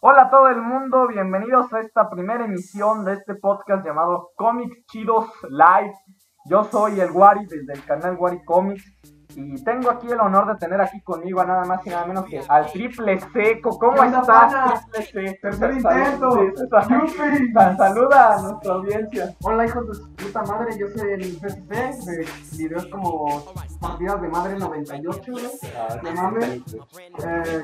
Hola a todo el mundo, bienvenidos a esta primera emisión de este podcast llamado Comics Chidos Live. Yo soy el Wari desde el canal Wari Comics y tengo aquí el honor de tener aquí conmigo a nada más y nada menos que al triple seco. ¿Cómo ¿Qué onda, pana? estás? Triple C. Tercer Saluda- intento. sí, sa- Yupi. sa- Saluda a nuestra audiencia. Hola hijos de su puta madre, yo soy el PCC de videos como partidas de madre 98, güey. Ah, No mames. Eh,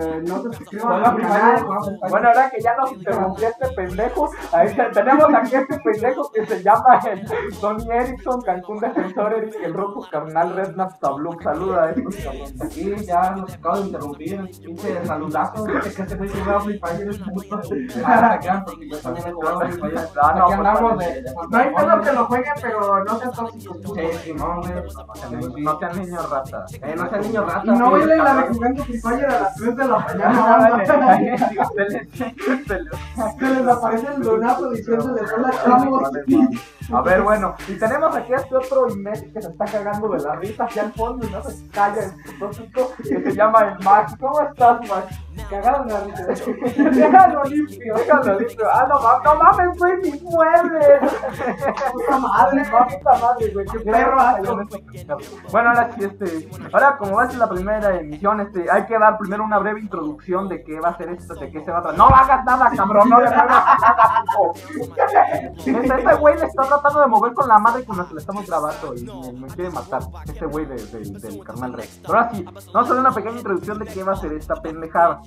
eh, no se suscriban a mi canal. Bueno, ahora que ya nos interrumpió este pendejo, ahí te- tenemos aquí este pendejo que se llama el Tony Erickson, Cancún Defensor, Eric el Rojo, Carnal Red Naftabluk. Saluda a este estos cabrones. Sí, ya nos acabo de interrumpir, el pinche saludazo, güey, que este güey que juega Free Fire es puto. Ah, ya, porque yo también he jugado Free Fire. Ah, no, Aquí pues, andamos vale. de... No hay pedo que lo jueguen, pero no sean tóxicos. Sí, sí, no, pues, No sean niños rata. Eh, no sean niños ratas. Y no bailen la de jugando Free Fire a las 3 de la Ah, vale. mañana. Se les- se les- Se les aparece el donato diciéndole hola chavos. A ver, bueno, y tenemos aquí a este otro imbécil que se está cagando de la risa hacia el fondo y no se calla el puto chico, que se llama el Max. ¿Cómo estás, Max? Cagaron la risa. Déjalo limpio, déjalo limpio. Ah, no mames, no mames, soy mi mueble. Puta madre, papi. Puta madre, güey, qué perro asco. Bueno, ahora sí, este. Ahora, como va a ser la primera emisión, este, hay que dar primero una breve introducción de qué va a ser esto, de qué se va a tratar. ¡No hagas nada, cabrón! ¡No le hagas nada, puto! Este, este güey le está tratando de mover con la madre con la que le estamos grabando y me, me quiere matar. Este güey de- de- del carnal rey. Pero ahora sí, vamos a dar una pequeña introducción de qué va a ser esta pendejada.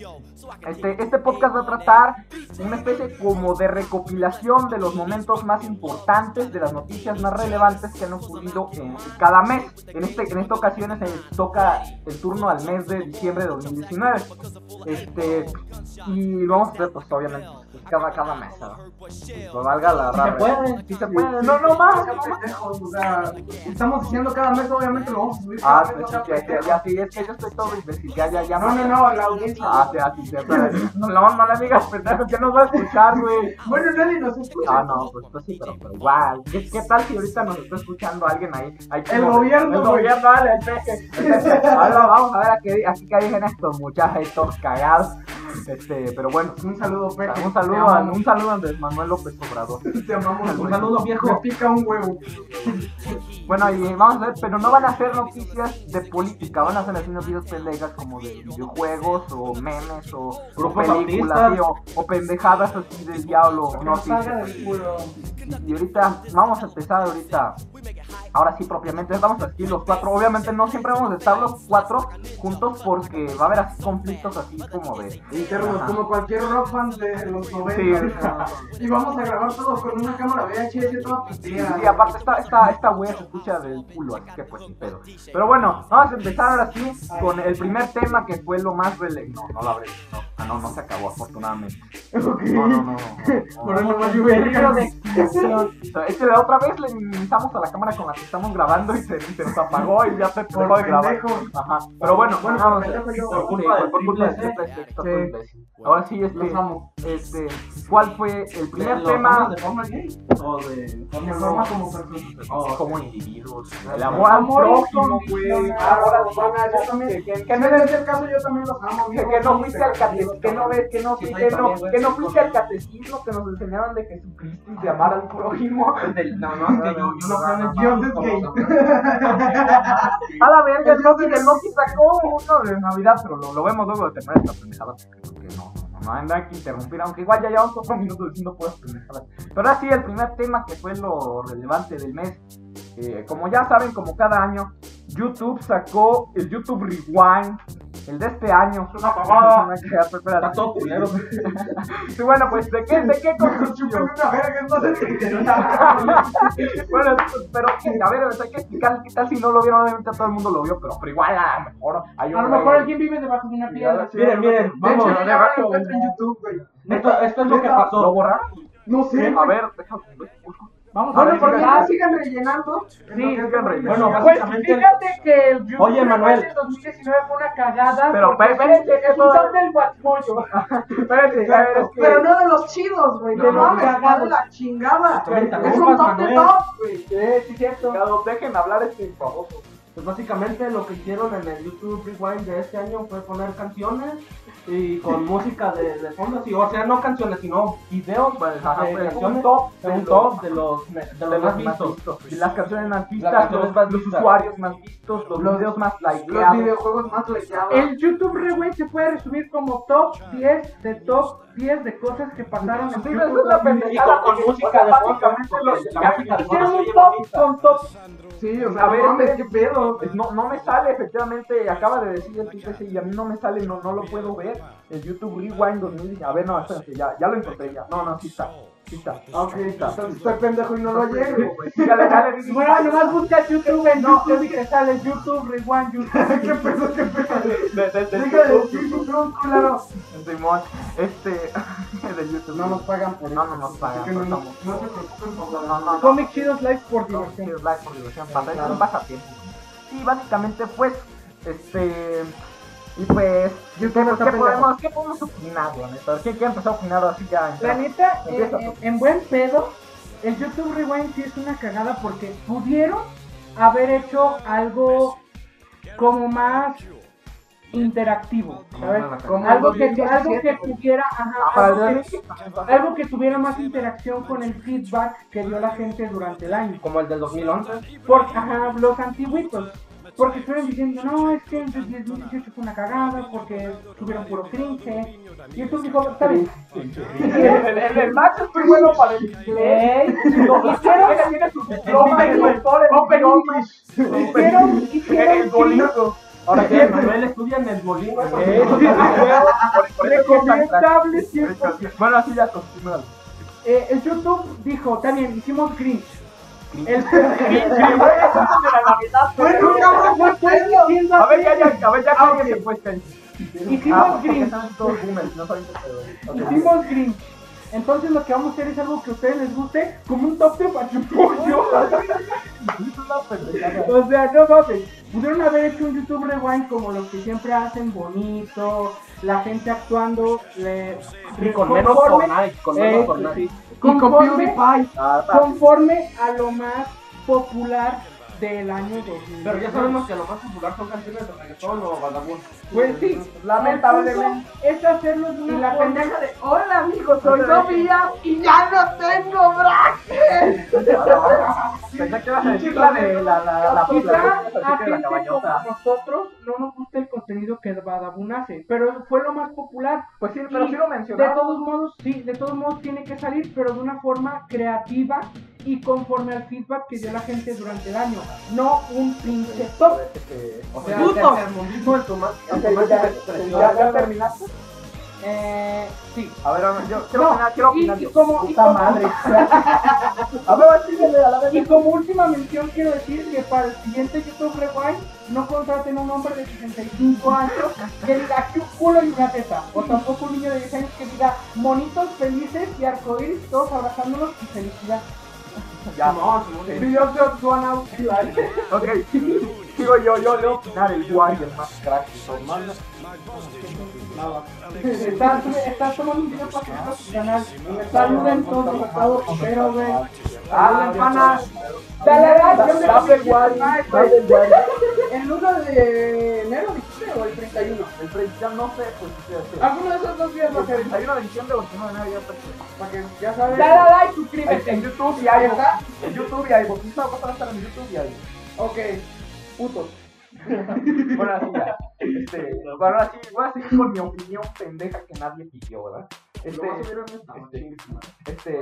Este, este podcast va a tratar una especie como de recopilación de los momentos más importantes, de las noticias más relevantes que han ocurrido en cada mes. En, este, en esta ocasión se toca el turno al mes de diciembre de 2019. Este, y vamos a hacer, pues obviamente, pues, cada, cada mes. ¿no? Pues, valga la rara. puede, Sí se puede. No, no más. no más. O sea, estamos diciendo cada mes, obviamente lo vamos a subir. Ah, cada sí, mes, sí, cada sí, sí, mes. ya, sí, es que yo estoy todo imbécil. Ya, ya, ya. No, no, no, la audiencia. Ah, sí, ah, sí, sí, sí. No, no le digas, pendejo, que nos va a escuchar, güey. Bueno, nadie nos escucha. Ah, no, pues, pues sí, pero, pero igual. ¿Qué, qué tal si ahorita nos está escuchando alguien ahí? Ahí El como- gobierno, El güey. gobierno, dale, el peje. Ahora vamos a ver a qué, así que dicen estos muchachos, estos cagados. Este, pero bueno. Un saludo, Pepe. Un saludo, a, un saludo a Andrés Manuel López Obrador. Te amamos. Un saludo, viejo. Me pica un huevo. Bueno, y vamos a ver, pero no van a hacer noticias de política, van a ser así noticias pendejas como de videojuegos o memes o, o Grupos películas autistas. sí, o, o pendejadas así del diablo. Que No, nos sí, salga del culo. Y ahorita, vamos a empezar ahorita. Ahora sí, propiamente, estamos aquí los cuatro. Obviamente no siempre vamos a estar los cuatro juntos porque va a haber así conflictos así como de... Internos, Ajá. como cualquier rock band de los 90. Y vamos a grabar todos con una cámara VHS y toda piteada. Y aparte esta, esta, esta wea se escucha del culo, así que pues sin pedo. Pero bueno, vamos a empezar ahora sí con el primer tema que fue lo más rele... No, no lo habré no. Ah, no, no se acabó afortunadamente. No, no, no. no, no. Por eso va a Peligro de llover. extinción. O sea, Es que la otra vez le invitamos a la cámara con la que estamos grabando y se, y se nos apagó y ya se Por dejó de grabar. pendejo. Ajá. Pero bueno, Bueno, vamos a- pendejo yo. por culpa del- por culpa del Sí. triple C, está todo Sí. imbécil. Ahora sí, este, Los amo. este, ¿cuál fue el primer ¿Lo tema? hacemos ¿De forma gay? ¿O de Me forma forma ¿eh? como persona. Oh, como individuos. El amor al prójimo, güey. Ah, Ahora, pana, Ah, yo también. Que- que- Que no es el caso, yo también los amo. Que, amigos. que no fuiste al catecismo, que no ves, que no, Sí, que, soy no, también, güey. que no fuiste al catecismo que nos enseñaron de Jesucristo y de amar al prójimo. No, no, es que yo, yo no creo en el Dios Ah, es como- gay. A la verga, el Loki del Loki sacó uno de Navidad, pero lo, lo vemos luego de terminar esta pendejada. Porque no, no, no, no hay que interrumpir, aunque igual ya llevamos otro minuto diciendo puras pendejadas. Pero ahora sí, el primer tema que fue lo relevante del mes. eh, como ya saben, como cada año, YouTube sacó el YouTube Rewind. El de este año. Es una mamada. Es una- espérate. Está todo culero. Sí, bueno, pues, ¿de qué, de qué Chupen consistió? una verga, entonces, que no bueno, pero ¿qué? a ver, hay que explicar qué tal si no lo vieron, obviamente todo el mundo lo vio, pero, pero igual a lo mejor hay un A lo güey- mejor alguien vive debajo de una piedra. Miren, miren, De hecho, vamos, yo ya debajo, lo encuentro en güey. YouTube, güey. Esto, esto es lo que ¿Lo pasó. Eh, borraron? No sé. A ver, déjame. Vamos Bueno, a ver. porque- ya sigan rellenando. Sí, sigan rellenando. Bueno, Pues básicamente- fíjate que el YouTube Oye, Manuel. en 2019 fue una cagada. Pero, porque pero, pero, fue el que todo- resultado del guatmollo. Espérate, a ver, es que. Pero no de los chidos, güey. No, De no, los no. cagados. la chingada. Ahorita, Es compas, un top de Manuel. top, güey. Sí, sí, cierto. Dejen hablar este famoso. Pues básicamente lo que hicieron en el YouTube Rewind de este año fue poner canciones y con música de, de fondo, sí, o sea, no canciones, sino videos, Pues, ajá, eh, pues, canciones un top, de un los- top de los, me- de de los los más más vistos. vistos. Las canciones más Las vistas, canciones los, más los vistas. usuarios más vistos, los, Los- videos más Los likeados. videojuegos más lechados. El YouTube Rewind se puede resumir como top 10 de top 10 de cosas que pasaron en Sí, YouTube. eso es una pendejada. con porque, música o sea, de fondo, básicamente porque los- la música de Hicieron fondo se un lleva top vista. con top. Sí, o A sea, ver, no mames, este- qué pedo. No, no me sale, efectivamente, acaba de decir el TTC y a mí no me sale, no, no lo puedo ver. El YouTube Rewind 2010. A ver, no, espérate, ya, ya lo encontré ya. No, no, sí está. Sí está. Ah, Ok, entonces estoy pendejo y no lo llego. güey. Ya le, ya le di- Bueno, nomás busca YouTube en YouTube y te sale YouTube Rewind YouTube. ¿Qué pedo, qué pedo? de- de- de- Deja de decir mi tronco, culero. Simón, este, de YouTube. No nos pagan por No, eso. no nos Así pagan, que Ah, no, no no, estamos- no se preocupen por No, no, no. Comic Chidos Live por No, sí, diversión. es live por diversión, pasa- es claro. un pasatiempo. Sí, básicamente, pues, este. Y pues, ¿qué, YouTube está pendejo. podemos, ¿qué podemos opinar, la neta? ¿Qué, qué empezó a opinar así ya? La entrando? neta, eh, Empieza. eh, en buen pedo, el YouTube Rewind sí es una cagada porque pudieron haber hecho algo como más interactivo, ¿sabes? Como Algo el que, algo 2017, que güey. tuviera, ajá, Ah, para algo, el- que, algo que tuviera más interacción con el feedback que dio la gente durante el año. Como el del 2011. Por, ajá, los antiguitos. Porque estuvieron diciendo, no, es que el 2018 fue una cagada, porque tuvieron puro cringe. Y eso dijo, está bien. El, el, el Max es muy bueno para el Ey, Lo hicieron. Tiene, tiene su diploma, el doctor en Open English. Hicieron, hicieron El bolígrafo. Ahora eh, que Manuel estudia en el Molino. recomendable siempre. Bueno, así ya continúa. Eh, el YouTube dijo, está bien, hicimos cringe. El Ah, Bueno, cabrón, Lo estoy diciendo A así. ver, ya, ya, a ver, ya, cállense, pues, que- Hicimos porque cringe. son todos boomers, no saben qué pedo. Ok. Hicimos cringe. Entonces lo que vamos a hacer es algo que a ustedes les guste, como un top de patrimonio. Es una pendejada. O sea, no mames. Pudieron haber hecho un YouTube Rewind como los que siempre hacen bonito, la gente actuando. le- Y con menos conforme- Fortnite, con menos Eh, Fortnite. sí. Y con Conforme, PewDiePie. Ah, está. conforme a lo más popular del año 2000. Pero ya sabemos que lo más popular son canciones de reggaetón o vagabundo. Pues sí, Lamentablemente. el punto Es hacerlo de Y una la forma- pendeja de, hola amigos, soy No te Sofía y ya no tengo brazo. Pensé que ibas a decir la de la la la Quizá la- a la- la gente como caballota. nosotros no nos gusta el contenido que Badabun hace, pero fue lo más popular. Pues sí, pero Y sí lo De mencionamos. todos modos, sí, de todos modos tiene que salir, pero de una forma creativa y conforme al feedback que dio la gente durante el año, no un pinche top. O sea, Puto. tercermundismo en tu más. Ok, ya, ya, ya terminaste. Eh, sí. A ver, vamos, yo quiero No, opinar, quiero y- opinar. y yo. como- y Puta como- madre. A ver, síguele a la Y vez. como última mención quiero decir que para el siguiente YouTube Rewind no contraten a un hombre de 65 años que diga aquí un culo y una teta. O tampoco un niño de 10 años que diga monitos felices y arcoíris todos abrazándonos y felicidad. Ya. Video de One Out Live. Ok, sigo yo, yo leo opinar el Warrior más crack de todos. Estás estás tomando un video para tu canal. Saluden todos, por favor, pero güey. Ah, pana. Dale, dale, yo me Dale el voy a Warrior, Ay, dale el Warrior. El 1 de enero, dijiste, o el 31. El pre- ya no sé, pues, qué hacer. Alguno de esos dos días va El a ser, 31 de diciembre o el 1 de enero ya está hecho. para que ya sabes. Dale a like, En- suscríbete. En YouTube y Ahí algo. está. En YouTube y algo. Quizá va a pasar hasta en YouTube y algo. Ok, puto. Bueno, así ya. Este, bueno, así voy a seguir con mi opinión pendeja que nadie pidió, ¿verdad? Este, este, este,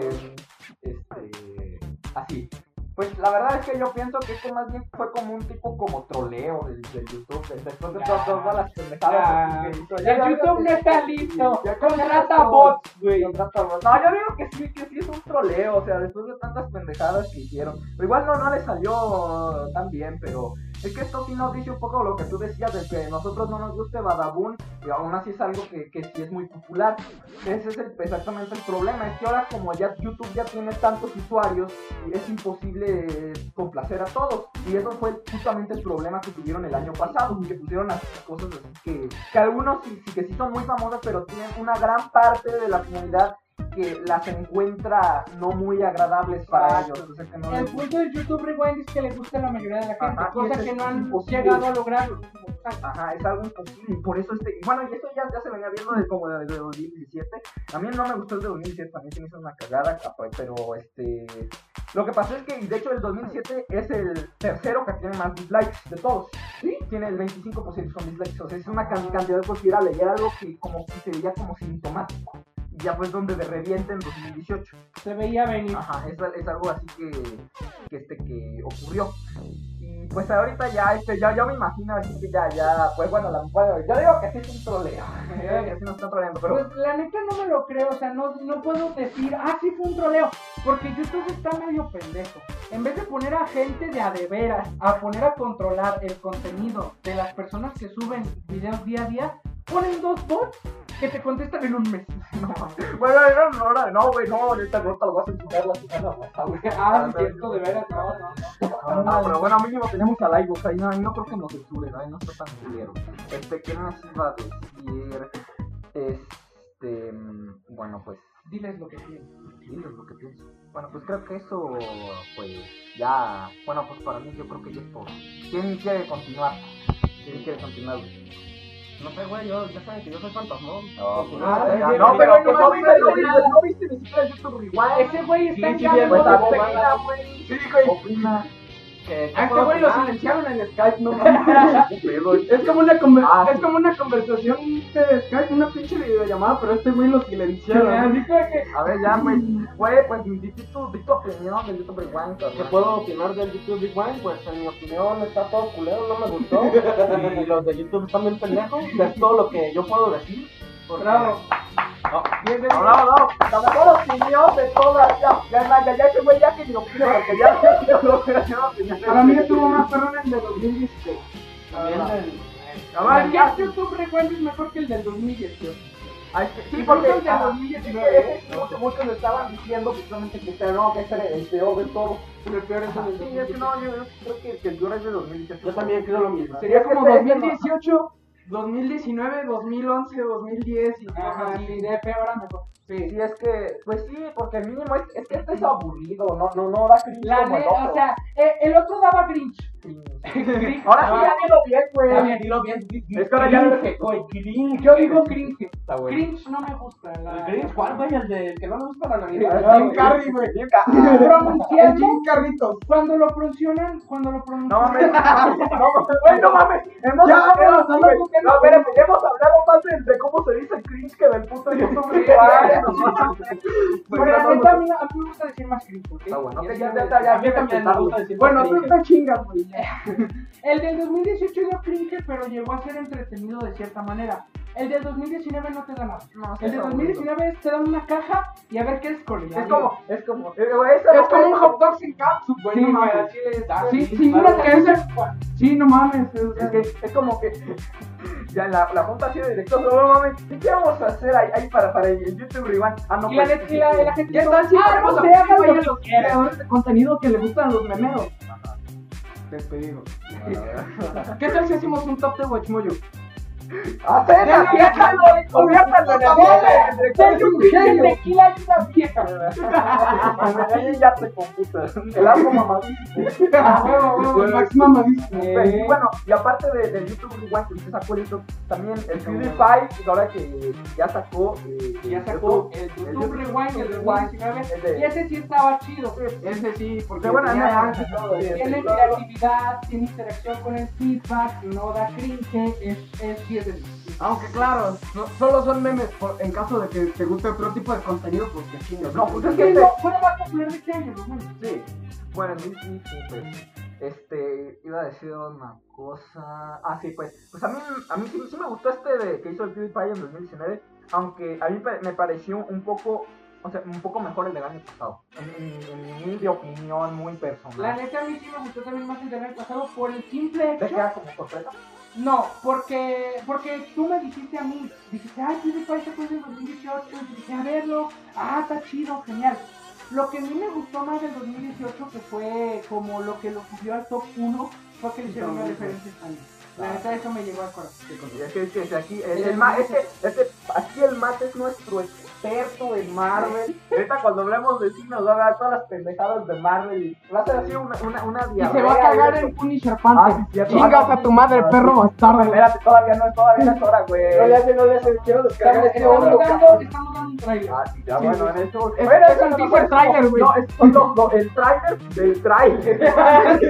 este, así. Pues la verdad es que yo pienso que esto más bien fue como un tipo como troleo del, del YouTube, de- después de todas, todas las pendejadas. Ya. así que hizo. Ya, El yo digo YouTube que no está sí, listo. ya creo que Contrata esto- bots, güey. contrata bots. No, yo digo que sí, que sí es un troleo, o sea, después de tantas pendejadas que hicieron. Pero igual no, no le salió tan bien, pero es que esto sí nos dice un poco lo que tú decías de que a nosotros no nos guste Badabun y aún así es algo que, que sí es muy popular. Ese es el- exactamente el problema, es que ahora como ya YouTube ya tiene tantos usuarios, es imposible eh, complacer a todos. Y eso fue justamente el problema que tuvieron el año pasado, que pusieron las cosas así que, que algunos sí, sí que sí son muy famosos, pero tienen una gran parte de la comunidad que las encuentra no muy agradables para Exacto. ellos. O sea que no El les gusta. punto de YouTube Rewind es que le gusta a la mayoría de la gente, Ajá, y cosa eso que es no han imposible. llegado a lograrlo. Ajá, es algo imposible. Y por eso este. y Bueno, y esto ya, ya se venía viendo de como desde 2017. A mí no me gustó el de 2007, también se me hizo una cagada, capa, pero este. Lo que pasó es que, y de hecho, el 2007 es el tercero que tiene más dislikes de todos. Sí. Tiene el 25% son dislikes. O sea, es una can- cantidad considerable. Y era algo que como que se veía como sintomático. Y ya pues donde de revienta en 2018. Se veía venir. Ajá, es, es algo así que, que, este, que ocurrió. Y pues ahorita ya, este, ya, ya me imagino así que ya, ya, pues bueno, la, bueno, yo digo que sí es un troleo. Yo digo que sí nos está troleando, pero Pues la neta no me lo creo, o sea, no, no puedo decir, ah, sí fue un troleo, porque YouTube está medio pendejo. En vez de poner a gente de a de veras, a poner a controlar el contenido de las personas que suben videos día a día, ponen dos bots que te contestan en un mes. bueno, no, no, no, no, güey, no, ahorita no te lo vas a enseñar la semana pasada, güey. ah, sí, cierto, de veras, no, no. No, no, pero bueno, mínimo tenemos a Livebox ahí, no, ahí no creo que nos censure, ¿no? Ahí no está tan culero. Este, ¿qué nos iba a decir? Este, mm, bueno, pues Diles lo que quieres. Diles lo que pienso. Bueno, pues creo que eso, pues ya. Bueno, pues para mí yo creo que ya es todo. ¿Quién quiere continuar? ¿Quién quiere continuar? No sé, güey, yo, ya saben que yo soy fantasmón. No, pues, ah, ya, sí, no, sí, pero sí, no, sí, viste, sí, no sí, viste, sí, no viste ni siquiera el YouTube Rewind. Ah, Ese güey está Sí, sí, ya bien, viendo está la bomba. pegada, Sí, güey. Opina. que A te este puedo güey lo opinar. silenciaron en Skype, no mames. ¿Qué pedo? Es como una, conver- Ah, sí. es como una conversación de Skype, una pinche videollamada, pero este güey lo silenciaron. Así como que, A ver, ya, pues, güey, pues di di tu, di tu opinión del YouTube Rewind. ¿Qué carnal. puedo opinar del YouTube Big One? Pues en mi opinión está todo culero, no me gustó. y los de YouTube están bien pendejos. Es todo lo que yo puedo decir. porque- Bravo. No, no, no, la mejor opinión de todas, ya, ya, ya, ya, ya, ese güey ya que ni opina, porque ya, ya, ya, no, ya, ya, ya, Para mí estuvo más perrón el de 2016. También del- Ahora ¿Por ya, qué YouTube Rewind es mejor que el del 2018? Ay, que- Sí, Sí, porque porque el de ah, 2019, es que muchos, muchos le estaban diciendo precisamente que este no, que este era el peor de todo. El peor es el de Sí, es que 2016. no, yo, yo creo que, que el peor es de 2018. Yo también creo lo mismo. Sería Es que como este- este no- 2018, 2019, 2011, 2010 y Ajá, cosas sí, así. de fe ahora mejor. Sí. Sí, es que, pues sí, porque mínimo es, es que este es aburrido, no, no, no da cringe La como ne- el o otro. sea, eh, el otro daba Grinch. Grinch. Ahora sí, ya dilo bien, Está güey. bien, Dilo bien. Ah. Es que ahora ya lo que- Güey, Grinch. eh, Yo digo cringe. Está bueno. Cringe no me gusta. La... ¿El Grinch? ¿Cuál, güey? El de que no me gusta la Ah, Navidad. está Jim bien. Carrey, güey. Bien ca- El Pronunciarlo, Jim Carritos. cuando lo pronuncian, cuando lo pronuncian. No mames, no mames, güey, no mames. Hemos, Ya, vamos, hemos- hablando güey, con que no, no. espérate, hemos hablado más de, de cómo se dice cringe que del puto YouTube. Pero la neta, a mí, a mí me gusta decir más cringe. ¿ok? Está Ah, bueno, ok, ya, ya, ya, ya, A mí también me gusta decir Bueno, tú Grinch. te chingas, güey. El del 2018 dio cringe, pero llegó a ser entretenido de cierta manera. El del 2019 no te da nada. el del 2019 es te dan una caja y a ver qué es con ella. Es como, es como, eh, güey, esa- Es como un hot dog sin capsup, güey. Sí, Pues no güey, mames. así le Ah, Sí, sí, sin claro. duda que ese- Sí, no mames. o sea, Es, que, es como que ya la, la junta así de director, no mames, ¿y ¿qué vamos a hacer ahí, ahí para, para el YouTube Rewind? Ah, no, Y la pues, neta, y la, y la gente. Ya dijo, están, sí, "Ah, ponemos no a sé, los hagan lo güeyes". que quieran. Creadores de contenido que le gustan a los memeos. Despedido. ¿Qué tal si hacemos un top de Watchmoyo? ¡Apenas! ¡Conviértalo! ¡Conviértalo! ¡Conviértalo! Soy un pinche tequila y una vieja. Ahí ya te computas. El algo mamadísimo. Max Mamadísimo. Pero, y bueno, y aparte de, de YouTube Rewind que usted sacó el YouTube, también el PewDiePie, ahora que ya sacó. eh, Ya sacó YouTube, el el YouTube Rewind el el del Rewind, 2019. el de- Y ese sí estaba chido. Ese sí, porque Pero bueno, tenía no, arte y no, todo, sí, sí. Tiene creatividad, tiene interacción con el feedback, no da cringe, es, es, sí es decisivo. Aunque claro, no- solo son memes por- en caso de que te guste otro tipo de contenido, pues te chingas. No, pues es que ¿Qué este- no fue lo más popular de este año, ¿no? Sí. Bueno, sí, sí, sí, pues. Este, iba a decir una cosa. Ah, sí, pues. Pues a mí, a mí sí, sí me gustó este de, que hizo el PewDiePie en 2019. Aunque a mí pa- me pareció un poco. O sea, un poco mejor el del año pasado. En, en- en mi humilde opinión, muy La personal. neta a mí sí me gustó también más el del año pasado por el simple ¿Te hecho. queda como sorpresa? No, porque, porque tú me dijiste a mí, dijiste, ay, PewDiePie sacó en 2018, y dije, a verlo, ah, está chido, genial. Lo que a mí me gustó más del 2018, que fue como lo que lo subió al top 1, fue que le hicieron una referencia a España. La neta, eso me llegó al corazón. Y Es que, es que si aquí, el, el ma- es que, es que aquí el mate es nuestro ex- experto en Marvel. Ahorita cuando hablemos de cine nos va a dar todas las pendejadas de Marvel. y Va a ser así una, una, una Y diarrea. se va a cagar en Punisher Panther. Ah, sí, cierto. Chingas a tu madre, perro bastardo. Espérate, todavía no, todavía no es hora, No le güey. hace, no le hace. Quiero descargar Estamos este dando, hongo, cabrón. estamos dando un trailer. Ah, sí, ya, bueno, en eso. Es- Espera, es eso el no teaser fue- trailer, güey. No, es no, no, el trailer del trailer.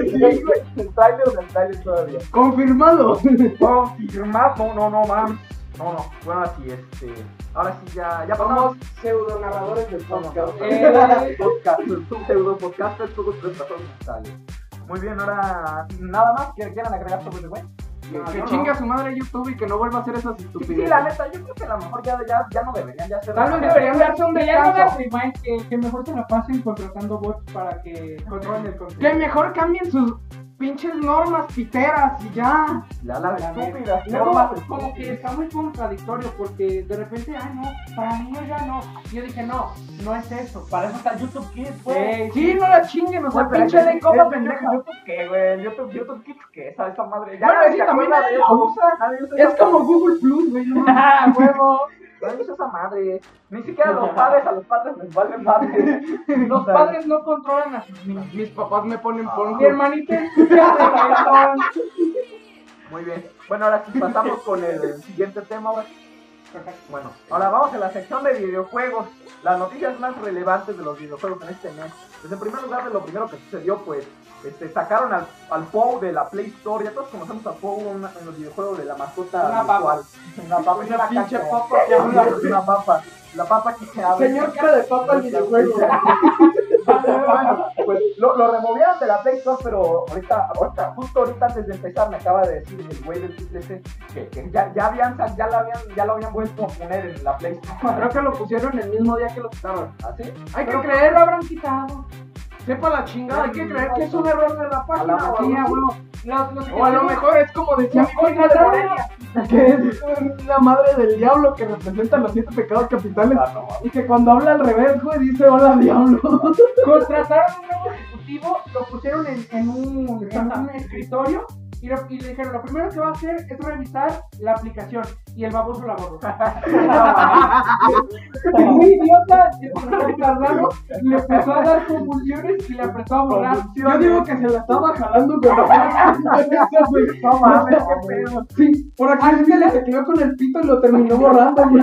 Sí, güey, el trailer del trailer todavía. Confirmado. Confirmado, no, no, mam. No, no, bueno, así, este. Ahora sí, ya, ya pasamos. Somos pseudo narradores del podcast. Eh, podcast, tu pseudo podcaster, tu presentación digital. Muy bien, ahora nada más. ¿Quieren quieran agregar sobre el güey? Que- yo Que no. chinga su madre YouTube y que no vuelva a hacer esas Sí, sí, la estupideces. neta, yo creo que a lo mejor ya, ya, ya no deberían de hacer Tal vez nada. deberían darse un Que ya no descanso. las rewind, que, que mejor se la pasen contratando bots para que controlen el contenido. Que mejor cambien sus pinches normas piteras y ya. La, la, La neta. estúpida, Luego, forma de- como que está muy contradictorio porque de repente, ah, no, para niños ya no. Y Yo dije, no, no es eso. Para eso está YouTube Kids, güey. Güey, Sí, no la chinguen, o sea, Güey, pero pinche es- de es- copa es- pendeja. ¿YouTube qué, güey? ¿YouTube, YouTube Kids qué? ¿Sabes esa madre? Ya Bueno, nadie sí, se también acuerda nadie de la eso. usa. Nadie usa Es esa como madre. Google Plus, güey. no mames. ¡Ah, huevo! Nadie usa esa madre. Ni siquiera los padres, a los padres les vale madre. Los Los padres no controlan a sus niños. Mis papás me ponen por Mi hermanita es reggaetón. Muy bien. Bueno, ahora sí pasamos con el siguiente tema. ahora sí. Bueno, ahora vamos a la sección de videojuegos. Las noticias más relevantes de los videojuegos en este mes. Pues en primer lugar, de lo primero que sucedió, pues, este, sacaron al, al POW de la Play Store. Ya todos conocemos a POW una- en los videojuegos de la mascota Una papa. virtual. Una papa. Una una pinche caca. papa que Una, habla. una papa. La papa que se abre. Señor cara de papa al videojuego. Bueno, pues lo, lo removieron de la Play Store, pero ahorita, ahorita, justo ahorita antes de empezar me acaba de decir el güey del triple C que, que ya, ya habían, sa- ya lo habían, ya lo habían vuelto a poner en la Play Store. ¿Ah, Creo que lo pusieron el mismo día que lo quitaron. ¿Así? Hay que Pero- creer, lo habrán quitado. Sepa la chingada, hay que creer que es un error de la A la página. o algo maquilla, así. huevo. Los, los que O a lo tenemos- mejor es como decía mi Oiga, cuña de dame Morelia, que es la madre del diablo que representa los siete pecados capitales Ah, no, y que cuando habla al revés, güey, dice hola diablo. Contrataron un nuevo ejecutivo, lo pusieron en, en un, en un escritorio y, lo- y le dijeron, lo primero que va a hacer es revisar la aplicación. Y el baboso la borró. Muy idiota, se retardado, le empezó a dar convulsiones y le empezó a borrar. Yo digo que se la estaba jalando con la güey. No mames, qué pedo. Sí, por Ah, accidente se quedó con el pito y lo terminó borrando, güey.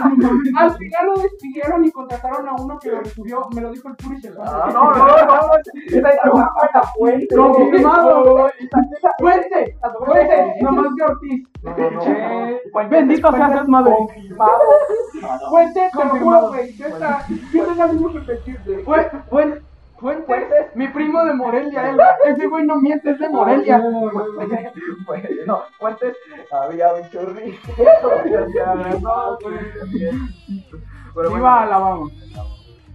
Al final lo despidieron y contrataron a uno que lo subió, me lo dijo el Purisher. Ah, no, no, no, no. Esa- esa fue la fuente. Confirmado. No, esa- esa- ¡Fuente! ¡Fuente! Nomás de Ortiz. No, no, no. Fuente- Bendito fuente seas, madre. Confirmado. Fuente, te lo Confirmado. juro, güey. Yo esta- yo tengo algo que decirte. Fue, fue, Fuentes, mi primo de Morelia, él. Ese güey no miente, es de Morelia. Pues, no, Fuentes había un chorrito. No, güey. Pero bueno. Iba a Alabama.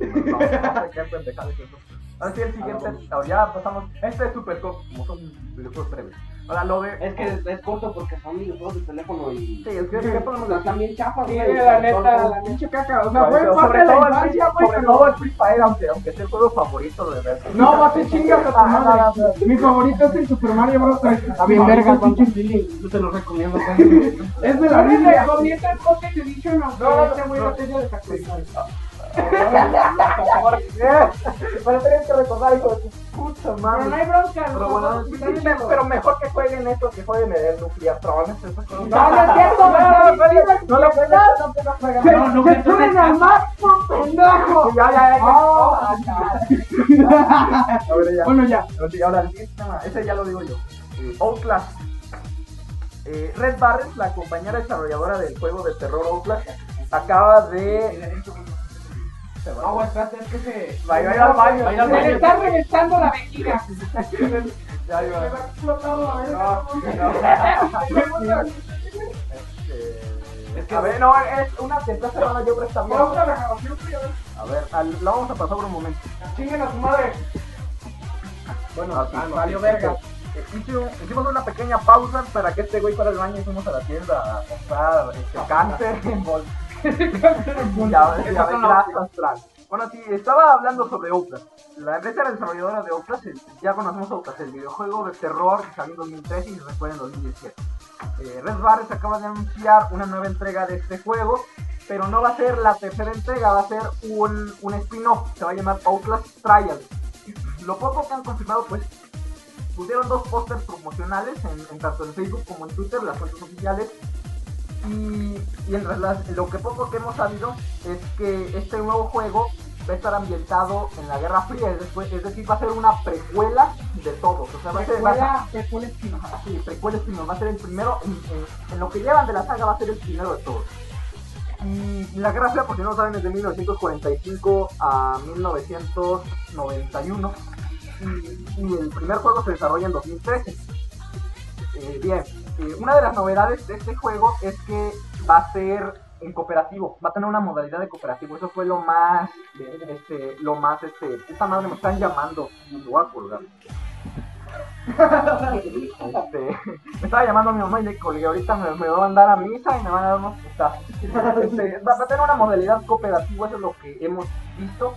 No, no sé qué pendejada es eso. Ahora sí, el siguiente. Ahora ya pasamos. Este es super corto, como son videojuegos breves. Ahora lo de. Es que es corto porque son videojuegos de teléfono y. Sí, es que ¿qué podemos decir? También chafas, Sí, güey. la neta, la Pinche caca, o sea, fue Sobre parte de la todo el Free- infancia, pues, güey. sobre pero- todo el Free Fire, aunque, aunque sea el juego favorito de verdad. No, va a ser chingas a tu Ah, madre. Mi favorito es el Super Mario Bros. 3. Está bien verga, Yo te lo recomiendo. Es de Yo la les Biblia. recomiendo el Pocket Edition, aunque No, no, este güey no. lo tenga desactualizado. Pero tienes que recordar, hijo de tu puta Pero no hay madre. bronca, Pero los bueno, dos sí, están sí, bien. pero mejor que jueguen esto que jueguen el Nucleatron. esas cosas. No, no es cierto, No, güey, no, no, no, no lo juegues, no, no lo juegues. Se, No, no, se suben al mar por pendejo. Ya, ya, ya, ya. Ah, A ver, ya. Bueno, ya. Pero sí, ahora el siguiente tema, ese ya lo digo yo. Eh, Outlast. Eh, Red Barrett, la compañera desarrolladora del juego de terror Outlast, acaba de. Se va. Aguantate, es que se. Va, va a ir al baño. Va a ir al Se le baño. está reventando la vejiga. Ya iba. Me va a explotar la verga. No, no. Este, A ver, no, es una que está cerrada, yo creo que está bien. Vamos a la grabación, güey, a ver. A ver, al- la vamos a pasar por un momento. Chinguen a su madre. Ah, Bueno, ah, así, valió verga. Hicimos, hicimos una pequeña pausa para que este güey fuera al baño y fuimos a la tienda a comprar Ah, este, cáncer en bol- ya, ya ves, grasas trans. Bueno, sí, estaba hablando sobre Outlast. La empresa desarrolladora eh, de Outlast, el- ya conocemos Outlast, el videojuego de terror que salió en 2013 y se fue en 2017. eh, Red Barrett acaba de anunciar una nueva entrega de este juego, pero no va a ser la tercera entrega, va a ser un, un spin-off, se va a llamar Outlast Trial. Lo poco que han confirmado, pues pusieron dos pósters promocionales en, en tanto en Facebook como en Twitter, las fuentes oficiales. Y, y en las- lo que poco que hemos sabido es que este nuevo juego va a estar ambientado en la Guerra Fría, es, después- es decir, va a ser una precuela de todos. O sea, va a ser, va a- Precuela, precuela espina. Sí, precuela Spin-off, va a ser el primero, en, en- en lo que llevan de la saga va a ser el primero de todos. Y la Guerra Fría, por si no lo saben, es de 1945 a 1991. Y, y el primer juego se desarrolla en 2013. Eh, bien, eh, una de las novedades de este juego es que va a ser en cooperativo, va a tener una modalidad de cooperativo. Eso fue lo más, este, lo más, este, esta madre me están llamando, me voy a colgar. Este, me estaba llamando mi mamá y le colgué. Ahorita me, me va a mandar a misa y me van a dar unos putazos. Este, va va a tener una modalidad cooperativa, eso es lo que hemos visto.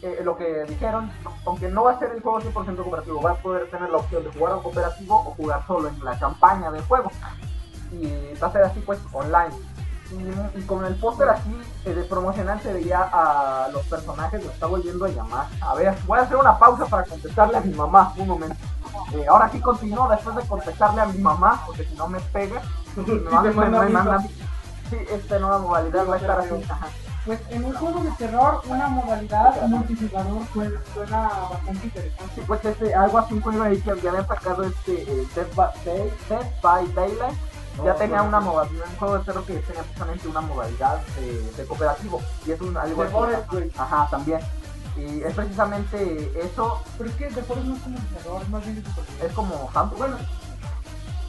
eh, lo que dijeron, aunque no va a ser el juego 100% cooperativo, va a poder tener la opción de jugar a un cooperativo o jugar solo en la campaña del juego. Y va a ser así, pues, online. Y, y con el póster así eh, de promocional se veía a los personajes, me está volviendo a llamar. A ver, voy a hacer una pausa para contestarle a mi mamá un momento. Eh, ahora sí continúo después de contestarle a mi mamá, porque si no me pega, me, manda- me- me manda- Sí, este, esta nueva modalidad va a estar así. ajá. Pues en un juego de terror, una modalidad multijugador pues, suena bastante interesante. Sí, pues este, algo así fue ahí que habían sacado este eh, Death, by, Day- Death by Daylight. Ya tenía una modalidad, un juego de terror que tenía precisamente una modalidad eh, de cooperativo. Y es un algo así. Ajá, también. Y es precisamente eso, Pero es que el terror no es como el terror, más bien es como... es como Hamburg. Bueno,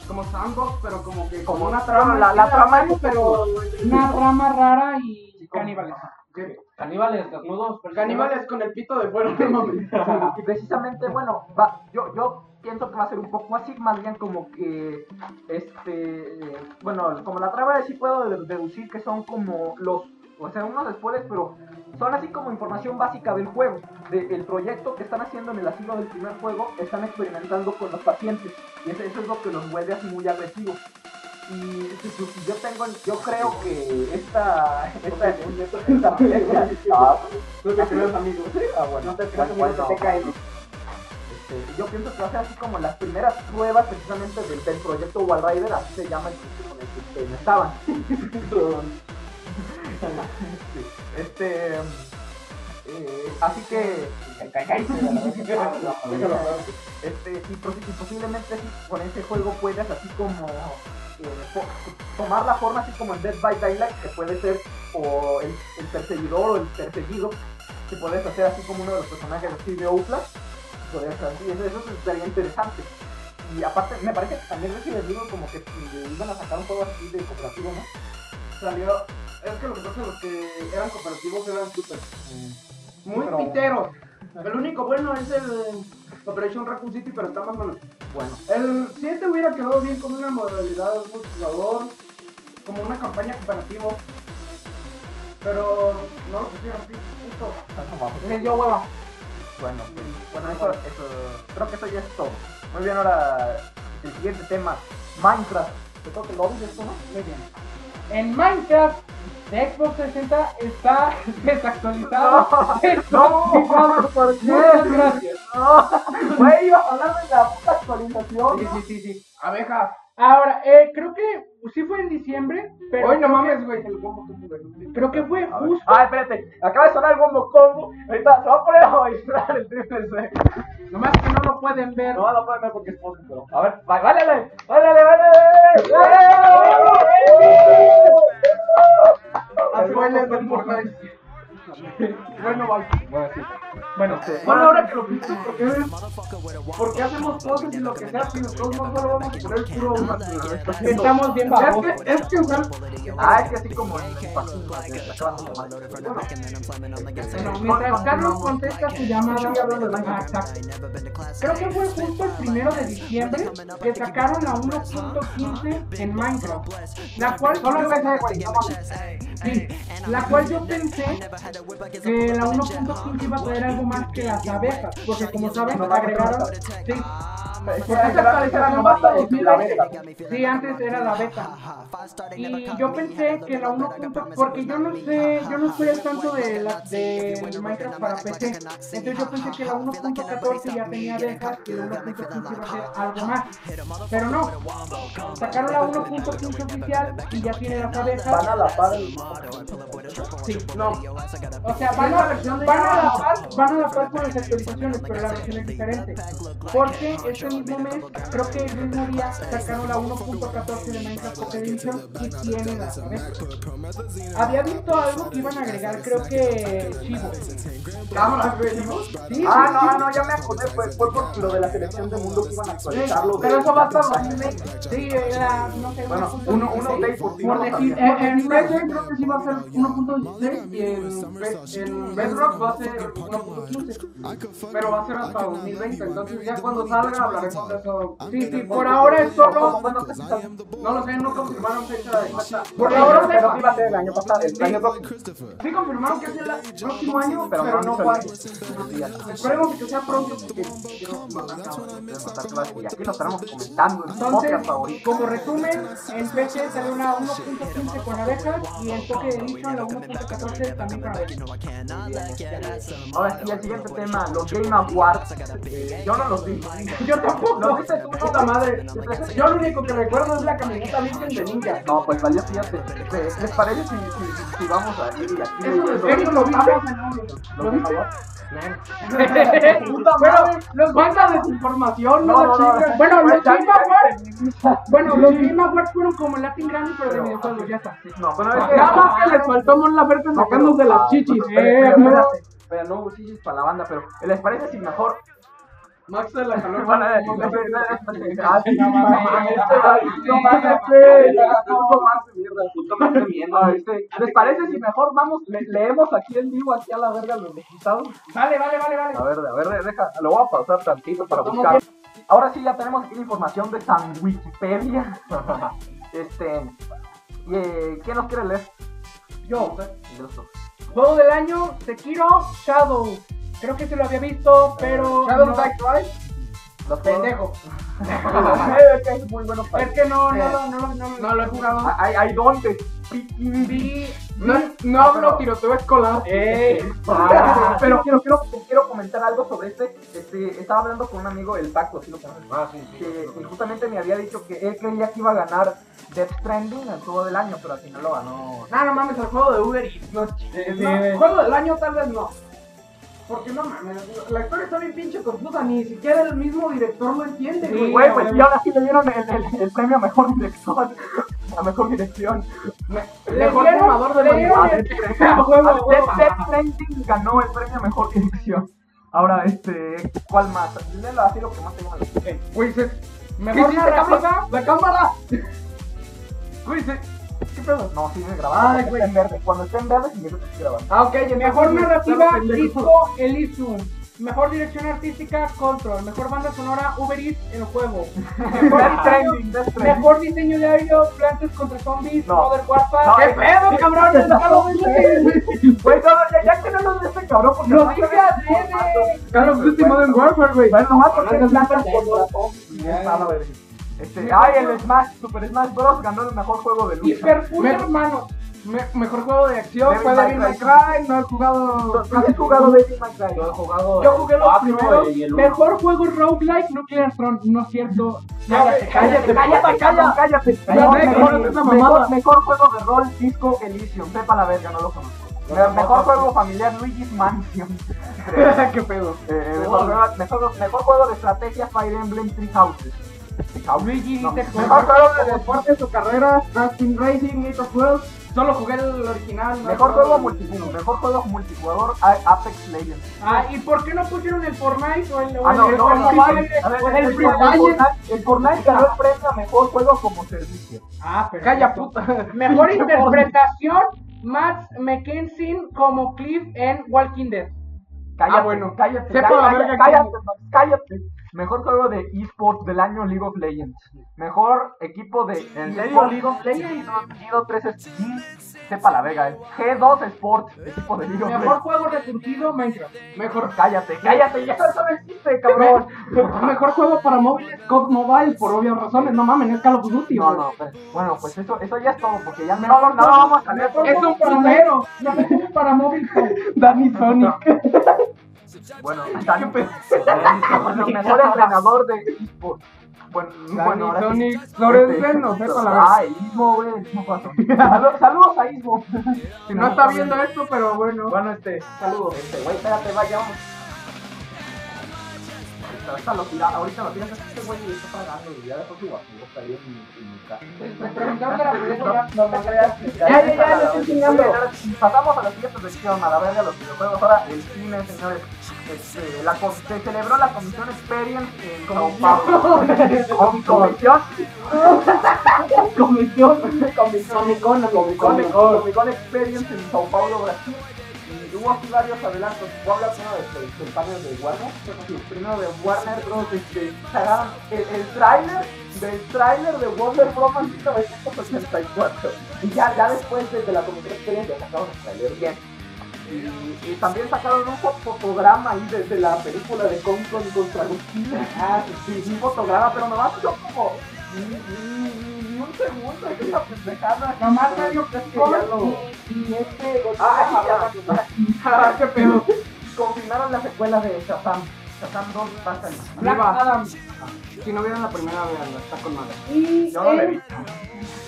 Como sandbox, pero como que como como una bueno, la, la trama es pero Una rama rara y caníbales. que- Caníbales desnudos. pero- Caníbales con el pito de fuera. Y precisamente, bueno, va, yo, yo pienso que va a ser un poco así, más bien como que, este, eh, bueno, como la trama sí puedo de- deducir que son como los, o sea, unos spoilers, pero son así como información básica del juego, del proyecto que están haciendo en el asilo del primer juego, están experimentando con los pacientes, y eso, eso es lo que los vuelve así muy agresivos. Y si- si- si yo tengo, yo creo que esta, esta, esta, esta- ah, No te creas, amigo. ah, bueno, No te creas, bueno, amigo, que bueno. te caes. Este, yo pienso que va a ser así como las primeras pruebas precisamente del, del proyecto Wall Rider, así se llama el que- con el que ustedes me estaban. este, eh, así que, Ah, este, y, posi- y posiblemente sí, con este juego puedas así como eh, po- tomar la forma así como en Dead by Daylight, que puede ser o el, el perseguidor o el perseguido, que puedes hacer así como uno de los personajes así de Outlast podría ser así, eso, eso sería interesante. Y aparte, me parece que también Resident Evil como que eh, iban a sacar un juego así de cooperativo, ¿no? Salió. Es que lo que pasa es que los que eran cooperativos eran súper. Muy Mm. Pero- piteros. El único bueno es el Operation Raccoon City, pero está más malo. Bueno, El 7 hubiera quedado bien con una modalidad multijugador, como una campaña cooperativa. Pero no lo pusieron así, justo. me dio hueva. Bueno, pues, bueno, eso, eso- creo que eso ya es todo. Muy bien, ahora el siguiente tema, Minecraft. Yo creo que lo vi esto, ¿no? Muy bien. En Minecraft de Xbox 60 está desactualizado. No. Configurado por- Muchas gracias. No, güey, iba a hablar de la puta actualización. Sí, sí, sí, sí. Abejas. Ahora, eh, creo que sí fue en diciembre, pero Hoy no mames, güey. El combo que creo que fue A ver. justo. Ah, espérate, acaba de sonar el bombo combo. Ahorita se va a poner a bailar el triple C. Nomás que no lo pueden ver. No, no pueden ver porque es poco, pero. A ver, ba- báilale, báilale, báilale. ¡Báilale! Abuelas del Fortnite. Bueno, bye. Bueno, sí. Bueno, ahora que lo pienso, ¿por qué, por qué hacemos cosas y lo que sea si nosotros no solo vamos a poner puro Estamos bien babosos. Es que, es que usar. Ah, es que así como en el pasillo, que se acaban de tomar. Bueno, Bueno, mientras Carlos contesta su llamada, ah, exacto. creo que fue justo el primero de diciembre que sacaron la 1.15 en Minecraft, Pues, la cual solo empecé, güey, no mames. Sí, la cual yo pensé que la 1.15 iba a traer algo más que las abejas, porque como saben agregaron, sí, Porque esa actualización va hasta 2020. Sí, antes era la beta. Y yo pensé que la 1.0, porque yo no sé, yo no estoy al tanto de, la, de Minecraft para PC. Entonces yo pensé que la 1.14 ya tenía dejas y la 1.15 iba a ser algo más. Pero no, sacaron la 1.15 oficial y ya tiene las abejas. Van a la par. Sí, no. O sea, van a, van a la par, van a la par con las actualizaciones, pero la versión es diferente. Porque este mismo mes, creo que el mismo día, sacaron la 1.14 de Minecraft Pocket Edition y tiene las abejas. Había visto algo que iban a agregar, creo que Chivo. Cámara, venimos. Sí, Ah, sí, no, no, ya me acordé, fue, fue por lo de la selección de mundo que iban a actualizarlo. Pero eso va hasta 2020. Sí, era, no sé, Bueno, 1.16. uno, uno update por ti. Por no decir, eh, sabía. en, en Redline creo que sí va a ser 1.16 y en, Red- en Bedrock va a ser 1.15. Pero va a ser hasta 2020, entonces ya cuando salga hablaremos de eso. Sí, sí, por ahora es solo. Bueno, no sé si tal- no lo sé, no confirmaron fecha exacta. Por Pero ahora pero sí se iba a ser el año pasado, el año próximo. Sí confirmaron que es el próximo año, pero, Pero no no cuál. Ya. Esperemos que sea pronto Y porque aquí lo estaremos comentando en su podcast Entonces, favorito. como resumen, en PC sale una 1.15 con abejas y en toque de edición la 1.14 también con abejas. Ahora sí, el siguiente tema, los Game Awards. Eh, yo no los vi. Yo tampoco. Los viste tú, puta madre. Yo lo único que recuerdo es la camioneta virgen de ninja. No, pues valió fíjate. ¿Les, les parece si, si, si vamos a ir y aquí? Eso de leyendo serio lo vimos. los Game Awards? Puta madre, los manda desinformación, no, No, no, no. chingas. Bueno, los Ya- Game Awards, bueno, los Game Awards fueron como el Latin Grammy, pero de Pero- videojuegos, ya está. No, bueno, es que... Nada más que les faltó Mon Laferte sacándose las chichis. Pero, pero, Eh, pero, no. pero no hubo chichis para la banda, pero ¿les parece si mejor? Max se la jaló. Bueno, eh, No, eh, no, eh, eh, ah, sí, no, no mames. no, no, no, Ah, este, ¿Les parece si mejor vamos, le- leemos aquí en vivo, aquí a la verga los invitados? Vale, vale, vale, vale. A ver, a ver, deja, lo voy a pausar tantito para buscar. Ahora sí, ya tenemos aquí la información de San Wikipedia. este, y, eh, ¿quién nos quiere leer? Yo. Iluso. Juego del año, Sekiro Shadow. Creo que se lo había visto, pero. no. Los juegos- Pendejo. Eh, que es muy bueno para Es que no, no, no, no, no, no, No lo he jugado. Ah, Hay, hay donde. Vi. No, no Ah, hablo tiroteo escolar. ¡Ey! Ah, pero quiero, quiero, quiero comentar algo sobre este. este estaba hablando con un amigo, el Paco, si lo conoces, que, que justamente me había dicho que él creía que iba a ganar Death Stranding el juego del año, pero al final lo ganó. No, no mames, el juego de Uber Eats, no chingues. No, juego del año tal vez no. Porque no mames, la historia está bien pinche confusa, ni siquiera el mismo director lo entiende, Sí, güey. Güey, no, pues no, y ahora sí le dieron el, el- el premio a mejor dirección. A mejor dirección. Le Mejor dieron- fumador de le la dieron unidad. el- A huevo, a huevo. Death, Death Stranding ganó el premio a mejor dirección. Ahora, este, ¿cuál más? Léelo así lo que más te llama la atención. Güey, se... Mejor ¿Qué hiciste, narrativa. cámara? ¡La cámara! Güey, se... ¿Qué pedo? No, sigue grabando. Ay, porque güey. está en verde. Cuando esté en verde, significa que sí grabaste. Ah, ok, ya Mejor me- narrativa, pendejo. disco Elysium. Mejor dirección artística, Control. Mejor banda sonora, Uber Eats, el juego. Mejor, Death diseño, Stranding, Death Stranding. mejor diseño de audio, Plantas contra Zombies, No. Modern Warfare. No, ¿Qué eh, pedo, cabrón? no, Estaba muy bien. Güey, no, no, ya, ya que no nos de este cabrón, porque Los no hay que se nada. atreven. Call of Duty Modern Warfare, güey. Bueno, nomás porque Ahora es es un blanco pendejo. por la Ah, la verga. Este, ay, el Smash, Super Smash Bros. ganó el mejor juego de lucha. Hiperfull, Me- hermano. Me- mejor juego de acción Devil fue May Devil May Cry. Cry, no he jugado... eh, ¿No has jugado Devil May Cry? Yo he jugado. Yo jugué los cuatro, primeros. güey, y el uno. Mejor juego roguelike, Nuclear Throne. No es cierto. Cállate, cállate, cállate, cállate, cállate. Cállate, Mejor- cállate, mejor- esa mamada. Mejor mejor juego de rol, Disco Elysium. Sepa la verga, no lo conozco. Me- Mejor juego familiar, Luigi's Mansion. Eh, ¿Qué pedo? eh, mejor, juego- mejor- mejor juego de estrategia, Fire Emblem Three Houses. Three Houses. Luigi No. dice Mejor juego. juego de deportes o carreras, Crash Team Racing, Need of World. Solo jugué el original. no he Mejor jugado juego el- multijugador, mejor juego multijugador, A- Apex Legends. Ah, ¿y por qué no pusieron el Fortnite o el o Ah, el- no, no, el no, Fortnite? vale. A ver, O el el Free Fortnite- Fire. el Fortnite ganó el premio a mejor juego como servicio. Ah, pero. Calla puta. Mejor interpretación, Matt McKenzie como Cliff en Walking Dead. Cállate, Ah, bueno. cállate, Sepa cállate, la verga cállate, quién. Max, cállate. Mejor juego de eSports del año League of Legends. Mejor equipo de ¿En serio? League of Legends, 103 skins, sepa la vega, eh. G2 Sport, equipo de League of Mejor juego resurgido, Minecraft. Legends. Mejor cállate, cállate, ya eso no existe, cabrón. Mejor juego para móviles, COD Mobile, por obvias razones. No mames, es Call of Duty, No, güey. no, pero- bueno, pues eso, eso ya es todo, porque ya no, no, no, vamos a salir. Es un primero. No es un para móvil con Danny Sonic. Bueno, hasta Bueno, mejor entrenador de eSports. Bueno, bueno, ahora sí. Sonic. Este, Sorensen, no sé, con la Ah, el Istmo, güey, el Istmo pasó. Saludos, saludos a Istmo. Si No está viendo esto, pero bueno. Bueno, este, saludos. Este, güey, espérate, vaya, vamos. Ahorita- Ahorita lo tiras, ahorita lo tiras. Este güey está pagando y ya dejó su vacío caído en mi- en mi casa. Me preguntaron de la película, no me creas. Ya, ya, ya, le estoy enseñando. Pasamos a la siguiente sección, a la verga de los videojuegos. Ahora, el cine, señores. Este, la, com- se celebró la Comisión Experience en Sao Paulo. Com- comisión. comisión. Comisión. Comisión. Comisión Experience en Sao Paulo, Brasil. Y hubo aquí varios adelantos. Voy a hablar primero de- de- del panel de Warner. Primero de Warner Bros. Este, sacaron el, el tráiler del tráiler de Wonder Woman 1984. Y ya, ya después de, de la comisión experiencia sacaron el tráiler bien. Y, y también sacaron un fo- fotograma ahí desde la película de Kong Kong contra Godzilla. Ah, sí, sí, un fotograma, pero nomás yo como ni, ni- ni- ni un segundo de esa pendejada. Nomás medio Es que Kong ya lo- y este Godzilla Ah, hablaba. sí, ya. qué pedo. Confirmaron la secuela de Shazam. Shazam 2 va a salir. Black Viva. Adam. Si no vieron la primera, veanla, está con madre. Y Yo no la he el- visto.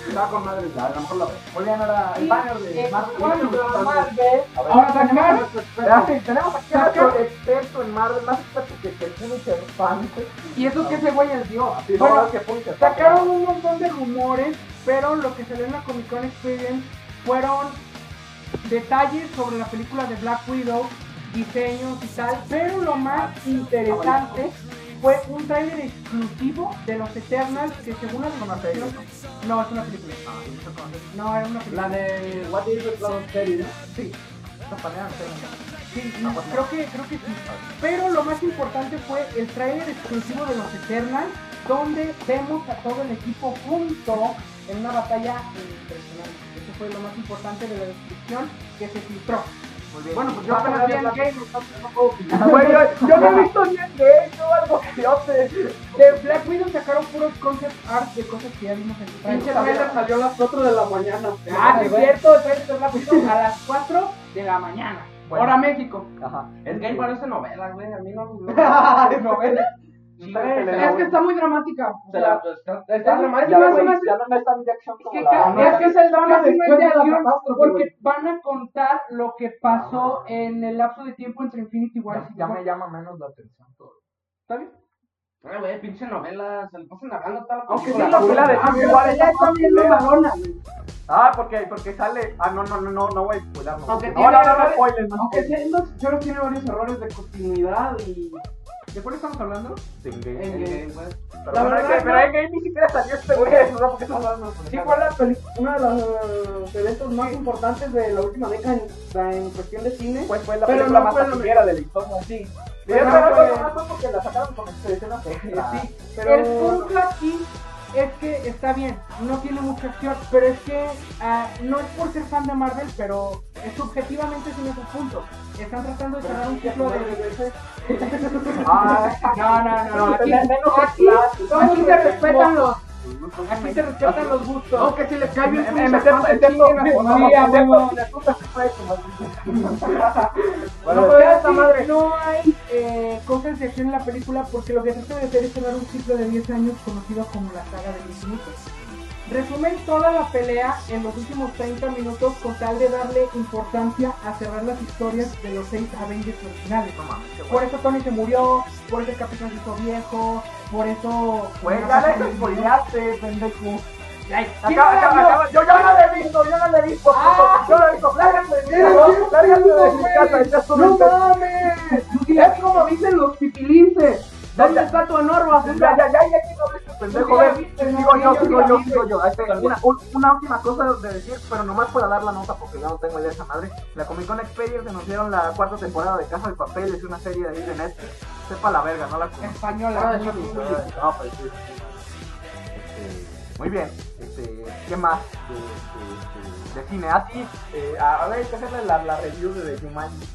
Está con madre, a lo mejor la veo. Muy bien, ahora el y banner de el Marvel. Wonder Marvel. A ver. Ahora sacaron. Ya, tenemos aquí a Saca- nuestro experto en Marvel, más experto que que Punisher fan. Y eso es que ese güey les dio. Sí, Bueno, no, que Punisher fan. Sacaron un montón de rumores, pero lo que salió en la Comic Con Experience fueron detalles sobre la película de Black Widow, diseños y tal, pero lo más interesante fue un trailer exclusivo de los Eternals que según las noticias... No, es una película. No, era una película. de What is the Clown Series, ¿no? Sí, Esta manera de hacer. sí, Ah, bueno. creo que, creo que sí. Pero lo más importante fue el tráiler exclusivo de los Eternals, donde vemos a todo el equipo junto en una batalla impresionante. Eso fue lo más importante de la descripción que se filtró. Muy bien. Bueno, pues yo apenas vi el game, entonces no puedo opinar. Güey, Ah, yo, yo no he visto ni el de hecho algo que yo sé. De Black Widow sacaron puros concept art de cosas que ya vimos en el Pinche tráiler. trailer salió a las 4 de la mañana. Ah, sí es cierto, el trailer de Black Widow a las 4 de la mañana. Bueno. Hora México. Ajá. Es que ahí parece novela, güey. A mí no. no- novela? Sí, Es que güey, está muy dramática. o se sea, la- pues, Está está es- dramática, es más güey. una- Ya no me están de acción Es que, como la- ca- no, es que es el drama Casi después después de de la acción, catástrofe, porque güey. Ah. van a contar lo que pasó en el lapso de tiempo entre Infinity War y Ya me llama menos la atención todo. ¿Está bien? Ay, Ah, güey, pinche novela. Se le pasan cagando tal. Aunque sí, película. la fila de Jimmy Ah, Ward Ya está viendo Madonna. Ah, porque, porque sale. Ah, no, no, no, no, no voy a spoiler. No, Aunque no, tiene no, no, no, errores- spoiler, no. Aunque sí, los chorros tiene varios errores de continuidad y. ¿De cuál estamos hablando? Sin game. pues. en- en- Pero la bueno, verdad, es que- pero no. en game ni siquiera salió este güey. No, porque estamos hablando. Sí, fue la peli- uno de los eh, eventos más importantes de la última década en, en cuestión de cine. Fue, fue la Pero película no más fue lo taquillera de la historia. Sí, Y es no verdad, fue- pero no fue porque la sacaron con escenas extra. sí, El pero. punto aquí es que está bien, no tiene mucha acción, pero es que ah, no es por ser fan de Marvel, pero es subjetivamente ese no es el punto. Están tratando de cerrar un ciclo de... Ah, No, no, no, aquí, Menos aquí, clases. aquí se respetan los... Aquí se respetan los gustos. Aunque si les cae bien, Em- em- pinche excepto- excepto- chingue, excepto- sí, excepto- huevo. excepto- No, Bueno, pero ya sí, está madre. no hay eh, cosas de acción en la película porque lo que trata de hacer es cerrar un ciclo de 10 años conocido como la saga de 10 minutos. Resumen toda la pelea en los últimos 30 minutos con tal de darle importancia a cerrar las historias de los 6 Avengers originales. No mames, qué Por bueno. eso Tony se murió, por eso el Capitán se hizo viejo, por eso... Güey, ya la Pues spoileaste, pendejo. Ay, ¿quién Acaba, acaba, habla? acaba. Yo ya no la he visto, yo no la he visto. Ah. puto. Yo no la he visto. Lárgate de mi casa, lárgate de mi casa. ya es un ¡No inter- mames! Es como dicen los pipilinces. ¿Dónde está tu honor, basura? Ya, ya, ya, ya, que no ves este pendejo. Ya ven. viste, ¿no? Digo yo, Ya digo yo, viste. digo yo. Este, Una un- una última cosa de decir, pero nomás para dar la nota porque ya no tengo idea de esa madre. La Comic Con Experience anunciaron la cuarta temporada de Casa de Papel, es una serie de ahí de Netflix. Sepa la verga, no la conozco. Española. Ah, pues sí, sí. Este, Muy bien, este, ¿Qué más? Este, este, De cine. A ti, eh, a, a ver, hay que hacerle la, la review de The Jumanji.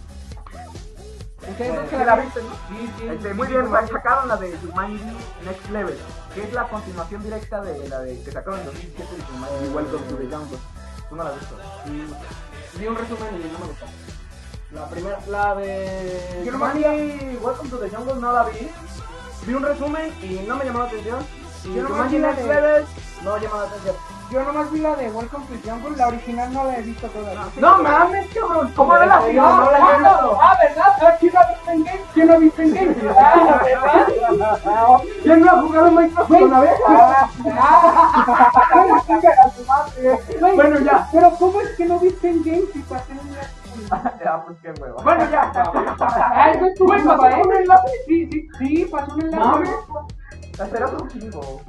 Ustedes Sí, que la la viste, ¿no? Sí, sí. Este, sí, muy sí, bien, sí, pues, sacaron la de Jumanji Next Level, que es la continuación directa de la de, que sacaron en 2007 de Jumanji Welcome to the Jungle. Tú no la has visto. sí. Vi un resumen y no me gustó. La primera, la de. Yo nomás Jumanji Welcome to the Jungle no la vi. Vi un resumen y no me llamó la atención. Y Yo nomás Jumanji vi la Next de- Level no llamó la atención. Yo nomás vi la de Welcome to Jungle, la original no la he visto todavía. ¡No mames, cabrón! ¿Cómo no la has Sí, visto? no la he Ah, visto. Ah, ¿verdad? Ah, ¿Quién no ha visto en game? ¿Quién no ha visto en game? Ah, ¿verdad? ¿Quién no ha jugado Minecraft con abejas? Ah, chinga a tu madre. Güey, Bueno, ya. Pero ¿cómo es que no viste en game si pasé un día? Ah, pues qué hueva. Bueno, ya. Ah, eso es tu Güey, culpa, pasó ¿eh? un enlace. Sí, sí, sí, pasó un enlace. Mames. Esperas un chingo.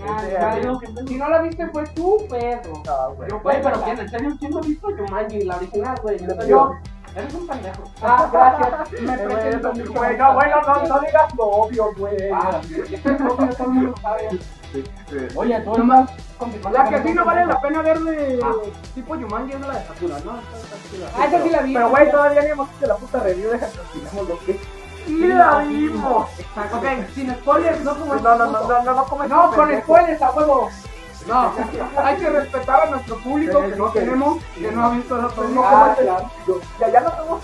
Ah, Este, ya, a ver. no, Si no la viste fue tú, Pedro. Ah, güey. Güey, pero ¿quién? ¿En serio quién no ha visto Jumanji? La original, güey. Yo. Eres un pendejo. Ah, gracias. Me Eh, güey, presento. eso sí, güey. No, bueno, no, no digas lo obvio, güey. Ah, Obvio, todo el mundo lo sabe. Oye, entonces más confirmando La que sí no vale la pena ver de... Ah. tipo Jumanji es la de Sakura, ¿no? Esta- esta sí la- Ah, esa sí la vi. Pero, güey, todavía ni hemos hecho la puta review. Deja que terminemos lo que... ¡Y la vimos! Ok, sin spoilers, no como No, no, no, no, no, no, como No, este con pendejo. spoilers a huevo. No, hay que respetar a nuestro público que no tenemos, que no ha visto los otros. Ah, claro. Ya, ya no tenemos...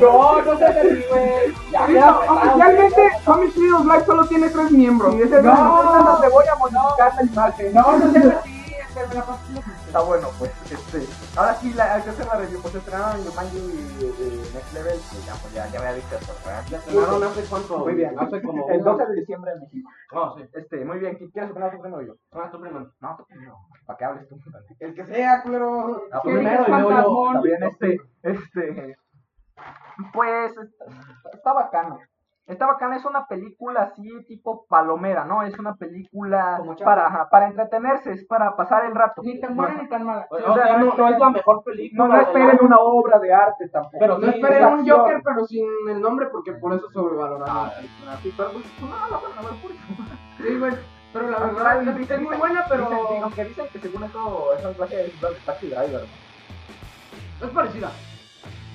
No, no se derribe. Ya, ya, Oficialmente, Comic Freedom Black solo tiene tres miembros. Ah, Y ese No, te voy a modificar la imagen. No, no seas así, este, me la paso. Está bueno, pues. Este, ahora sí, la, hay que hacer la review. Pues estrenaron Yumanji de Next Level. que ya, pues ya, ya me había dicho eso. ¿verdad? La estrenaron hace cuánto? Muy bien. Hace como. El 12 de diciembre en México. No, sí. Este, muy bien. ¿qui- ¿Quieres opinar tú primero o yo? Ah, tú primero. No, tú primero. ¿Para qué hables tú? El que sea, culero. Ah, ¿Qué dices, primero y luego yo. fantasmón? También este, este. Pues está- está bacano. Está bacana, es una película así tipo palomera, ¿no? Es una película Como Chapo. para, ajá, para entretenerse, es para pasar el rato. Ni tan buena ni tan mala. O, o sea, sea, no no, no es la mejor película. No, no de esperen la- una obra de arte tampoco. Pero No sí, esperen la un acción. Joker, pero sin el nombre, porque por eso Ah. sobrevaloraron. Sí, pero pues, no, la van a ver por eso. Sí, güey. Pero la Ah, verdad, dicen- es muy dicen- buena, Dicen- pero aunque dicen que según eso es un clase de de taxi driver. es parecida.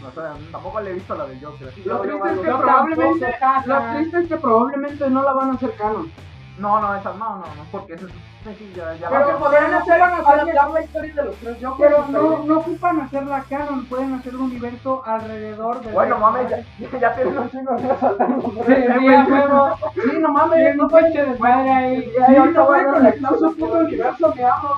No, o sea, tampoco le he visto la del Joker. así que Lo no, triste es que yo probablemente. tampoco, Cata. Lo triste es que probablemente no la van a hacer canon. No, no, esa no, no, no, porque eso sí, sí, ya, ya Pero la- podrían hacer, adaptar- la historia de los tres Jokers. pero no, no ocupan hacer la canon, pueden hacer un universo alrededor del. Bueno, mames, ya, ya, ya tienen un chingo de Sí, sí, a huevo. Sí, no Bien, mames, no pinche desmadre ahí. Ya, ya, ahorita voy a conectar su puto universo, me amo.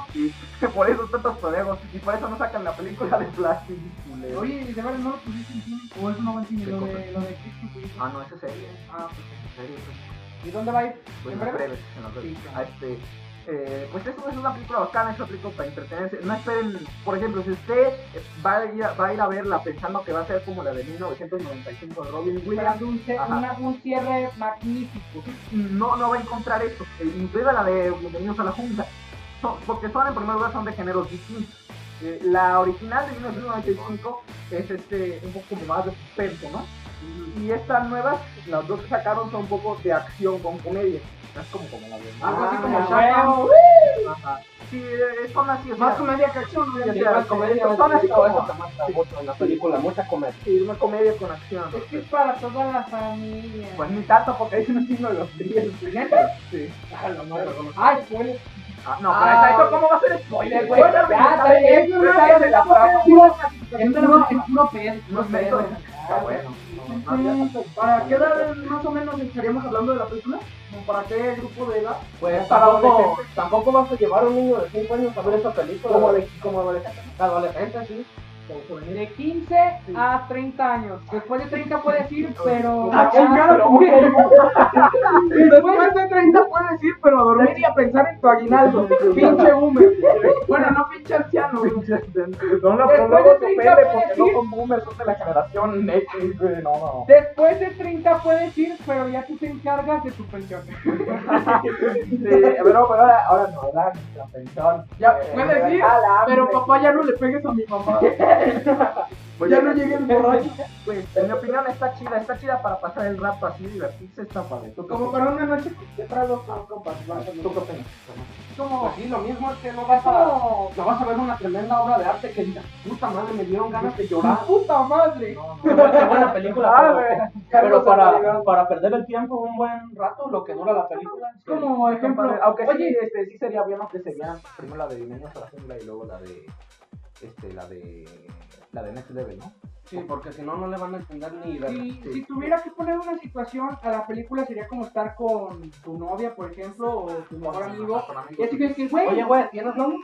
Por eso tantos podemos y por eso no sacan la película de Plastic, culero. Oye, ¿de verdad no lo pusiste en cine? ¿O es una buena cine? ¿Qué Lo cosa? de, lo de Cristo que hizo. Ah, no, esa es serie. Ah, pues, serie pues. ¿Y dónde va a ir? Pues ¿En en breve? breve, en los breves. Sí, Ah, este, eh, pues eso es una película bacana, es una película para entretenerse. No esperen, por ejemplo, si usted eh, va a ir a, va a, ir a verla pensando que va a ser como la de 1995 de Robin Williams, Esperando un, ce- Ajá. una- un cierre magnífico. no, no va a encontrar eso. Eh, incluida la de Bienvenidos a la Junta. Son- porque son en primer lugar son de géneros distintos. Eh, la original de 1995 es este un poco como más de suspenso, ¿no? Y estas nuevas, las dos que sacaron son un poco de acción con comedia. Es como, como la de Algo así Ah, como ya, Shadow. Ajá. Sí, eh, son así, o sea, Más comedia que acción, güey. o sea, sí, más eh, comedia, son así sí, como como- esa, en la película, mucha comedia. sí, una comedia con acción. Es que es para toda la familia. Pues ni tanto porque ahí se nos vino los tríos. ¿Neta? Sí. Ay, spoiler. Ah, no, Ah, pero eso cómo va a ser spoiler, güey. Ya, está bien, Es una idea de la trama. Es puro- es puro pedo, No puro sé, Mm. pedo. eso está bueno. No, no, ya. Sí, ¿Para qué edad más o menos estaríamos hablando de la película? ¿Como ¿Para qué grupo de edad? Pues Para tampoco, tampoco vas a llevar a un niño de 5 años a ver esa película. Como de- como adolescente. adolescente, sí. De 15 a 30 años. Después de 30 puedes ir, pero. Ah, chingada, pero- ¿por qué? Después de este 30 puedes ir, pero a dormir y a pensar en tu aguinaldo. Pinche boomer. Bueno, no pinche anciano. güey. No, no, pero Después luego de se cinco ofende porque puedes no ir. son boomers, son de la generación X, güey. No, no. Después de 30 puedes ir, pero ya tú te encargas de tu pensión. Sí, pero, pero ahora, ahora Eh, no, ¿verdad? La pensión. Ya puedes ir, pero papá ya no le pegues a mi mamá. Pues Ya no llegué el borracho. en mi opinión está chida, está chida para pasar el rato así, divertirse, está padre. Como para una noche de tragos con compas. vas a- ¿Tú qué opinas? Como así, lo mismo es que no vas a. No vas a ver una tremenda obra de arte que digas, puta madre, me dieron ganas de llorar. ¡Puta madre! Qué buena película, Ah, pero- güey. pero, Carlos para, Arriaga. para perder el tiempo un buen rato, lo que dura la película. es que- Como ejemplo, Compadre, Aunque sí, oye, este, sí sería bueno que se vean primero la de Bienvenidos a la Jungla y luego la de. Este, la de. La de Next Level, ¿no? Sí, porque si no, no le van a entender ni verga. si, si tuviera que poner una situación a la película sería como estar con tu novia, por ejemplo, o tu mejor amigo. Y así que, que, güey, Oye, güey, ¿tienes novio?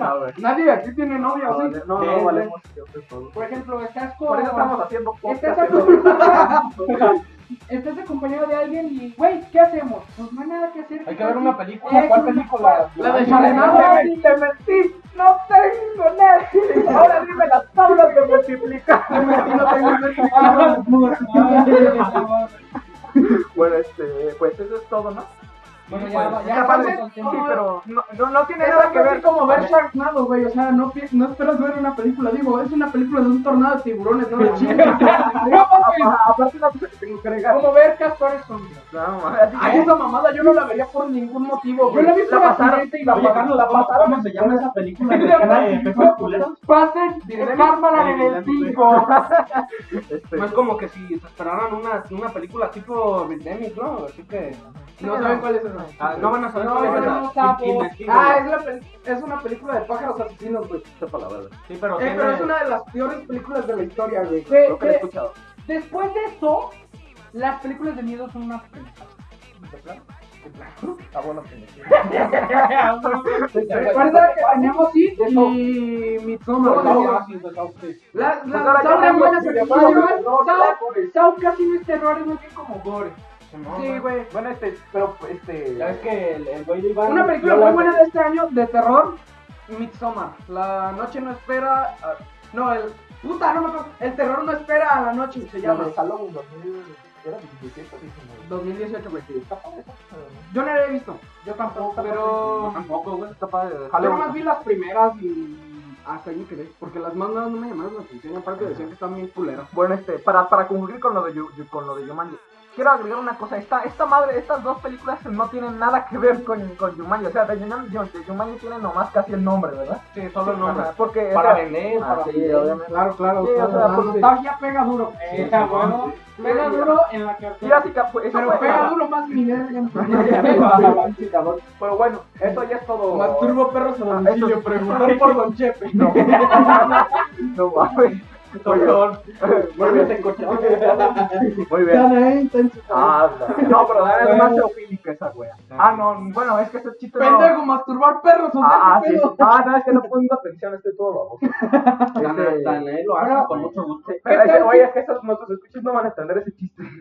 A ver. Nadie aquí tiene novia, o Ah, No, sí. no, no, Ven, valemos que otro todo. por ejemplo, estás Por con... eso estamos haciendo Estás, podcast. acompañado- estás acompañado de alguien y, güey, ¿qué hacemos? Pues no hay nada que hacer. Hay que ver una película. ¿Cuál película? La de Vale, Sharknado. no, Te mentí, no tengo nada. Ahora dime las tablas de multiplicar. Bueno, este, pues eso es todo, ¿no? Bueno, Pues, ya, y ya aparte, acabamos sí, el tema. pero no, no, no tiene Es nada que algo ver así como ver Sharknado, güey. O sea, no, pi- no esperas ver una película. Digo, es una película de un tornado de tiburones, no la Apa- Aparte, una cosa que tengo que agregar. Como ver castores zombies. No, mames, Ay, esa mamada yo no la vería por ningún motivo, Yo güey. la vi por la pasaron, accidente y la Oye, pagaron. Carlos, la ¿cómo- pasaron. ¿Cómo se llama esa película? que era de efectos culeros? Pasen, escármala en el 5. este, No es como que si se esperaran una, una película tipo Redemic, ¿no? Así que No saben cuál es esa. ah, no van a saber No, cuál esa es no la- está, y- y- pues. y- y- Ah, es, la pel- es una película de pájaros asesinos, güey. sepa la verdad. Sí, pero, Eh, tiene- pero es una de las peores películas de la historia, güey. Ve- Creo que la he ve- escuchado. Después de eso, las películas de miedo son una Está bueno que me Este, Recuerda que teníamos sí Y Midsommar. No, güey. sí, pues, ah, sí. La, Pues ahora la, ya Saw era vamos, buena ya película, vamos, güey. no, Saw- ya, Saw casi no es terror, es más bien como gore. Simón, Sí, güey. güey. Bueno, este, pero este. Ya ves que el, el güey de Iván. Una película vio la- muy buena de este año de terror, Midsommar. La noche no espera. ah, no, el. Puta, no me acuerdo. El terror no espera a la noche, se Ya llama. me saló un 2000. ¿Era 17 o 19? 2018, güey. Está padre, está padre, ¿no? Yo no la he visto. Yo tampoco, Pero. pero. Tampoco, güey. Está padre. Yo nomás vi las primeras y. Hasta ahí me quedé. Porque las más nuevas no me llamaron la atención. Aparte decían que están bien culeras. Bueno, este, para, para concluir con lo de Yu- Yu- con lo de Jumanji, quiero agregar una cosa, esta, esta madre, estas dos películas no tienen nada que ver con, con Jumanji, o sea, de Jumanji, de Jumanji tienen nomás casi el nombre, ¿verdad? Sí, solo el nombre. Ajá, porque, o Para sea, vender, ah, para sí, vender. obviamente. Claro, claro. Sí, o sea, claro. porque- nostalgia pega duro. Esa huevo. Pega duro en la Sí, cartera. así que, pues, eso Pero fue- pega duro más mineral que pero bueno, eso ya es todo. Más turbo perros a Ah, domicilio. eso- Preguntar por Don Chepe. No, no mames. Perdón. Muy bien, muy bien. Pendejo, Ah, no, no, pero la verdad es más eofílica esa wea. Ah, no, bueno, es que ese chiste no- masturbar perros, o Ah, ah, sea, qué sí. pedo. Ah, no, es que no pongo atención, estoy todo baboso. Este- Ah, Daniel lo hace con mucho gusto. Pero ¿Qué ese- tal oye, es que esos nuestros escuchas no van a entender ese chiste.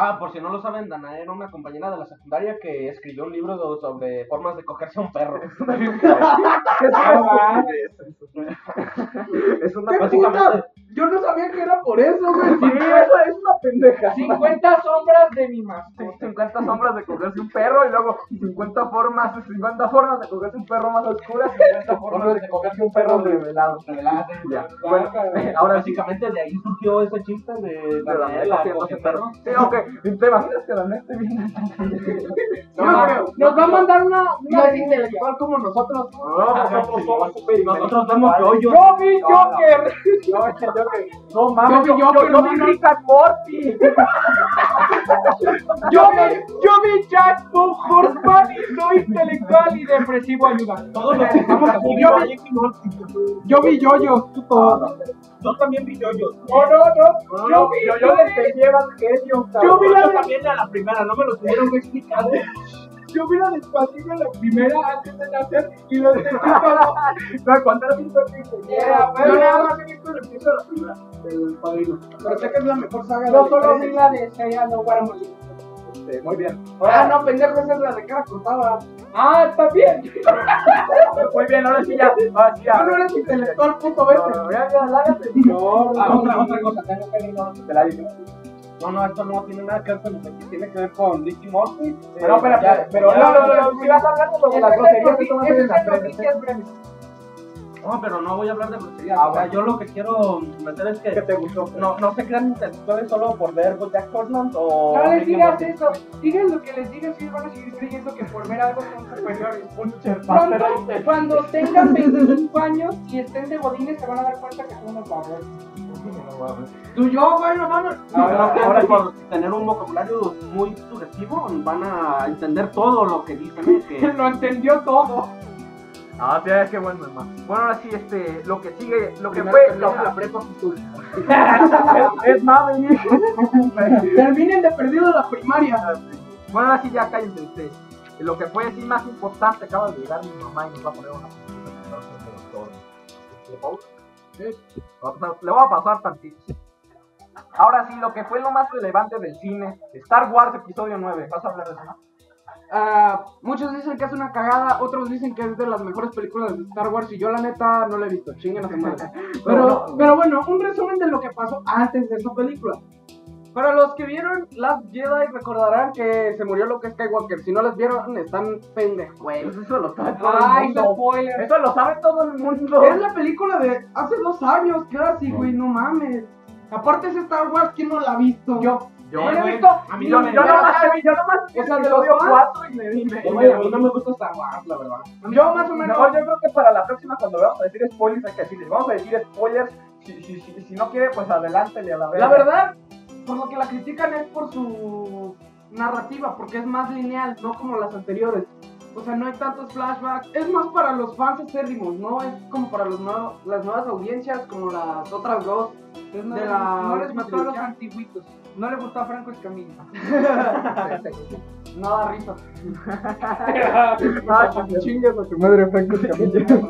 Ah, por si no lo saben, Danae era una compañera de la secundaria que escribió un libro do- sobre formas de cogerse a un perro. ¿Qué es Ah, eso? Es una ¿Qué básicamente- puta? Yo no sabía que era por eso, güey. ah. Sí, eso es una pendeja. 50 sombras de mi Sí, mascota. 50 sombras de cogerse un perro y luego 50 formas, 50 formas de cogerse un perro más oscura, 50 formas de cogerse un perro revelado. Ya. Bueno, Ahora ahora sí. básicamente de ahí surgió ese chiste de De la Danae neta, la coge perro. Sí, ok. ¿Te imaginas que la neta viene? No, No, creo. Nos va a mandar una, No una es licencia. intelectual como nosotros. Nosotros vemos que hoy yo. Ah, Yo vi Joker. No mames, Yo yo, vi yo, Joker, yo vi mano. Rick and Morty. Yo vi, yo vi Jack Bob Horseman y soy intelectual y depresivo ayuda. Todos los que estamos aquí Yo vimos Rick y Morty. Yo vi yoyos, puto. Yo también vi yoyos. No, no, no. Yo vi, yo, yo yo vi- les pegué Evangelion, cabrón. Yo vi la Yo de, también a la primera, no me lo tuvieron que explicar. yo vi la de Espacio en la primera antes de nacer y los de Chicago. No, cuando era un perrito. Yo nada más he visto el episodio de la primera, el padrino. Pero sé que es la mejor saga No de solo vi la de Saya no Guaramolí. Este, Muy bien. Ah, no, pendejo, esa es la de cara cortada. Ah, está bien. Muy bien, ahora sí ya. Ahora sí ya. Tú no eres intelectual, puto, vete. No, ya, ya, lárgate. Ah, otra, otra cosa, tengo que decir. Te la digo. No, no, esto no tiene nada que ver con el sexo, tiene que ver con Ricky Morty. Pero, Eh, espera, ya- pero, ya- no, no, no, no, si vas a hablar como de la Esa es grosería que noticia- tomas esa en es las noticias breves. No, pero no voy a hablar de groserías. Ah, o sea, bueno. yo lo que quiero meter es que te gustó? no, no se crean intelectuales solo por ver Jack Portland o. No les Ricky digas Martin. eso. Digan lo que les digas y ellos van a seguir creyendo que por ver algo son superiores. Pero- Pronto, cuando tengan 25 años y estén de godines, se van a dar cuenta que son unos babos. Tú, yo, güey, no mames. Ahora, ahora por tener un vocabulario muy sugestivo, van a entender todo lo que dicen. ¿eh? Que... Lo entendió todo. Ah, sí, qué bueno, hermano. Bueno, ahora sí, este, lo que sigue, lo que Primero fue, perdemos lo la prepa futura. que es más, venir. Terminen de perdido la primaria. Bueno, ahora sí, ya cállense ustedes. Lo que fue así más importante, acaba de llegar mi mamá y nos va a poner una Va a pasar- Le voy a pasar tantito. Ahora sí, lo que fue lo más relevante del cine, Star Wars Episodio 9. ¿Vas a hablar de eso? no? Ah, muchos dicen que es una cagada, otros dicen que es de las mejores películas de Star Wars y yo la neta no la he visto, chinguen a su madre. Pero, pero bueno, un resumen de lo que pasó antes de esa película. Para los que vieron Last Jedi recordarán que se murió lo que es Skywalker, si no las vieron están pendejuelos, Pues eso lo sabe todo el Ay, mundo. spoiler. Eso lo sabe todo el mundo. Es la película de hace dos años casi, güey, no mames. Aparte es Star Wars, ¿quién no la ha visto? Yo. Yo, no he güey, visto. yo, ni yo una. nomás vi- yo nomás vi O sea, el de los episodio fans. 4 y me dime. Yo, me- a mí no me gusta Star Wars, la verdad. Yo más o menos. No, yo creo que para la próxima, cuando vamos a decir spoilers, hay que decirles. Vamos a decir spoilers. Si, si, si, si no quiere, pues adelántele a la vez. La verdad, por lo que la critican es por su narrativa, porque es más lineal, no como las anteriores. O sea, no hay tantos flashbacks. Es más para los fans acérrimos, no es como para los nuevo- las nuevas audiencias, como las otras dos. no, De les- la no les última gustó a los trilogía. antiguitos. No les gustó a Franco Escamilla. No da risa. Ah, chingue- Chingas a tu madre, Franco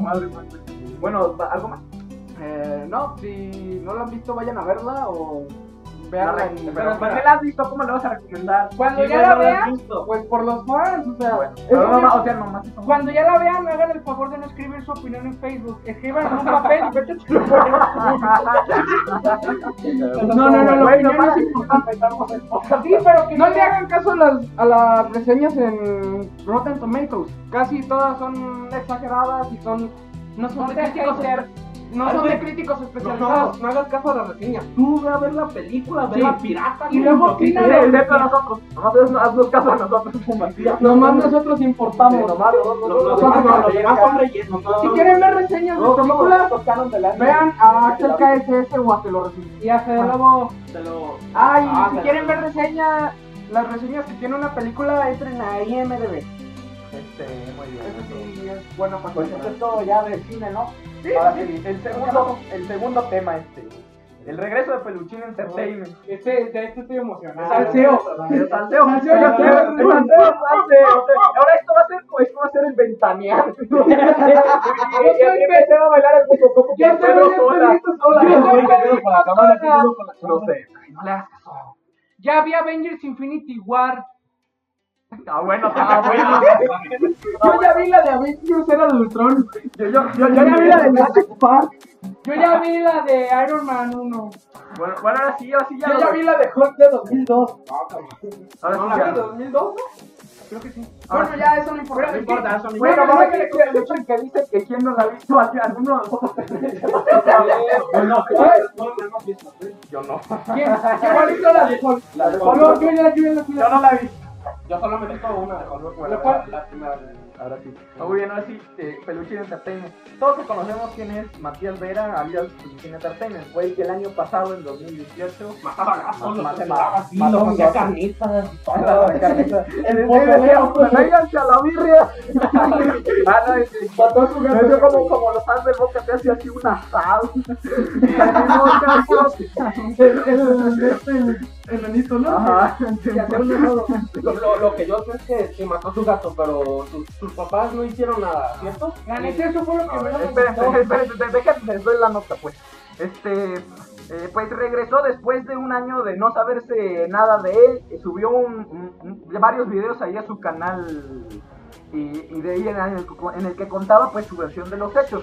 Madre, madre. Bueno, va- algo más. Eh, no, si no la han visto, vayan a verla o La veanla re- en. Pero, ¿por qué la has visto? ¿Cómo la vas a recomendar? Cuando Sí, ya güey, la no lo has vean, visto. Pues por los fans, o sea. Bueno, es pero una- nomás- o sea, nomás eso. cuando ya la vean, hagan el favor de no escribir su opinión en Facebook. Escriban en un papel y vete a chupar. No, no, no, la Güey, opinión nomás- es importante. Sí, pero que No le hagan caso a las, a las reseñas en Rotten Tomatoes. Casi todas son exageradas y son. No son No de seas críticos. hater. No Ay, son de güey. críticos No, especializados. No hagas caso a las reseñas. Tú ve a ver la película, ve Sí. la pirata. Y güey, luego lo que opina Sí, quieras. excepto a nosotros. Nomás haznos- haznos caso a nosotros. Nomás nosotros importamos. Los los demás no, los demás son rellenos. no, si no, quieren ver reseñas de No, somos- películas, vean ah, a Axel KSS o a Te lo Ah. resumo. Y a Fede Lobo. te lo- Ay, Ah, si claro. quieren ver reseña, las reseñas que tiene una película, entren a IMDB. Este, muy bien. Eso sí es buena para Pues comprar. eso es todo ya de cine, ¿no? Ahora sí, el segundo, el segundo tema este. El regreso de Peluchín Entertainment. Este, de esto estoy Ah, emocionado. Salseo. Salseo, salseo. Salseo, Salseo, salseo. salseo, salseo. Ahora esto va a ser, esto va a ser el ventanear. Y y empecé a bailar el poco poco. Ya pero sola. Yo soy Quédalo con la cámara, quédalo con la No sé. Ya vi Avengers Infinity War. Ah, bueno, ah, bueno. Yo ya vi la de Avengers Era de Ultron. Yo, yo, yo, yo ya vi la de Jurassic Park. Yo ya vi la de Iron Man 1. Bueno, bueno, ahora sí, ahora sí ya. Yo lo- ya vi la de Hulk de 2002. Ahora sí ya. 2002? Creo que sí. Bueno, ya eso no importa. No importa, eso no Bueno, importa. vamos a que el hecho de que dice que quién no la ha visto, aquí alguno de nosotros. No, no, no, no, no, no. Yo no. ¿Quién? ¿Quién ha visto la de Hulk? La de No, Hulk. yo ya, yo ya la vi. Yo no la he visto. Yo solo me toco una de Hulk. Bueno, La- ¿cuál? la primera de- Ahora sí. muy bien, ahora sí, eh, Peluchín Entertainment. Todos conocemos quién es Matías Vera, alias Peluchín Entertainment. Fue el que el año pasado, en 2018, Mataba gatos, los Mataba- mataba así, mataba los hacía gatos. carnitas. mataba a Carmen. El Sí, decía, pues, vénganse a la birria. ah, no, es que- Me dio como, como los fans del Boca te hacía así una sal. Enanito, ¿no? Ajá. Lo, lo- lo que yo sé es que sí mató a su gato, pero sus, sus papás no hicieron nada, ¿cierto? La neta, eso fue lo que A ver, menos me Espérense, gustó. espérense, de- déjenme, les doy la nota pues. Este, eh, pues regresó después de un año de no saberse nada de él, eh, subió un- un- un- varios videos ahí a su canal y, y de ahí en el, en el que contaba pues su versión de los hechos.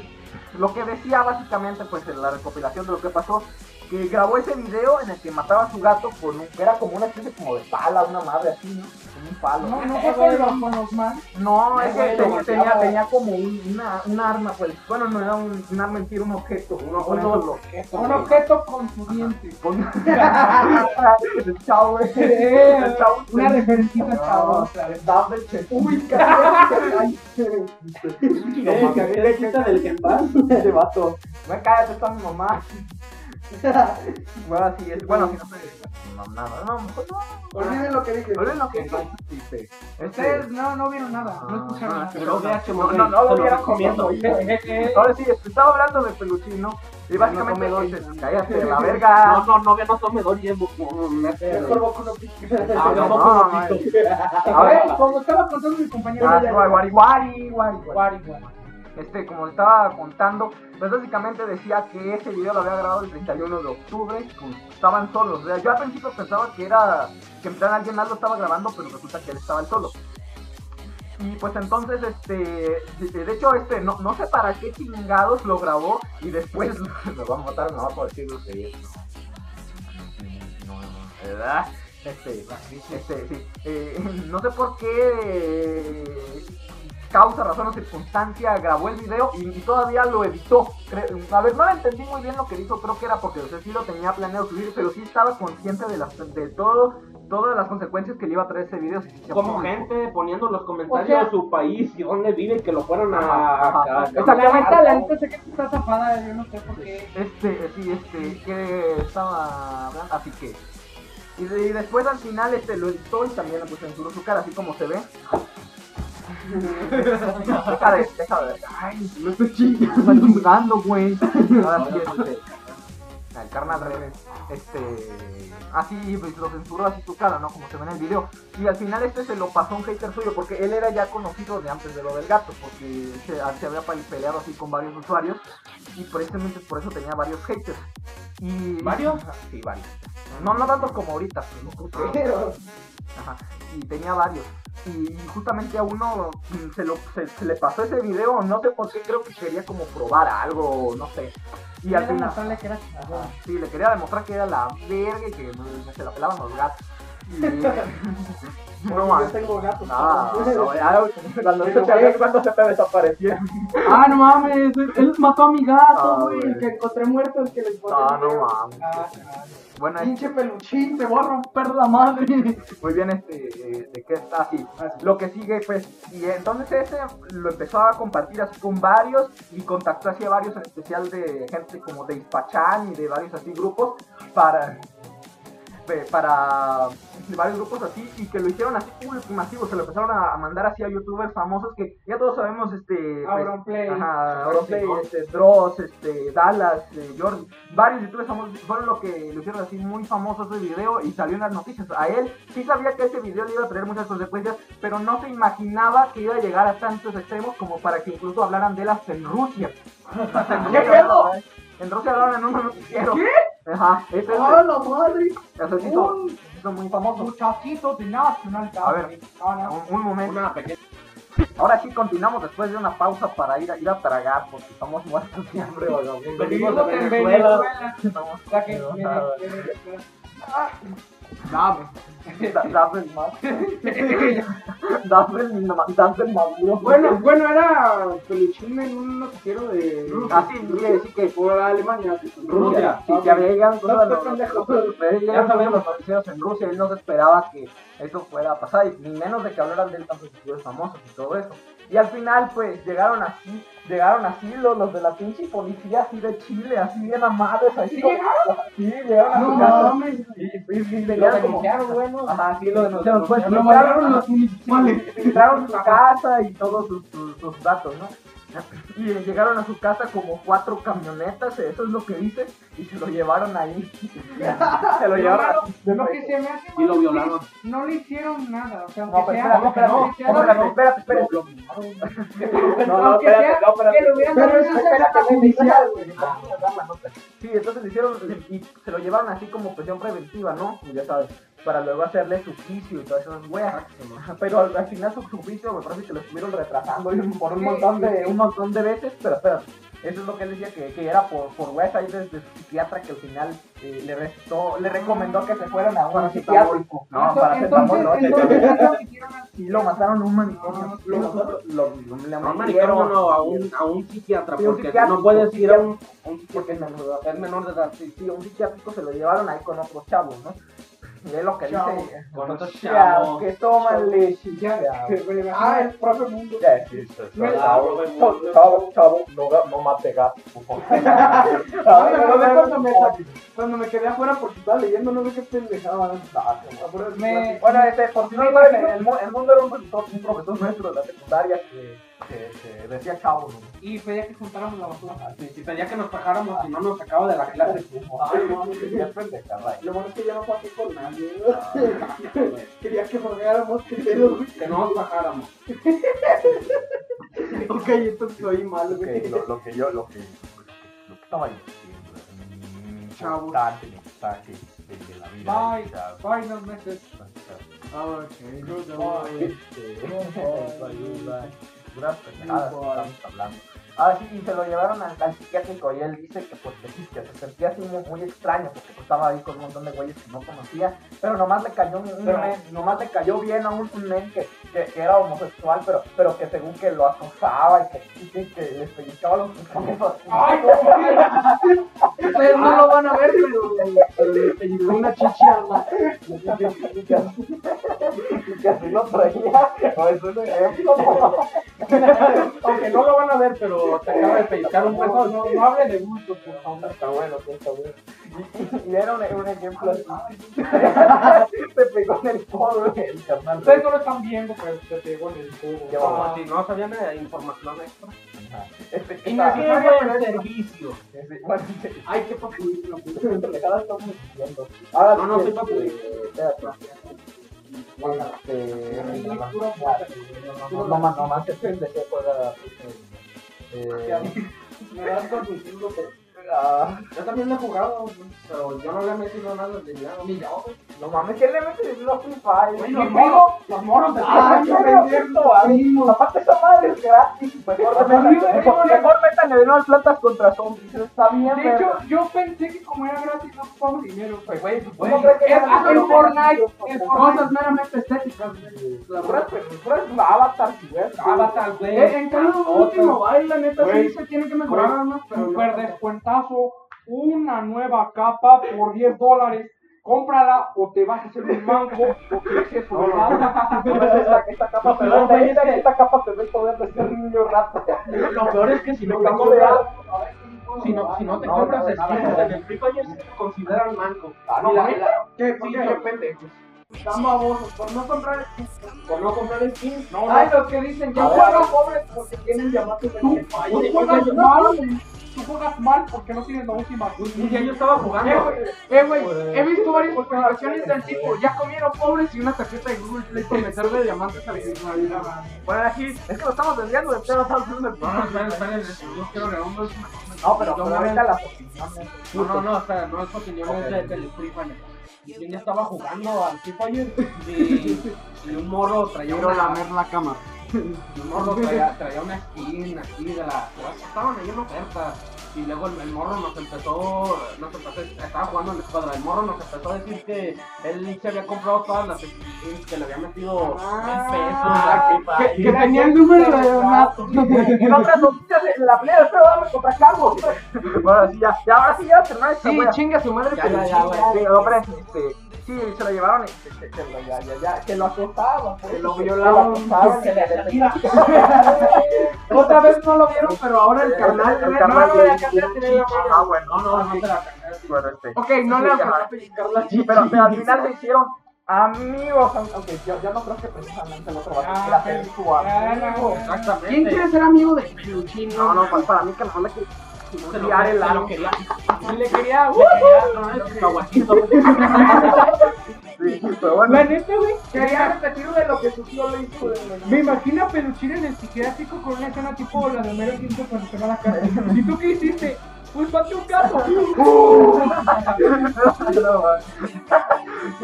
Lo que decía básicamente pues en la recopilación de lo que pasó, que grabó ese video en el que mataba a su gato con un, era como una especie como de pala, una madre así, ¿no? un palo. No, no fue con los, con los man. No, es que te- güey, lo tenía, golpeaba. tenía como un, una, un arma, pues. Bueno, no era un, un arma en tiro, un objeto. Un Un objeto. Un objeto con su diente. Chao, güey. Eh, Chao. Una referencita No, chavosa. Dame Ah, el cheque. Uy, cabrón. Ay, Eh, que había la quita del Kempan, ese vato. Güey, cállate, está mi mamá. Bueno, así es. Bueno, si no se. No, nada. No, mejor no. Olviden lo que dije. Olviden lo que dice. Este Ustedes no, no vieron nada. Ah, No escucharon nada. pero VH, no, güey, no, no se lo lo hubiera recomiendo. comiendo. Eh, Ahora sí, estaba hablando de peluchín, ¿no? eh. Y básicamente No, no, dices, cállate, la verga. No, no, no, no tome dos y es Boku. Yo solo con los piques. Ah, no, no, no, Boku no, no no. pito. A ver, Eh, como estaba contando mi compañero. Ah, ya- guari, guari, guari, guari, guari. Guari, guari. Este, como estaba contando, pues básicamente decía que ese video lo había grabado el 31 de octubre, pues, estaban solos. O sea, yo al principio pensaba que era que en plan alguien más lo estaba grabando, pero resulta que él estaba el solo. Y pues entonces, este, de de hecho, este, no, no sé para qué chingados lo grabó y después me va a matar, me va a decir groserías, no. No, no, no, ¿verdad? Este, este, sí, eh, no sé por qué eh, causa, razón o circunstancia grabó el video y, y todavía lo editó. Cre- a ver, no entendí muy bien lo que dijo, creo que era porque o sea, sí lo tenía planeado subir, pero sí estaba consciente de, las, de todo, todas las consecuencias que le iba a traer ese video. si se hacía Como público. gente poniendo en los comentarios O sea- su país y dónde vive que lo fueron a. Ajá, ajá. a- a- La neta, la a- neta, sé que tú estás zafada. Yo no sé por qué. Este, sí, este, que estaba hablando, así que. Y, de- y después al final este lo editó y también le puse en su cara, así como se ve. deja de, deja de. Ay, no estoy chingando. Están chingando, güey. Ahora sí, este. El carnal revés. Este. Así pues, lo censuró así su cara, ¿no? Como se ve en el video. Y al final este se lo pasó a un hater suyo, porque él era ya conocido de antes de lo del gato, porque se, se había peleado así con varios usuarios y precisamente por eso tenía varios haters. Y... ¿Varios? Sí, varios. No, no tantos como ahorita, pero- Pero, Ajá. Y tenía varios. Y justamente a uno mm, se, lo, se, se le pasó ese video, no sé por qué, creo que quería como probar algo, no sé. Y al Era final... mostrarle que era Ajá, chingada. Sí, le quería demostrar que era la verga y que mm, se la pelaban los gatos. Y- no, man. yo tengo gatos. No, no, cabrón. ya, cuando, se, cuando se te desapareció. Ah, no mames. Él mató a mi Ah, gato, güey. güey. el que encontré muerto, el que le encontré. No, no mames. Ah, ah, Bueno, es- Pinche peluchín, te voy a romper la madre. muy bien este eh, de qué está así lo que sigue pues y entonces ese lo empezó a compartir así con varios y contactó así a varios en especial de gente como de Ispachán y de varios así grupos para pe- para de varios grupos así y que lo hicieron así público y masivo se lo empezaron a, a mandar así a youtubers famosos que ya todos sabemos este pues, Auronplay. Ajá, Rote, este, Dross, este, Dallas, eh, Jordan, varios youtubers famosos fueron los que lo hicieron así muy famoso ese video y salió en las noticias. A él sí sabía que ese video le iba a traer muchas consecuencias, pero no se imaginaba que iba a llegar a tantos extremos como para que incluso hablaran de él hasta en Rusia. Hasta en Rusia hablaron, ¿eh? En Rusia hablaron en un noticiero. ¿Qué? Ajá, ese es ¡Ah, la madre! eso se hizo, Un se hizo muy famoso. muchachito de National A ver. No, no. Un, un momento. Una pequeña. Ahora sí continuamos después de una pausa para ir a, ir a tragar porque estamos muertos de hambre. oigan. Venimos de en Venezuela. Venezuela. Ya que- Dame. Da- Dame el más. Dame el ma- dame el maduro. Bueno, bueno, era Peluchín en un noticiero de. así, sí, sí que Por Alemania. Rusia. Sí, Sí, que había llegado incluso No, a los- no, pendejo. pero él llegaba Ya incluso a sabemos. los noticieros en Rusia. Él no se esperaba que eso fuera a pasar, y ni menos de que hablaran de él tantos youtubers famosos y todo eso. Y al final, pues llegaron así, llegaron así los, los de la pinche policía, así de Chile, así bien amados, así. como- Sí, llegaron a No su casa. mames. Y, y, y Lo tenían como- denunciaron, güey, ¿no? Ajá, sí, lo denunciaron. Pues, Lo lo mandaron mandaron los municipales. entraron a su casa y todos sus, sus- sus datos, ¿no? Y llegaron a su casa como cuatro camionetas, eso es lo que dice, y se lo llevaron ahí. se lo llevaron así. Lo que se me hace Y lo mal violaron. es que No le hicieron nada. O sea, No, aunque pero espérate, sea. espérate, aunque sea- espérate, espérate, espérate. Lo- No, no, aunque espérate, sea no, espérate. que lo hubieran dado Pero eso eso es perjudicial, güey. Sí, entonces le hicieron y se lo llevaron así como presión preventiva, ¿no? Pues ya sabes, para luego hacerle su juicio y todas esas weas. Pero al, al final su, su juicio me parece que lo estuvieron retrasando y un- por un Sí. montón de un montón de veces, pero espera. Eso es lo que él decía que, que era por, por Wes ahí desde su psiquiatra que al final eh, le restó, le recomendó que se fueran a un psiquiátrico. No, Entonces- para entonces, no. entonces, ¿qué es lo que quieren hacer? Sí, lo mataron en un manicomio. Lo, lo, lo- le No, metieron- maricón, no, a un, a un psiquiatra, Sí, un porque psiquiatra, no puedes ir a un... a un porque es menor, es menor de edad, sí, sí, a un psiquiátrico se lo llevaron ahí con otros chavos, ¿no? Y es lo que Chavos. dice. Con otros Chavos chavos. Que toman leche. Ah, el propio mundo. Ya, sí, sí, sí. Chavo, chavo, chavo, no, ga- no mate gato, por favor. Ah, me acordé cuando me- Chavo, Cuando me quedé afuera porque estaba leyendo, no sé qué pendejada. Afuera- Me- Bueno, este, por si no saben, el, mu- el mundo era un profesor, un profesor nuestro de la secundaria que, que, que decía chavo, ¿no? Y pedía que juntáramos la basura. Si pedía que nos bajáramos y no nos sacaba de la clase. Ay, no, qué pendeja, ray. Lo bueno es que ya no pasé con nadie. Quería que formáramos criterios. Que no nos bajáramos. Ok, entonces soy malo, lo güey. que, lo, lo que yo, lo que, lo que estaba diciendo, mm, Chavos. importante, importante de, de la vida. Bye, chavos. bye, no meses. Ah, ok. Ay, este, eso ayuda. Puras pendejadas que estamos hablando. Ah, sí, y se lo llevaron al, al psiquiátrico y él dice que pues que sí, que se sentía así muy, muy extraño porque pues, estaba ahí con un montón de güeyes que no conocía, pero nomás le cayó un, un Pero- men, nomás le cayó bien a un, un men que, que, que era homosexual, pero, pero que según que lo acosaba y que, y que, que les pellizcaba los pezones. Ay, Ustedes no lo van a ver, pero, pero le pellizcó una chichama. Y que así- y que así lo traía. No, es un ejemplo. Aunque no lo van a ver, pero te acaba de pellizcar un peso. No, no hable de gusto, por favor. Está bueno, sí, está bueno. Y, y era un, un ejemplo así. Se pegó en el codo el carnal. Ustedes no lo están viendo, pero se pegó en el Qué cubo. bueno. Como si no sabían eh, información extra. Ajá. Este, que Y está- no ¿Qué buen servicio? Ese- bueno, este- Ay, qué populismo. pendejada estamos diciendo. Ahora No, no, Ah, sí, soy papu. este, espérate. Este, no más, no, no más, no más, este pendejo juega, este, eh, Me das con tus cinco, pero- ah, Yo también lo he jugado, pero yo no le he metido nada de dinero. Ni yo. no mames, ¿qué le metes en los Free Fire? Güey, Y los luego- moros, los moros de Ah, qué pendejo, ah, Aparte esa madre es gratis. Mejor Ajá. métanle- mejor- mejor métanle de nuevo al plantas contra zombies. eso Está bien, De hecho, yo pensé que como era gratis no ocupaba dinero. güey, güey, Pues, ¿cómo güey, crees que es- no- es no- Fortnite, no- es no- Cosas meramente estéticas, no- puras- puras Avatar, güey. Avatar, güey. Eh, en cada último baile, la neta, Güey. sí se tiene que mejorar Güey. más, pero Super Ah, no. descuentazo, una nueva capa por 10 dólares. Cómprala o te vas a hacer un mango o que es eso, ¿verdad? Además, Esta, esta capa te da- esta, esta capa te da el poder de ser niño rato. Lo peor es que si no te Nunca compras, podrás. si no, si no te No, compras no, no, skins no. en el Free Fire, sí te consideran manco. Ah, no, Mira, mames. la- ¿Qué? ¿Por Sí, qué? yo pendejo. Están babosos por no comprar Por no comprar skins, no, Ay, no. los que dicen, yo A ver, a juego pobres porque tienen diamantes en el Tú Oye, juegas yo- mal, tú juegas mal porque no tienes la última. Un día yo estaba jugando. Eh, güey, he visto varias publicaciones del tipo, ya comieron pobres y una tarjeta de Google Play con meter de diamantes a la misma Bueno, aquí, es que lo estamos desviando del tema, estamos haciendo el- No, no, esperen, esperen, yo quiero leer un No, pero no, pero ahorita las opiniones. No, no, no, espera, no es opinión es de- del Free Fire. Y un día estaba jugando al Free Fire y, y un morro traía Quiero una, lamer la cama. un morro traía, traía una skin aquí de la estaban ahí en oferta. Y luego el, el morro nos empezó, nos empezó, estaba jugando en la escuadra, el morro nos empezó a decir que él se había comprado todas las skins, que le había metido Ah, mil pesos al Free Que Fire. tenía el número de Donato. En otras noticias, la pelea del feo vamos contra Carlos. Bueno, sí, ya, ya, ahora sí, ya, termina esta Sí, wea. chinga su madre, Ya, pero ya, ya, güey. Sí, no, pero este, sí, se lo llevaron y se, se- se lo, ya, ya, ya, se lo acostaban. pues, Se lo se- violaron, se lo acostaban y se le Otra vez no lo vieron, pero ahora el carnal. El no, carnal No, que- no, la carnal tenía la Ah, bueno, No, no, no te la cagas. bueno, este. Ok, no le alcanzó a pellizcar la Sí, chica. pero, pero al final se hicieron amigos, aunque yo, yo no creo que precisamente el otro va a Ah, ser su ah, amigo. Exactamente. ¿Quién quiere ser amigo de Peluchín? No, no, pues para mí que mejor le que Se lo, liar el se lo ano. quería. Le quería. uh-huh. Caguacito. Sí, pero bueno. La neta, güey, Quería repetir de lo que su tío le hizo. me imagino a Peluchín en el psiquiátrico con una escena tipo la de Homero Simpson cuando se va a la cárcel. ¿Y tú qué hiciste? Uy, pateó un gato. Sí,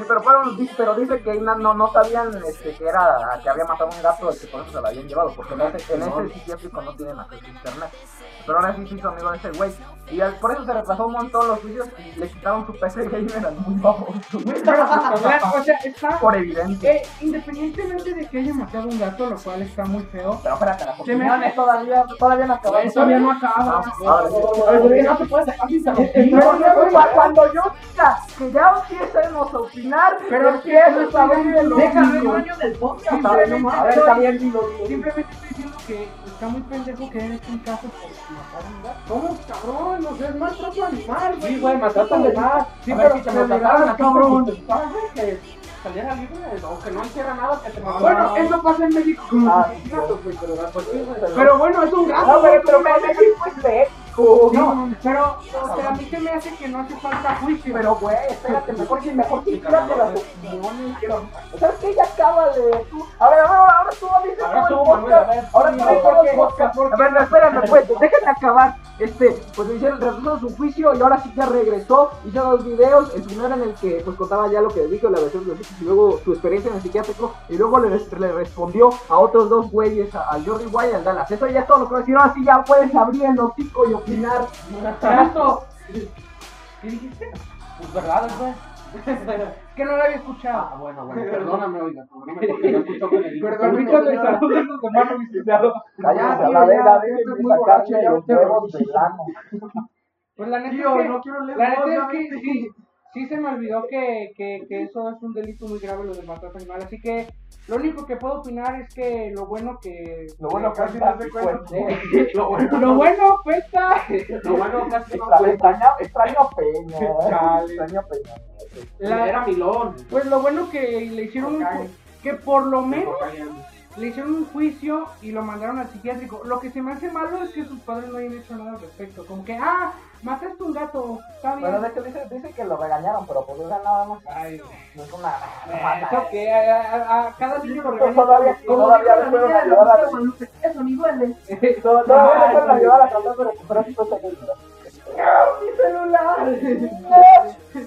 pero, fueron, di- pero dice que no, no, no sabían este, que era que había matado a un gato y que por eso se lo habían llevado, porque en ese, en ese psiquiátrico no tienen acceso a internet. Pero ahora sí se hizo amigo de ese güey. Y al- por eso se retrasó un montón los juicios y le quitaron su PC gamer al muy famoso. güey, O sea, está. Por evidente. eh, independientemente de que haya matado un gato, lo cual está muy feo. Pero espérate, las Se me- opiniones todavía, todavía no acabaron. Eso todavía no acaba. Ah, ah, sí. no te puedes dejar sin saber. Eh, No, no, no, no, pa- Cuando yo diga que ya empiecemos a opinar, Pero empiezo a ver de lo Déjame el mismo. dueño del podcast. Está bien, a ver, está bien, dilo, dilo. Simplemente estoy diciendo que está muy pendejo que haya hecho un caso por matar a un gato. ¿Cómo, cabrón? O sea, es maltrato animal, güey. Sí, güey, maltrato animal. Sí, A ver, pero si que te me mataran, mataron, cabrón. cabrón. Que Saliera libre o que no hiciera nada que te Bueno, eso pasa en México con los Ah, asesinatos, güey, pero Pues sí, güey, Pero bueno, es un gato. No, güey, pero, pero me ¿cómo me- pues, de eco. No, pero, o sea, a mí se me hace que no hace falta juicio. Pero, güey, espérate, mejor que mejor que Sí, quírate cabrón, las opiniones. que- ¿Sabes qué? Ya acaba de. tú- A ver, a ver, ahora tú dices Ahora todo tú, el Manuel, a podcast. ver. Ahora tú Sí, dices ¿por todo qué? el podcast. A ver, no, espérame, pues, déjenme acabar. Este, pues le hicieron, retrasó su juicio y ahora sí ya regresó. Hizo dos videos. El primero en el que pues contaba ya lo que dijo, la versión de los hechos y luego su experiencia en el psiquiátrico. Y luego le, res- le respondió a otros dos güeyes, a, a Jordi White y al Dallas. Eso ya es todo lo que voy a decir. Ahora sí ya puedes abrir el hocico y opinar. Gato, Pues verdad, güey. que no lo había escuchado. Ah, bueno, bueno, perdóname, oiga, perdóname porque no escucho que le digo. Permítame saludos a tu hermano licenciado. Cállate, Ya, a tío, la verga, ya, estoy déjenme muy borracho, sacarle ya los te huevos dormí. del ano. Pues la neta Tío, es que, no quiero leer la más, neta ya es que vete. sí, sí se me olvidó que, que, que eso es un delito muy grave lo de maltrato animal. Así que lo único que puedo opinar es que lo bueno que. Lo bueno casi casi no no se se cuenta. Lo bueno, Lo bueno cuesta. lo bueno casi no fue. Extraño, extraño a Peña, eh. Chale. extraño a Peña. La- Era milón. pues lo bueno que le hicieron. un ju- que por lo menos le hicieron un juicio y lo mandaron al psiquiátrico. Lo que se me hace malo es que sus padres no hayan hecho nada al respecto. Como que, ah, mataste un gato, está bien. Bueno, de hecho dice, dice que lo regañaron, pero pues o sea, nada más. Ay, no es una. no Eh, mata. eso que a, a- a cada niño lo regañan. Todavía, todavía le fueron a llevar a Eso ni duele. to- Todavía le fueron a llevar a tratar de recuperar su cuenta de celular. Mi celular.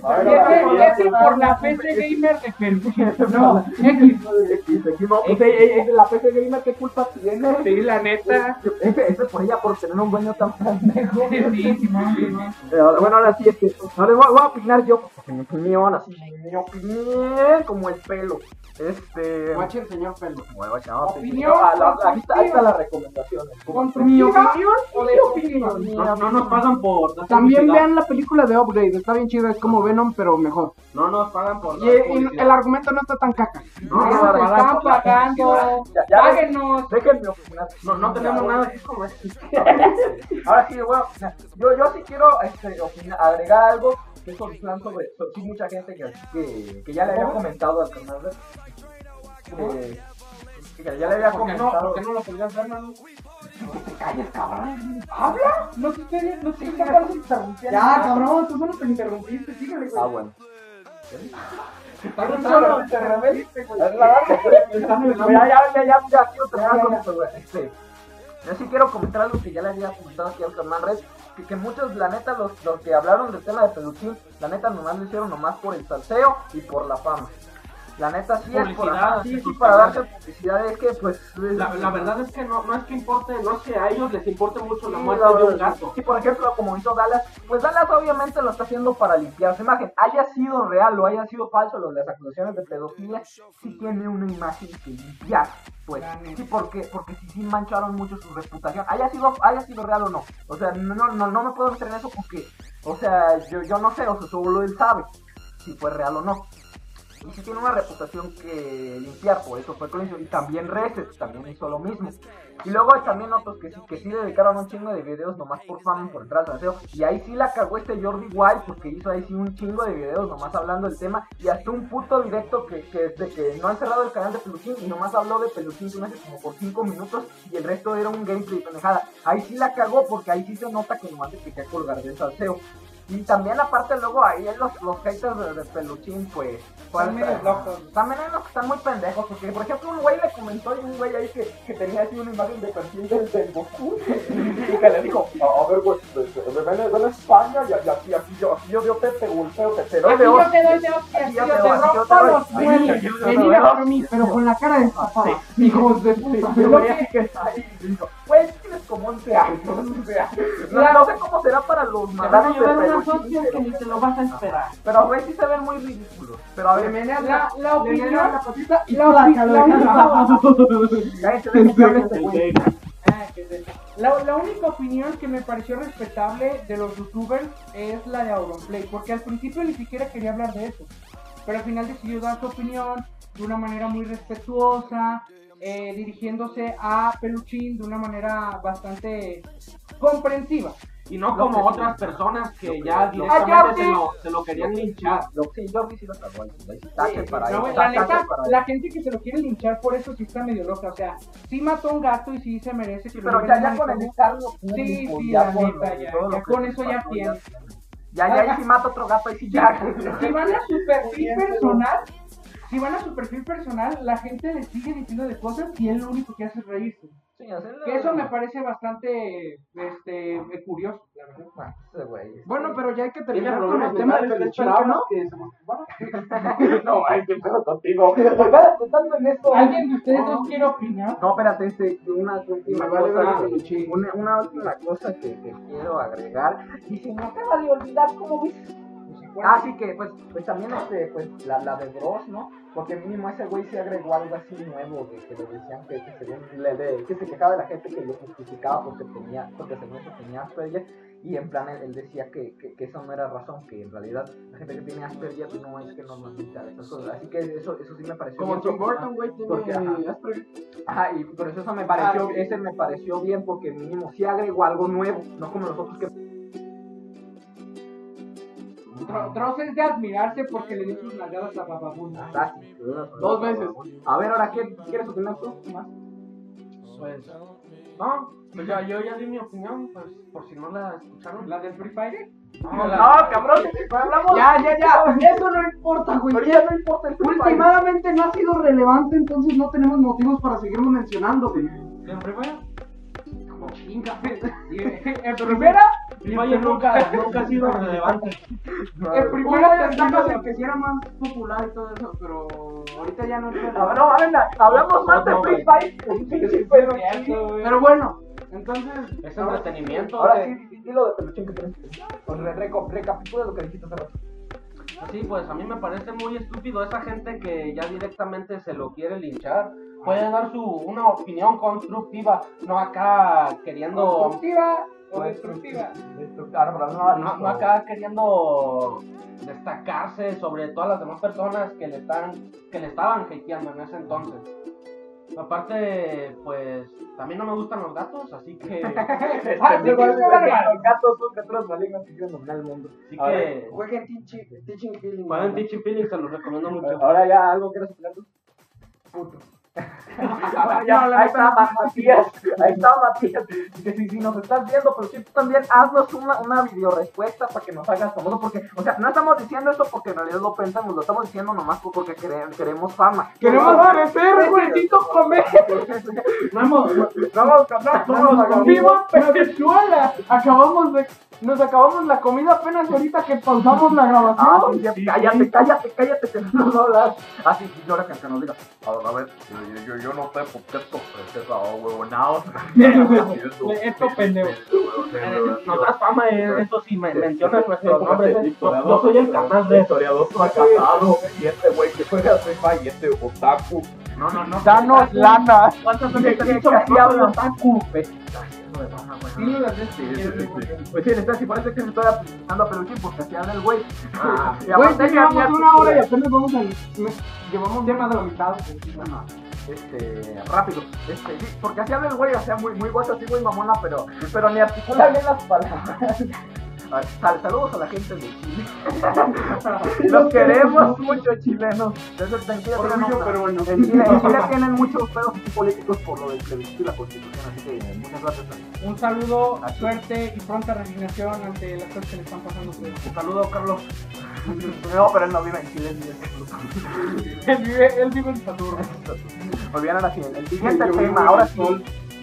A ver, Oye, ahora, güey, ahora, es que por la PC Gamer de Perú. No, Ese- e- e- La PC Gamer, ¿qué culpa tiene? sí, la neta. Ese ese por ella, por tener un dueño tan pendejo. Sí, sí, sí, sí, sí. Eh, ahora- bueno, ahora sí, este, ahora voy, voy a opinar yo, porque mi opinión, así, mi opinión, como el pelo, este... Guache el señor Pelo. Bueno, ya, Opinión, ah, la- la- ahí, está, ahí está la recomendación. ¿Constructiva o destructiva? No, no nos pagan por. dar También publicidad. vean la película de Upgrade, está bien chida, es como Venom, pero mejor. No nos pagan por. Y, dar y publicidad. el argumento no está tan caca. No, Nos no, no, están no, pagando. Ya- ya ves. Páguenos. Déjenme opinar. No, no tenemos nada que comer. Ahora sí, bueno, o sea, yo, yo sí quiero este, opinar- agregar algo que es sobre plan sobre, sobre- sí, mucha gente que, que, que ya le había comentado al canal que, que ya le había ¿Por qué no, comentado. por qué no lo podrías ver, Manu? No te estoy- no te estoy Estás interrumpiendo. Ya, cabrón, tú solo te interrumpiste, síguele, Ah, güey. bueno. Está Tú gustando. solo te rebeliste, güey. Mira, ya, ya, ya, ya, quiero terminar con esto, güey. Este, yo sí quiero comentar algo que ya le había comentado aquí al Germán Red, que, que muchos, la neta, los, los que hablaron del tema de peluchín, la neta nomás lo hicieron nomás por el salseo y por la fama. La neta sí es por Publicidad, ajá, sí, sí, sí, sí, para claro. darse publicidad, es que pues... es- La, la verdad es que no, no es que importe, no es que a ellos les importe mucho la Sí, muerte la de un verdad. gato. Sí, por ejemplo, como hizo Dallas, pues Dallas obviamente lo está haciendo para limpiar su imagen. Haya sido real o haya sido falso lo de las acusaciones de pedofilia, sí tiene una imagen que limpiar. Pues sí, porque, porque sí, sí mancharon mucho su reputación. Haya sido, haya sido real o no. O sea, no, no, no, no me puedo meter en eso porque, o sea, yo, yo no sé, o sea, solo él sabe si fue real o no. Y sí tiene una reputación que limpiar, por eso fue con eso. Y también Reset también hizo lo mismo. Y luego hay también otros que sí, que sí dedicaron un chingo de videos nomás por fama, por entrar al salseo. Y ahí sí la cagó este Jordi Wild porque hizo ahí sí un chingo de videos nomás hablando del tema. Y hasta un puto directo que, que, de que no han cerrado el canal de Peluquín y nomás habló de Peluquín se me hace como por 5 minutos y el resto era un gameplay de pendejada. Ahí sí la cagó porque ahí sí se nota que nomás se quería colgar del salseo. Y también aparte luego ahí en los, los haters de, de Peluchín, pues... pues, Son medios eh, locos. También hay los que están muy pendejos, porque por ejemplo un güey le comentó y un güey ahí que, que tenía así una imagen de perfil del, del Goku. Y que le dijo, a ver, güey, me ven, ven a España y aquí, aquí, aquí, yo, aquí yo, yo te, te golpeo, te, te doy de Yo hostia. te doy de hostia, Aquí yo yo te te doy, aquí yo te rompo doy. los Ahí, huevos. aquí yo te doy. Venid a por mí, pero con la cara de papá. Hijos de puta. Yo voy a que está ahí, y digo, güey, tienes como 11 años, o sea, no, no sé cómo será para los Te van a madames de llevar unas Peluchín, hostias que pero- ni te lo vas a esperar. pero güey, sí se ven muy ridículos, pero a Le ver, meneas La, la le meneas opinión. la La patita y opi- la única- Cállate, deja que hable este güey. Ah, que se- La, la única opinión que me pareció respetable de los youtubers es la de Auronplay, porque al principio ni siquiera quería hablar de eso, pero al final decidió dar su opinión de una manera muy respetuosa, eh, dirigiéndose a Peluchín de una manera bastante comprensiva. Y Lo no como que- otras personas que lo que- ya lo- directamente ¡Cállate! se lo, se lo querían linchar. Lo que yo sí lo sacó. ahí. Tache Sí, para no, ahí, güey, la tache neta, para ahí. la gente que se lo quiere linchar por eso sí está medio loca, o sea, sí mató a un gato y sí se merece que Sí, lo pero ya, lleven ya al con el manicomio. cargo Sí, público, sí, ya la con neta, ya, todo lo ya que con se eso ya pasó, tienes. Ya, ya, ahí sí mata otro gato, ahí sí ya. si van a su perfil personal, si van a su perfil personal, la gente le sigue diciendo de cosas y él lo único que hace es reírse. Que eso me parece bastante este, eh, curioso, la verdad. Bueno, pero ya hay que Tiene terminar con problemas el tema de mentales, Peluchín, pero ¿no? que se motivaron. No, ay, qué pedo contigo. Oiga, estando Pues, en esto. ¿Alguien de ustedes Oh. dos quiere opinar? No, espérate, este, una última Me vale cosa. verga, que- Una, una última cosa que, que quiero agregar. Y se me acaba de olvidar cómo ves. Así que, pues, pues también este, pues, la, la de Bros, ¿no? Porque mínimo ese güey se agregó algo así nuevo, de que le decían que, que según le, le- que se quejaba de la gente que lo justificaba porque tenía, porque según eso tenía Asperger. Y en plan él, él decía que, que, que eso no era razón, que en realidad la gente que tiene Asperger no es que normalmente haga esas cosas. Así que eso, eso sí me pareció Como bien Tim preocupante. Burton, güey, Porque, tiene ajá. Asperger. Ajá, y por eso, eso me pareció, Ah, sí. ese me pareció bien porque mínimo sí agregó algo nuevo, no como los otros que... Tro- Troz es de admirarse porque le dio sus nalgadas a Bababunda. Hasta- Dos veces. A ver, ahora, ¿qué quieres opinar tú? Más? Pues, no, pues ya, yo ya di mi opinión, pues, por si no la escucharon. ¿La del Free Fire? No, No, cabrón, hablamos... Ya, ya, ya. Eso no importa, güey. Pero ya no importa el Free Fire. Últimamente no ha sido relevante, entonces no tenemos motivos para seguirlo mencionando, güey. Siempre fue. Como chinga. Y- En primera, Vaya, nunca, nunca ha sido relevante. en Primero primera tratamos tendría el que sí era más popular y todo eso, pero ahorita ya no es A ver, relevante. no, a ver, hablamos más de Free Fire. Pero sí. Pero bueno, entonces, Es entretenimiento. Ahora güey. sí, di- di lo de peluchín que tienes. que decir. O re- reco- Recapitula lo que dijiste hace rato. Sí, pues a mí me parece muy estúpido esa gente que ya directamente se lo quiere linchar. Puede dar su una opinión constructiva, no acá queriendo constructiva o destructiva. Destruct- Ah, no, pero no, no, no acá queriendo destacarse sobre todas las demás personas que le están que le estaban hateando en ese entonces. Aparte, pues también no me gustan los gatos, así que Ah, sí, Igual, qué bárbaro. Los gatos son criaturas malignas que quieren dominar el mundo. así A que ver. Jueguen Teaching, teaching Feeling. pueden Teaching Feelings, se los recomiendo mucho. Ahora ya, ¿algo quieres opinar tú? Puto. No, la ahí neta está Matías, ahí está Matías. Que si, si nos estás viendo, pero si tú también haznos una, una video respuesta para que nos hagas famoso, porque, o sea, no estamos diciendo esto porque en realidad lo pensamos, lo estamos diciendo nomás porque quere- queremos fama. queremos crecer, güey. Necesito comer. No hemos, Vamos, cabrón, vamos a Viva Venezuela. Acabamos de, nos acabamos la comida apenas ahorita que pausamos la Ah, grabación. sí, ya, cállate, cállate, cállate, que no nos hablas. Ah, sí, sí, ahora que, que nos diga. Ahora, a ver, yo, yo, yo no sé por qué esto princesa o huevonados. Esto pendejo. Nosotras fama es eso si me mencionas nuestros nombres. ¿eh? Yo, yo soy el canal de eso. historiador fracasado y este güey que juega Free Fire y este otaku. No, no, no. Danos lana. ¿Cuántas ¿Qué veces te he dicho que hablo? Sí, Pues sí, neta, sí parece que se está apuntando a Peluchín porque así habla el güey. Ah, y Güey, aparte ya que había- llevamos una hora y apenas vamos a. Llevamos Tema de la mitad. Ajá. Este, rápido, este, sí, porque así habla el güey, o sea, muy, muy guacho, así muy mamona, pero, pero ni articula bien las palabras. Ay, sal- saludos a la gente de Chile. Los queremos mucho, chilenos. Eso es tranquilo, Orgullo tengan- peruano. En Chile, en Chile tienen muchos pedos políticos por lo del plebiscito y la constitución, así que eh, muchas gracias. Un saludo, suerte y pronta resignación ante las cosas que le están pasando a ustedes. Un saludo, Carlos. No, pero él no vive en Chile, él vive en Saturno. Él vive, él vive en Saturno. Olvídalo ahora sí, el siguiente tema, ahora sí,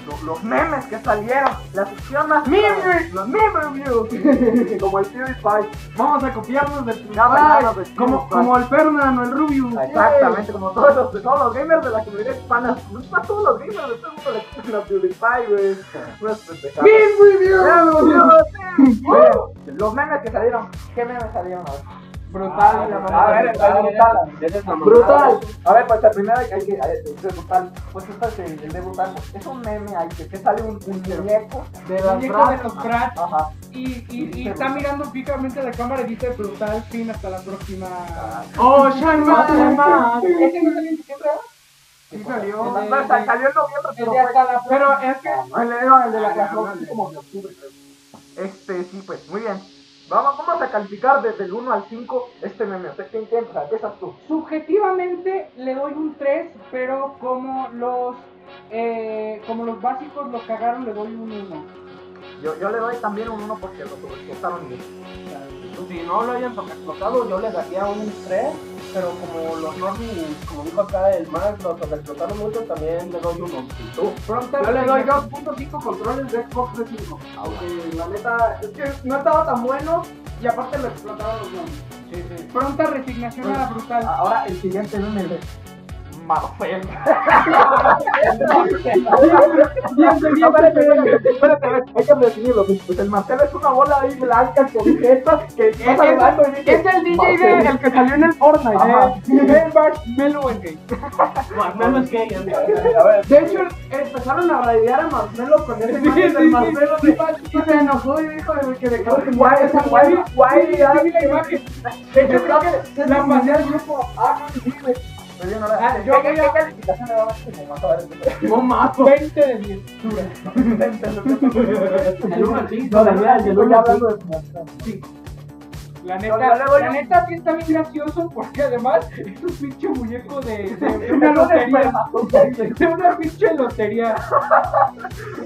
lo- los memes que salieron, las sección más... Meme. Los meme reviews, como el PewDiePie, Vamos a copiarnos del nada, nada Pinabal. de Como, PewDiePie. como el Fernando, el Rubius. Exactamente, como todos los, todos los gamers de la comunidad hispana, a todos los gamers de todo el mundo le quitan a PewDiePie, güey. este Unas pendejadas. Bien, muy bien. Meme reviews, sí. Bueno, Los memes que salieron, ¿qué memes salieron? A ver. Brutal, la mamá. Ah, A ver, brutal, brutal. esa es la mamada. Brutal. A ver, pues la primera hay que. a ver, de brutal. Pues esta es el, el de brutal. pues, es un meme ahí que, que sale un, un muñeco. De El las viejo de brazas. los Bratz Ajá. y, y, y está mirando fijamente a la cámara y dice brutal fin hasta la próxima. Oh, Shyamalan. Ese no salió ni siquiera. Sí No, salió. no, o sea, pues, salió en noviembre, El pero de fue- hasta la Pero es que. no, el de- no, el de la Ah, clase, no, no. como de octubre, creo. Este, sí, pues, muy bien. Vamos, vamos a calificar desde el 1 al 5 este meme. O sea, ¿quién quién empieza? Empiezas tú. Subjetivamente le doy un 3, pero como los eh, como los básicos lo cagaron le doy un 1. Yo, yo le doy también un 1 porque lo sobreexplotaron bien. Si no lo hayan sobreexplotado, yo le daría un 3, pero como los Norris, como dijo acá el Max, lo sobreexplotaron mucho, también le doy un 11. Yo le doy 2.5 controles de Xbox 3.5. Porque la neta, es que no estaba tan bueno y aparte lo explotaron los nombres. Pronta resignación a la brutal. Ahora el siguiente meme de Marcel. No, espérate, espérate, espérate, espérate, hay que definirlo. Pues pues, el Marcel es una bola ahí blanca con tetas que está saludando y dice, Es el DJ Marcel. de, el que salió en el Fortnite. Ajá. eh. Ben Bart Melo en gay. Menos que ella. De hecho, empezaron a radiar a Marcelo con ese Sí, mame sí, del Marcelo. sí. Y se enojó y dijo de que de que Guay, esa guay, guay, ya, la imagen. que yo creo que La pasé al grupo. Muy bien, ahora. yo ¿Qué- voy qué a- calificación le damos como más a ver? 20 de 10. El 1 al 5. No, la verdad, yo estoy hablando de La No, yo neta, le doy la un- neta sí está bien gracioso porque además es un pinche muñeco de, de una lotería. De una pinche lotería.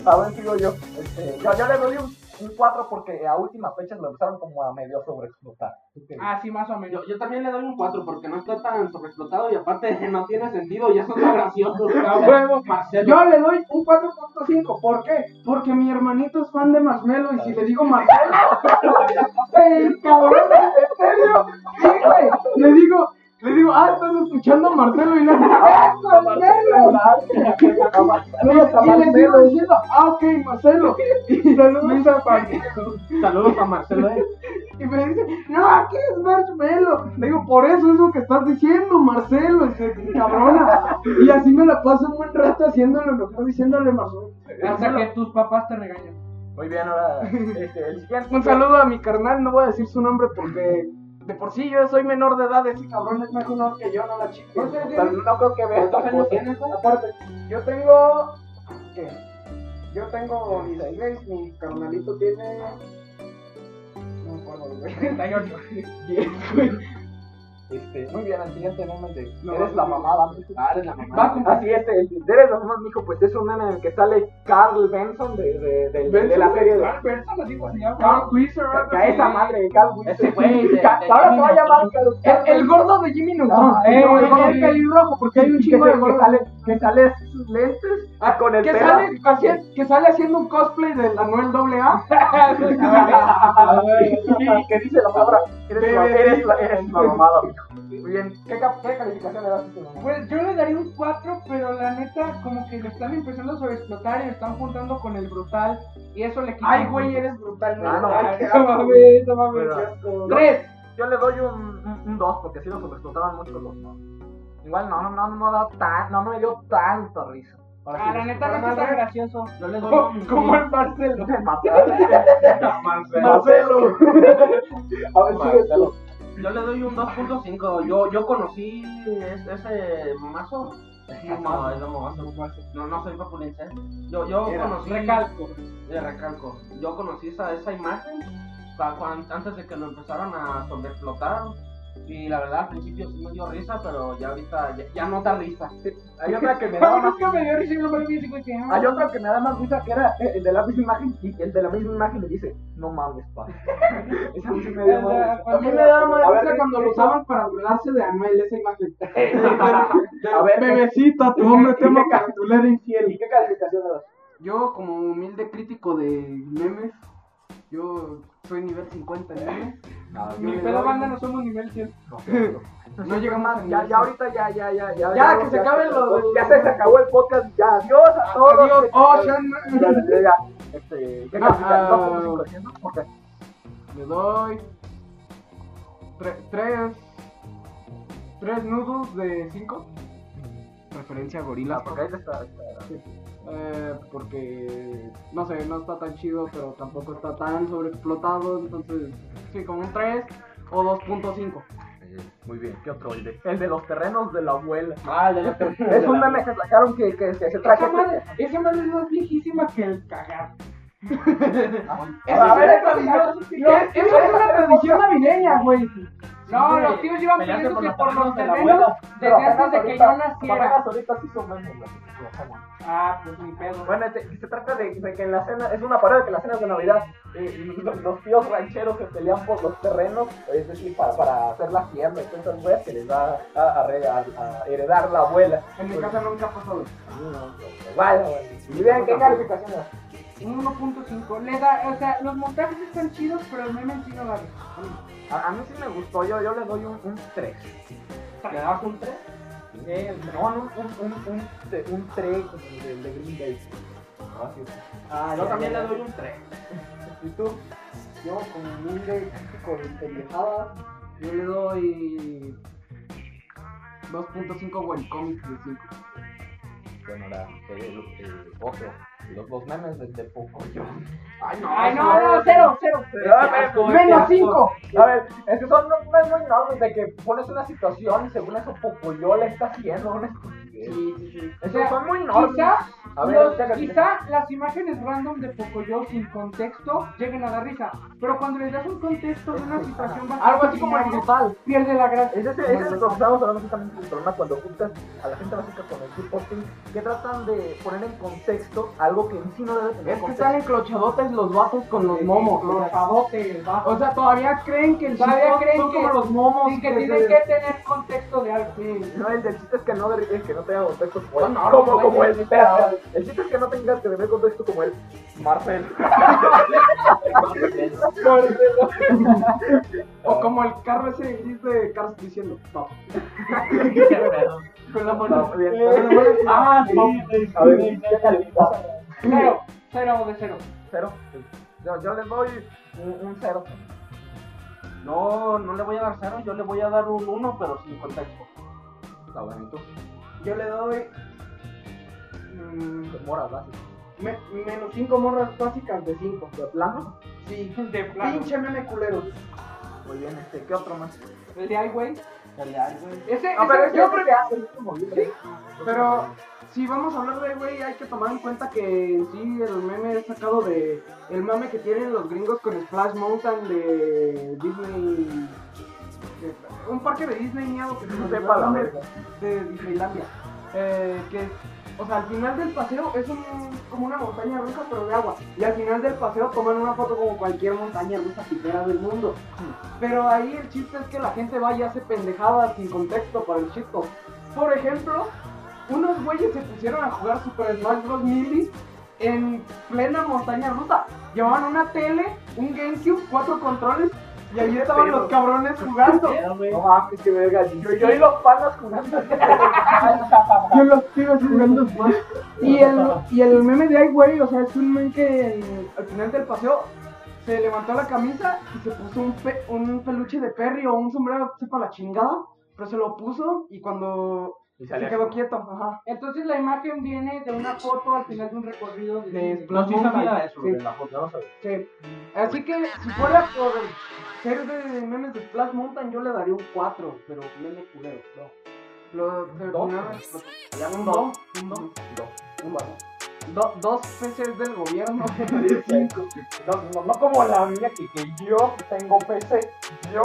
A ver, sigo yo. Este, yo, yo le doy un, un 4 porque a últimas fechas lo empezaron como a medio sobreexplotar. Así que- Así Ah, más o menos. Yo, yo también le doy un 4 porque no está tan sobreexplotado y aparte no tiene sentido y eso es lo gracioso. huevo. Marcelo. Yo le doy un 4.5. ¿Por qué? Porque mi hermanito es fan de Marshmello y si le digo Marshmello. ¡El cabrón! ¿En serio? Sí, güey. Le digo. Le digo, ah, estás escuchando a Marcelo y le digo, ¡ah, Marcelo! Y le sigo diciendo, ah, ok, Marcelo. Y saludos a Marcelo. Saludos a Marcelo. eh. Y me dice, no, aquí es Marshmello. Le digo, por eso es lo que estás diciendo, Marcelo. Y se cabrona. Y así me la paso un buen rato haciéndole mejor, diciéndole Marcelo. Hasta que tus papás te regañan. Muy bien, ahora. Este, el siguiente. Un saludo a mi carnal, no voy a decir su nombre porque de por sí yo soy menor de edad, ese cabrón es menor que yo, no la chica. Pero no creo que vea esta ¿Cuántos años cosa. tienes? güey? Aparte, yo tengo. ¿Qué? Yo tengo 16, mi carnalito tiene. No me acuerdo, güey. 38. Este, muy bien, el siguiente meme es de. No, eres la mamada. Ah, eres la Va, mamá. compa- Así es, el de eres la mamada, mijo, pues es un meme en el que sale Carl Benson de, de, de, de la serie de. Pero eso lo digo así. ya, Carl güey. Weiser, algo Que a así. esa madre, Carl Ese Wilson. güey. de- Ca- de- Ahora se va a llamar Carl- El, el gordo de Jimmy Neutron. Ah, eh, no, el, el gordo. el pelirrojo, porque hay un que, se- chingo de gordos. que sale, que sale sus lentes y Ah, con el que pelo. sale, haci- que sale haciendo un cosplay del Anuel AA. Y que dice la palabra, eres la, eres la, eres la mamada, mijo. Muy bien, ¿qué, cap- qué calificación le das a este meme? Pues yo le daría un 4, pero la neta, como que lo están empezando a sobreexplotar y lo están juntando con el brutal. Y eso le quita. Ay, güey, eres brutal. Ah, no, Ay, ay, qué No asco. mames, no mames. Pero- Tres. Yo le doy un, un, 2 porque así lo sobreexplotaron mucho los dos. Igual no, no, no, no, da tan, no me dio tanta risa. Ahora sí, Ah, la neta no Ahora es tan gracioso. Yo le doy un- Como el Marcelo. me mataron. Marcelo. A ver, sigue tú. Yo le doy un 2.5. Yo, yo conocí es- ese mamazo. No, es mamazo. No, no soy populinche. Yo, yo conocí. Recalco. Le recalco. Yo conocí esa, esa imagen pa- cuan- antes de que lo empezaran a sobreexplotar. Y la verdad al principio sí me dio risa, pero ya ahorita ya, ya no da risa. Hay otra que me daba Pero más. nunca me dio risa y no me lo vi, así como que, ah. Hay otra que me da más risa que era eh, el de la misma imagen y el de la misma imagen le dice, no mames, pa. Esa sí me dio más risa. A mí me daba más A ver, risa cuando lo usaban para burlarse de Anuel, esa imagen. A ver, Bebecita, tu hombre te ama cartulera ¿y infiel. qué calificación le das? Yo, como humilde crítico de memes, yo soy nivel 50 en memes. Ni pedo, banda, no somos nivel 100. No llegamos a Ya, nivel ya ahorita, ya, ya, ya, ya. Ya, que se acabe lo- Ya se, se acabó el podcast, ya. Adiós a todos. Adiós, Oh, Ocean. Ya, ya, ya. Este, ¿qué No, calificación? ah, 2.5, ¿no? Ok. Le doy tre- tres, tres nudos de cinco. Referencia a gorilas. Porque ahí está, está. Eh, porque no sé, no está tan chido, pero tampoco está tan sobreexplotado. Entonces, sí, como un 3 o 2.5. Muy bien, ¿qué otro? El de, el de los terrenos de la abuela. Ah, el de la Es un meme que sacaron que, que, que se traje. Esa madre, esa madre es más viejísima que el cagar. A ver, es tradición. Esa es una tradición navideña, güey. No, los tíos iban Pelearse pidiendo por que los por los terrenos de la terrenos abuela. desde antes de que yo naciera. ahorita sí son memes, güey. Lo hacemos. Ah, pues mi pedo. Bueno, este, se trata de, de que en la cena, es una parada que en las cenas de Navidad eh, los, los tíos rancheros se pelean por los terrenos, es decir, para, para hacer la siembra y todas esas weas que les da a, a re- a- a heredar la abuela. En mi casa nunca ha pasado. Vaya, güey. Y vean qué calificación es. Un 1.5. Le da, o sea, los montajes están chidos, pero el meme en sí no la ve. A, a mí sí me gustó, yo, yo le doy un, un 3. ¿Le das un 3? Eh, No, no, un, un, un, un, un 3 del de Green Day. Ah, yo también le doy un 3. ¿Y tú? Yo, como humilde crítico de pendejadas, Yo le doy 2.5 webcomics de 5. Bueno, la, el, el oso, los, los memes de, de Pocoyo. Ay, no, Ay, no, no, cero, cero. Menos 5. A ver, es que son memes muy enormes de que pones una situación y según eso Pocoyo le está haciendo una estupidez. Sí, sí, sí. Esos O sea, son muy pues, enormes. Quizá, A ver, los- checa, quizá las imágenes random de Pocoyo sin contexto lleguen a dar risa, pero cuando les das un contexto de una situación bastante Algo así como el ordinaria, brutal. pierde la gracia. Ese es, ese es lo que estábamos hablando justamente del problema cuando juntas a la gente básica con el K-posting que tratan de poner en contexto algo que en sí no debe tener Es que contexto. están encrochadotes los vatos con los momos. o sea, Rosadotes, va. O sea, todavía creen que el Todavía chiste creen son que- como los momos. Y que que tienen se- que tener contexto de algo. No, el del chiste es que no, de- es que no tenga contexto como él. No, no, como, no, como no, él. no, Espera, no. espera. El chiste es que no tengas que tener contexto como él. Marcel. O como el carro ese gris de Cars diciendo stop. Con la mano. Está bien. Ah, stop. A ver, ¿qué calificas? Cero, cero de cero. Cero. Yo, yo le doy un, un cero. No, no le voy a dar 0, yo le voy a dar un 1, pero sin contexto. Está bonito. yo le doy Moras, básicas. me- menos 5 morras básicas de 5. ¿De plano? Sí, De plano. pinche meme culero. Muy bien, este, ¿qué otro más? El de ay, güey. Dale algo. Ese, Ah, ese- pero yo yo creo creo que hace es como libre. Pero si vamos a hablar de güey, hay que tomar en cuenta que en sí el meme es sacado de el mame que tienen los gringos con Splash Mountain de Disney. de- un parque de Disney miedo que se No nos sepa la olvidó el verga. nombre, de Disneylandia. Eh, que o sea, al final del paseo es un, como una montaña rusa pero de agua. Y al final del paseo toman una foto como cualquier montaña rusa quitera del mundo. Pero ahí el chiste es que la gente va y hace pendejadas sin contexto para el chiste. Por ejemplo, unos güeyes se pusieron a jugar Super Smash Bros. Melee en plena montaña rusa. Llevaban una tele, un GameCube, cuatro controles y ahí estaban los cabrones jugando. No mames, qué verga. Yo, yo y los panas jugando. Yo los tíos jugando Smash. Y el, y el meme de ay, güey, o sea, es un meme que Al final del paseo se levantó la camisa y se puso un, pe- un peluche de Perry o un sombrero, sepa la chingada, pero se lo puso y cuando Y se quedó quieto, ajá. Entonces la imagen viene de una foto al final de un recorrido de... De No, Splash sí Mountain. sabía eso, Sí. de la foto. No sabía. Sí. Así que si fuera por ser de memes de Splash Mountain, yo le daría un 4, pero meme culero, no. Lo terminaron. ¿Dos? Ya un 2, un 2. Un vaso. do- dos PCs del gobierno. No, no, no como la mía, que, que yo tengo PC. Yo,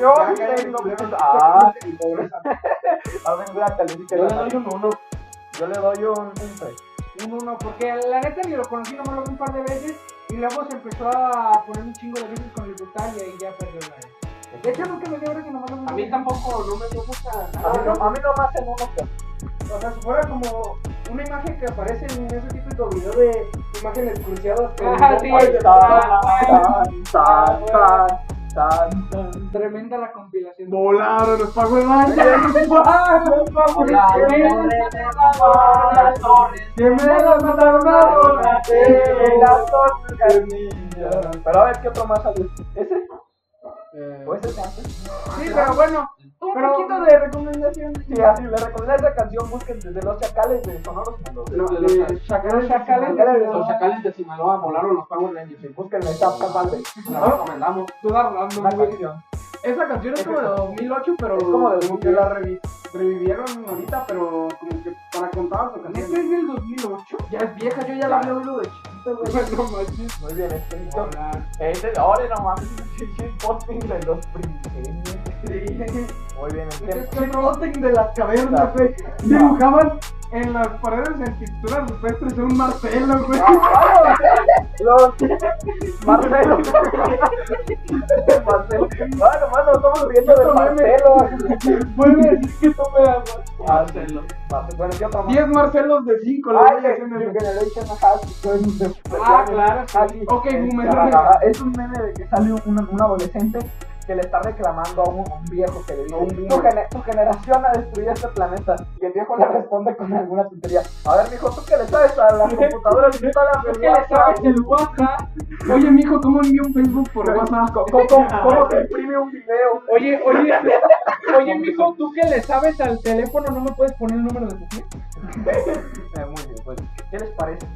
yo Ya, ya, ya, tengo ya, PC. ya, Ah, Mi pobreza. a ver, la califica. Yo le doy un 1. Yo le doy un 6. Un uno, porque la neta ni lo conocí, nomás lo vi un par de veces. Y luego se empezó a poner un chingo de veces con el brutal y ahí ya perdió la De hecho, nunca me dio ahora que nomás lo vi. A mí tampoco, no me dio mucha. A mí, no, a mí nomás en uno. O sea, si fuera como una imagen que aparece en ese típico video de imágenes cruceadas. con Ah, sí. bombas. Ay, tan, tan, tan, tan, tan. Tremenda la compilación. Volaron los pago de Hola, Que me las mataron a volar. Pero a ver qué otro más salió. ¿Ese? Eh, ¿O ese es antes? Pues Sí, pero bueno, un poquito de recomendación. Sí, así le recomendé esa canción. Busquen desde los chacales de Sonoros Mundo. no, Desde los, los- chac- Los chacales de Chacales de los chacales de Sinaloa volaron los Power Rangers. y Búsquenla, está está padre. La recomendamos. Ciudad Random, Una güey. canción. Esa canción es como de 2008, pero Es como de Como que la revi- revivieron ahorita, pero como que para contar su ¿Esta canción. es del 2008? Ya es vieja, yo ya la había oído de chiquito, güey. Bueno, manches. Muy bien escrito. Este, ahora no mames, el posting de los primigenios. Muy bien, el Es tiempo. que roten de las cavernas, güey. Dibujaban en las paredes en pinturas rupestres un Marcelo, güey. Los Marcelo. Marcelo. Ah, nomás nos estamos riendo de Marcelo. Puede decir que tú me amas. Marcelo. Bueno, ¿qué otro más? 10 Marcelos de 5, la Ay, verdad, que sí me New dio. Generation has been the- Ah, claro, sí. Ah, sí. Ok, Eh, boomer. ajá, Es un meme de que sale un, un adolescente que le está reclamando a un, un viejo que le dice, Un tu, boomer. gene- tu generación ha destruido este planeta. Y el viejo le responde con alguna tontería. A ver, mijo, tú que le sabes a las computadoras, tú ¿Por qué le sabes el WhatsApp? Oye, mijo, ¿cómo envío un Facebook por WhatsApp? Ah, ¿Cómo, cómo, cómo se imprime un video? Oye, oye, oye, mijo, tú que le sabes al teléfono, no me puedes poner el número de tu cliente. Eh, muy bien, pues, ¿qué les parece?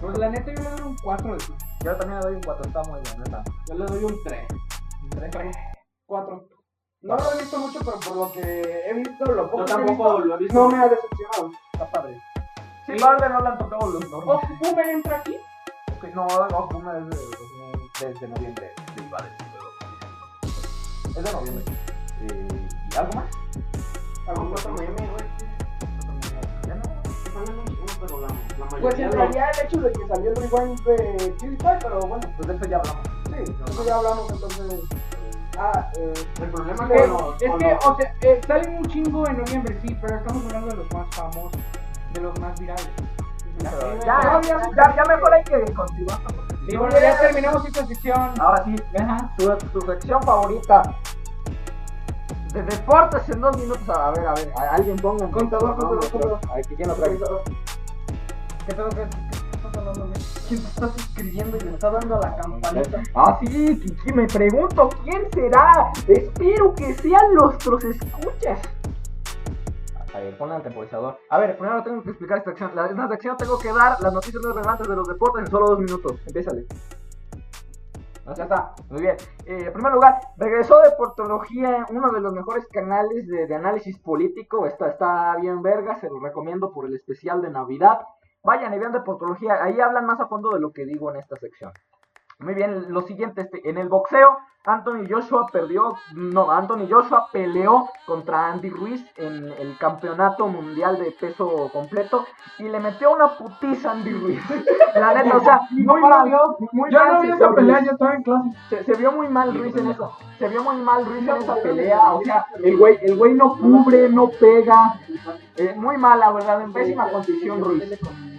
Pues la neta, yo le doy un 4 de 5. Yo también le doy un 4, está muy bien, neta. Yo le doy un 3. 4. No lo he visto mucho, pero por lo que he visto, lo Yo poco que he tampoco visto, lo he visto. no me ha decepcionado. Está padre. Sí, Marvel no le han tocado Oh. los Oh, normales. ¿Boomer entra aquí? Ok, No, no, Puma es de, desde, desde noviembre. Es de noviembre. Eh, ¿Y algo más? Algún otro meme, güey. Ya no. Salen un chingo, pero la, la mayoría Pues no. entraría el hecho de que salió el rewind de PewDiePie, pero bueno, Pues de eso ya hablamos. sí, eso ya hablamos entonces. Ah, eh, El problema Es, con los- es con que, los- o sea, eh, salen un chingo en noviembre, sí, pero estamos hablando de los más famosos, de los más virales. Ya, ya, ya, ya, ya mejor hay que continuar. Y bueno, ya terminamos esta sección. Ahora sí, tu, tu sección favorita. De deportes en dos minutos. A ver, a ver, a- alguien ponga. Contador, contador, contador. A ver, ¿quién lo trae? ¿Qué pedo que está hablando, güey? ¿Quién te está suscribiendo y le está dando a la campanita? Ah, sí, Kiki, me pregunto quién será. Espero que sean nuestros escuchas. A ver, pon el temporizador. A ver, primero tengo que explicar esta sección. La, en esta sección tengo que dar las noticias más relevantes de los deportes en solo dos minutos. Empiézale. Ah, Ya está, muy bien. Eh, en primer lugar, regresó Deportología, uno de los mejores canales de, de análisis político. Está, está bien verga, se lo recomiendo por el especial de Navidad. Vayan y vean Deportología, ahí hablan más a fondo de lo que digo en esta sección. Muy bien, lo siguiente, este, en el boxeo, Anthony Joshua perdió, no, Anthony Joshua peleó contra Andy Ruiz en el campeonato mundial de peso completo y le metió una putiza a Andy Ruiz. La neta, o sea, muy mal, muy Yo mal no se vi hizo esa pelea, Ruiz. yo estaba en clase. Se, se vio muy mal Ruiz en esa, se vio muy mal Ruiz en esa pelea, o sea, el güey, el güey no cubre, no pega, eh, muy mala, verdad, en pésima condición Ruiz.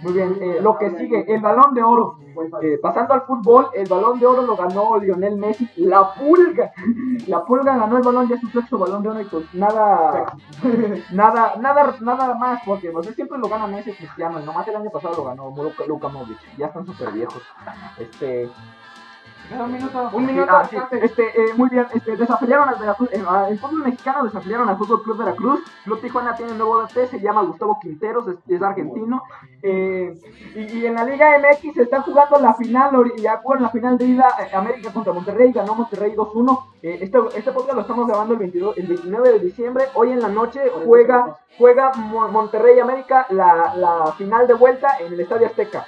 Muy bien, eh, lo que sigue, el balón de oro. Eh, pasando al fútbol, el balón de oro lo ganó Lionel Messi, la pulga. La pulga ganó el balón, ya es su sexto balón de oro y pues nada, nada, nada, nada más, porque no sé, siempre lo gana Messi Cristiano, y nomás el año pasado lo ganó Luka, Luka Modric, ya están súper viejos. Este, Era un minuto. Un minuto. Ah, sí. Este, eh, muy bien, este, desafiliaron al Veracruz. eh, ah, el fútbol mexicano desafiliaron al Fútbol Club Veracruz. Club Tijuana tiene un nuevo DT, se llama Gustavo Quinteros, es, es argentino. Eh, Y, y en la Liga MX se está jugando la final, ori- y ya en la final de ida eh, América contra Monterrey, ganó Monterrey 2-1. eh, este, este podcast lo estamos grabando el, 22, el 29 de diciembre. Hoy en la noche juega, juega Mo- Monterrey América la, la final de vuelta en el Estadio Azteca.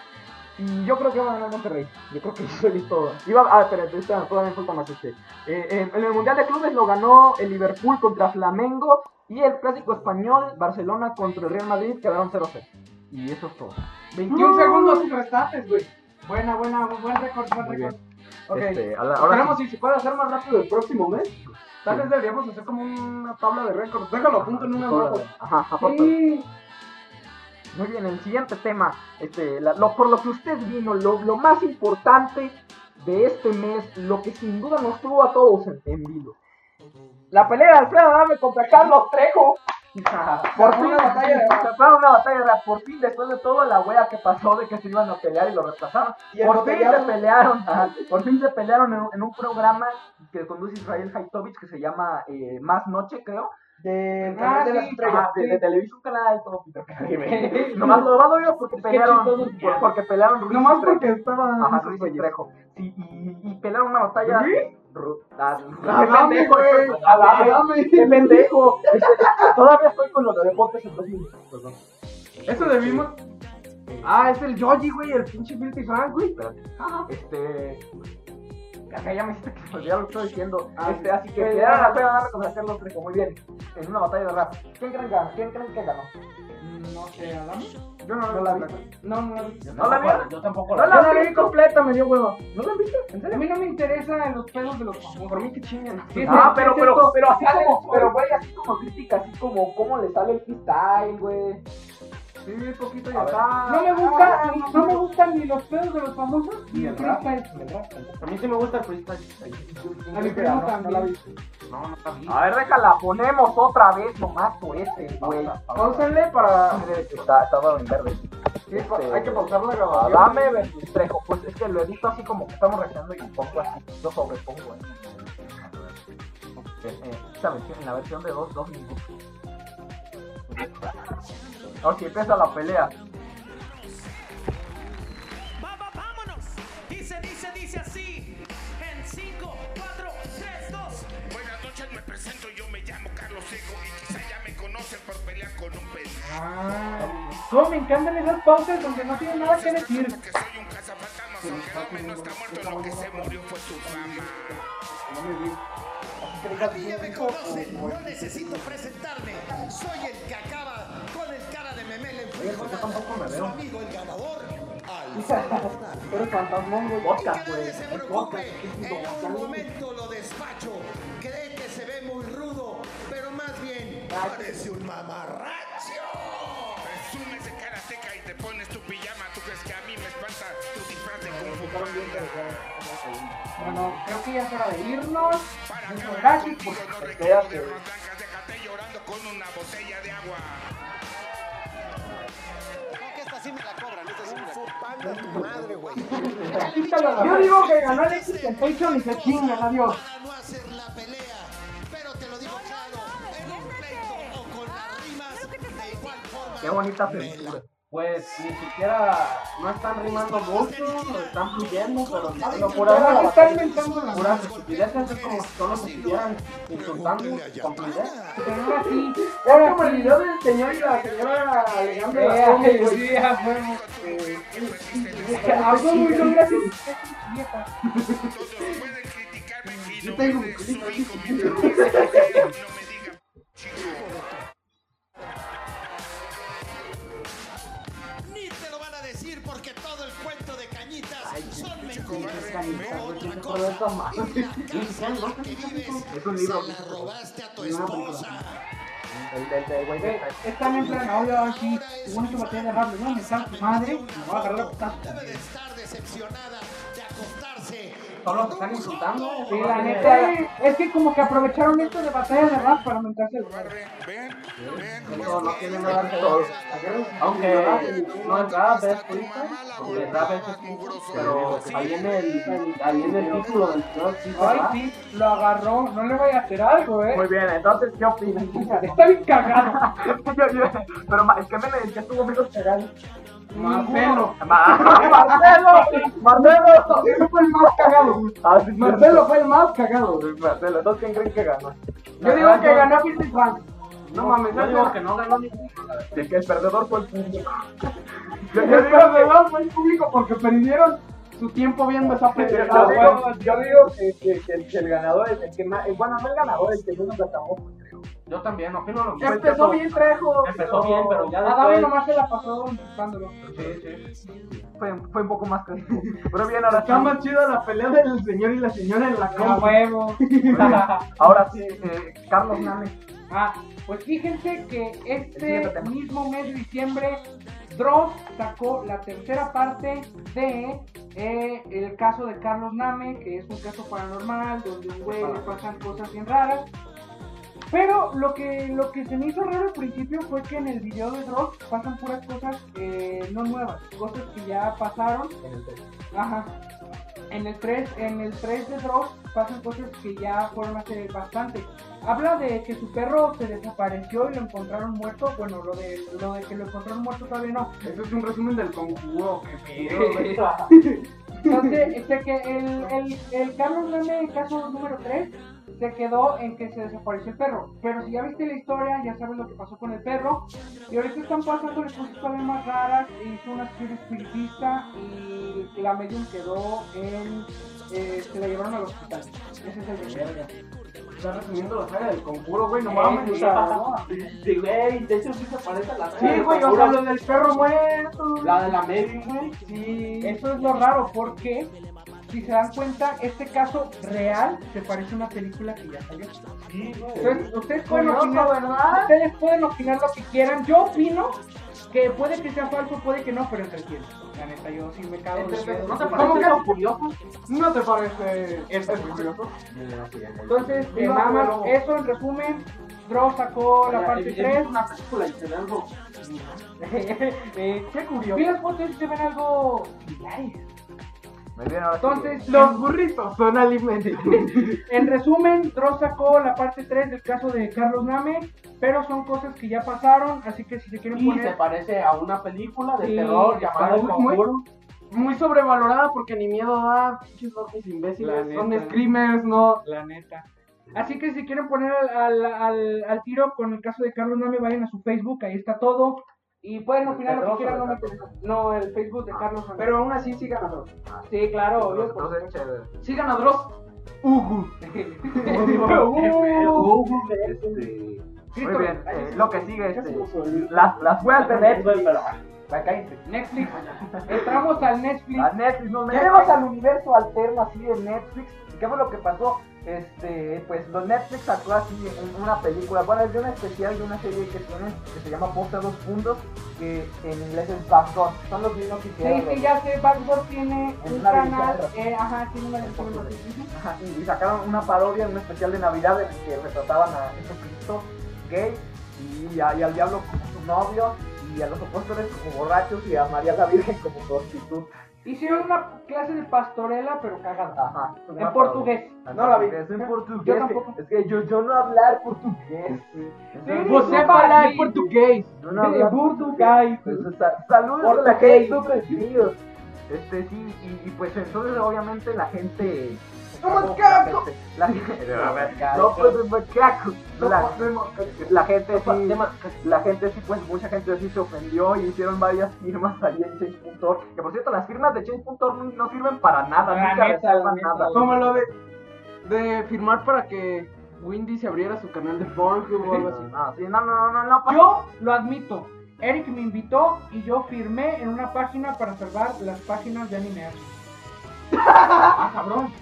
Y yo creo que va a ganar Monterrey. Yo creo que eso es todo. Iba, ah, espera, espera, todavía me falta más este. Eh, eh, en el Mundial de Clubes lo ganó el Liverpool contra Flamengo y el Clásico Español, Barcelona contra el Real Madrid, quedaron 0-0. Y eso es todo. 21 segundos sin restantes, güey. Buena, buena, buen récord, buen Muy récord. bien. Ok. Este, a la- ahora Esperemos si se puede hacer más rápido el próximo mes. Tal vez deberíamos hacer como una tabla de récords. Déjalo punto en una hoja. Ajá, apórtalo. Muy bien, el siguiente tema, este, la- lo, por lo que usted vino, lo, lo más importante de este mes, lo que sin duda nos tuvo a todos en, en vilo. La pelea de Alfredo Adame contra Carlos Trejo. por fin, una batalla de rap. se fue una batalla de rap, por fin, después de toda la wea que pasó de que se iban a pelear y lo retrasaron, Y por fin se embotellaron. pelearon, ajá, por fin se pelearon en, un- en un programa que conduce Israel Haitovich que se llama eh, Más Noche, creo, De Ah, Canal de las sí, Estrellas. Ah, de, de televisión canal y todo Peter Caribe. Nomás lo van a ver porque pelearon. por- porque pelearon Ruiz Nomás y Trejo. porque estaba. Ajá, Ruiz y Trejo. Sí, y, y pelearon una batalla. Ru- ah, qué Adame, pendejo, güey. güey. Adame, Adame. qué pendejo. Este, Todavía estoy con lo de deportes entonces. Perdón. Eso debimos. Ah, es el Yogi, güey, el pinche Filthy Frank, güey. Este. Acá ya me hiciste que me olvidara lo que estoy diciendo. Ah, este, así que sí. quedaron la pena darle contra Carlos Trejo. Muy bien. En una batalla de rap. ¿Quién creen que ganó? ¿Quién creen que ganó? No sé, Adam. Yo no, No lo la vi. No, no la vi. ¿No la vieron? Yo tampoco No la vi completa, me dio huevo. ¿No la viste? ¿En A mí no me interesa los pelos de los famosos. Por mí que chingan. Sí, Ah, sí, pero, sí, pero, sí, pero así sale como, el pero güey, así como crítica, así como cómo le sale el freestyle, güey. Sí, poquito Ah, y A ver. acá. No me gusta, Ah, no me gustan ni los pedos de los famosos ni el rap. freestyle. A mí sí me gusta el freestyle. A mi primo también. No, no la vi. A ver, déjala, ponemos otra vez nomás por este, güey. Pausa, pausa. Páusenle para. Está, estaba en verde. pues, Sí, pa- Hay que pausar la grabación. Dame versus Trejo, pues es que lo edito así como que estamos reaccionando y un poco así, lo sobrepongo. ¿eh? Eh, eh, esta versión, en la versión de 2, 2 minutos. Ok, empieza la pelea. Vamos, vámonos. Dice, dice, dice así. En 5, 4, 3, 2. Buenas noches, me presento, yo me llamo Carlos Seco y quizá ya me conocen por pelear con un pendejo. No, me encantan esas pausas donde no tienen nada que decir. Que soy un cazafantasmas, aunque Dame no está muerto, lo que se murió fue su fama. A mí ya me conocen. No necesito presentarme. Soy el que acaba con el cara de memel en Su amigo, el ganador. Al Podcast, que güey. nadie se Es preocupe, podcast. en un momento lo despacho. Cree que se ve muy rudo, pero más bien parece un mamarracho. Presumes de karateca y te pones tu pijama. Tú crees que a mí me espanta tu disfraz de Kung Fu Panda. Bueno, creo que ya es hora de irnos. Para Muchas acabar gracias contigo, por- no quedas, recuerdo de güey. unas blancas. Déjate llorando con una botella de agua. Yo digo que ganó el X Temptation y se chingan, adiós. Para no hacer la pelea, pero te lo digo claro, en un pleito o con las rimas, de igual forma. Qué bonita figura. Pues ni siquiera no están rimando mucho, están fluyendo, pero están Pero locura. aquí están inventando las Puras estupideces, es como si solo se estuvieran insultando con fluidez. Pero así. Ahora Es como el sí. video del señor y la señora alegando las Eh, comas, eh, güey. Algo muy logra que- Todos pueden criticarme y no tengo me un clip destruí con mi cabeza. No me digan chico. Ni te lo van a decir porque todo el cuento de cañitas son mentiras. Otra cosa, y la casa que vives Es un libro. se la robaste a tu esposa. El, el de güey. Eh, de- Están en plan, ahora aquí, según que batalla de rap, le voy a meter a tu madre, me voy a agarrar a putazos. Debe de estar decepcionada de acostarse. Solo se están insultando. Sí, la neta, Es que como que aprovecharon esto de batalla de rap para aumentarse el Ven, No, no tiene nada que ver. Aunque no es rap, es freestyle. Porque el rap es freestyle, pero ahí en el, ahí en el título del video sí se Ay, va. sí, lo agarró. No le vaya a hacer algo, eh. Muy bien, entonces, ¿qué opinas? Está bien cagado. Yo- yo- pero ma- es que me que estuvo menos cagado. Ah, Marcelo. Ma- Marcelo, Marcelo, Ese fue el más cagado. Ah, sí, sí. Marcelo fue el más cagado. Marcelo, entonces ¿quién creen que ganó? Yo digo que ganó 50 Frank. No mames, yo digo que no ganó ninguno. De que el perdedor fue el público. Yo, El yo digo que- perdedor fue el público porque perdieron su tiempo viendo esa Yo pendejada. digo, yo digo que, que- que el, que el ganador es el que más. eh, Bueno, no el ganador, el que menos la acabó. Yo también, opino lo mismo. Empezó bien Trejo. Empezó bien, pero ya A David después... nomás se la pasó buscándolo. Sí, sí. fue, fue un poco más caro. Pero bien, ahora sí. Está más chida la pelea del señor y la señora en la A cama. huevo. Ahora sí, eh, Carlos Name. Ah, pues fíjense que este siguiente tema. mismo mes de diciembre, Dross sacó la tercera parte de eh, el caso de Carlos Name, que es un caso paranormal, donde a un güey le pasan cosas bien raras. Pero lo que, lo que se me hizo raro al principio fue que en el video de Dross pasan puras cosas eh, no nuevas, cosas que ya pasaron. En el 3. Ajá. En el 3, en el 3 de Dross pasan cosas que ya fueron hace bastante. Habla de que su perro se desapareció y lo encontraron muerto. Bueno, lo de, lo de que lo encontraron muerto todavía no. Eso es un resumen del conjuro, qué pedo. güey. Entonces, este que el, el, el Carlos Lame, el caso número 3, se quedó en que se desapareció el perro. Pero si ya viste la historia, ya sabes lo que pasó con el perro. Y ahorita están pasando cosas todavía más raras. Hizo una acción espiritista y la medium quedó en. eh, se la llevaron al hospital. Ese es el video. Está resumiendo la saga del conjuro, güey, no Eh, mames. o sí, sea, Sí, güey, de hecho sí se parece a la saga Sí, del güey, o sea, conjuro. lo del perro muerto. La de la Mary, güey. Sí. Eso es lo raro porque, si se dan cuenta, este caso real se parece a una película que ya salió. Entonces, ustedes pueden Curioso, opinar, ¿verdad? ustedes pueden opinar lo que quieran. Yo opino que puede que sea falso, puede que no, pero entretiene. La neta, yo sí me cago en el Entonces, pedo. ¿No te ¿Cómo parece que- eso curioso? ¿No te parece este es curioso? Entonces, eh, Viva nada más, Cuervo. eso en resumen. Dross sacó la Oye, parte es 3. una película y se ve algo. eh, Qué curioso. vi las fotos y se ven algo similares. Muy bien, ahora sí. Entonces, Los burritos son alimentos. En resumen, Dross sacó la parte 3 del caso de Carlos Name, pero son cosas que ya pasaron, así que si se quieren Y se poner... parece a una película de Sí, terror llamada El muy- Conjuro. Muy sobrevalorada porque ni miedo da. Pinches locos La imbéciles. neta. Son screamers, no. La neta. Así que si quieren poner al, al, al- al tiro con el caso de Carlos Name, vayan a su Facebook, ahí está todo. Y pueden opinar lo que quieran, no, me interesa. No, el Facebook de Carlos Name. Pero aún así sí ganador. sí, claro, obvio, Entonces, por- entonces, chévere. Sigan a Dross. Uh, Este, Sí, muy pero- bien, eh, lo que sigue, Casi este, nos olvidó. las, las voy a tener. La caíste. Netflix. Entramos al Netflix. A Netflix, nos Llegamos metemos al universo alterno así de Netflix. ¿Y qué fue lo que pasó? Este, pues los Netflix sacó así un- una película, bueno, es de una especial de una serie que tienen, que se llama Posta Dos Puntos, que en inglés es Backup. Son los mismos que Sí, hicieron sí, los- ya sé, Backdoor tiene Es un una canal, división, eh, ajá, tiene una división, posible. sí, sí, sí. Ajá, y, y sacaron una parodia, un especial de Navidad en el que retrataban a Jesucristo gay y, a- y al diablo como su novio y a los apóstoles como borrachos y a María la Virgen como prostituta. Hicieron una clase de pastorela, pero Ah, cagada. Ajá. En portugués. No la vi. Es en portugués. Yo tampoco. Es que yo, yo no hablar portugués. José para el portugués. Yo no hablar Portugués. Pues, Entonces, sa- Saludos a la Portugués. gente súper chido. Este sí, y, y pues entonces obviamente la gente. ¡Somos macaco! La gente. A ver, No, pues es macaco. La, la gente sí. La gente sí, pues mucha gente sí se ofendió y hicieron varias firmas ahí en Change.org. Que por cierto, las firmas de Change.org no- no sirven para nada, La nunca neta, la resuelvan neta, nada. Como lo de, de firmar para que Windy se abriera su canal de Pornhub o algo así. Ah, sí, no, no, no, no, no. Yo lo admito. Eric me invitó y yo firmé en una página para salvar las páginas de anime. Ah, cabrón.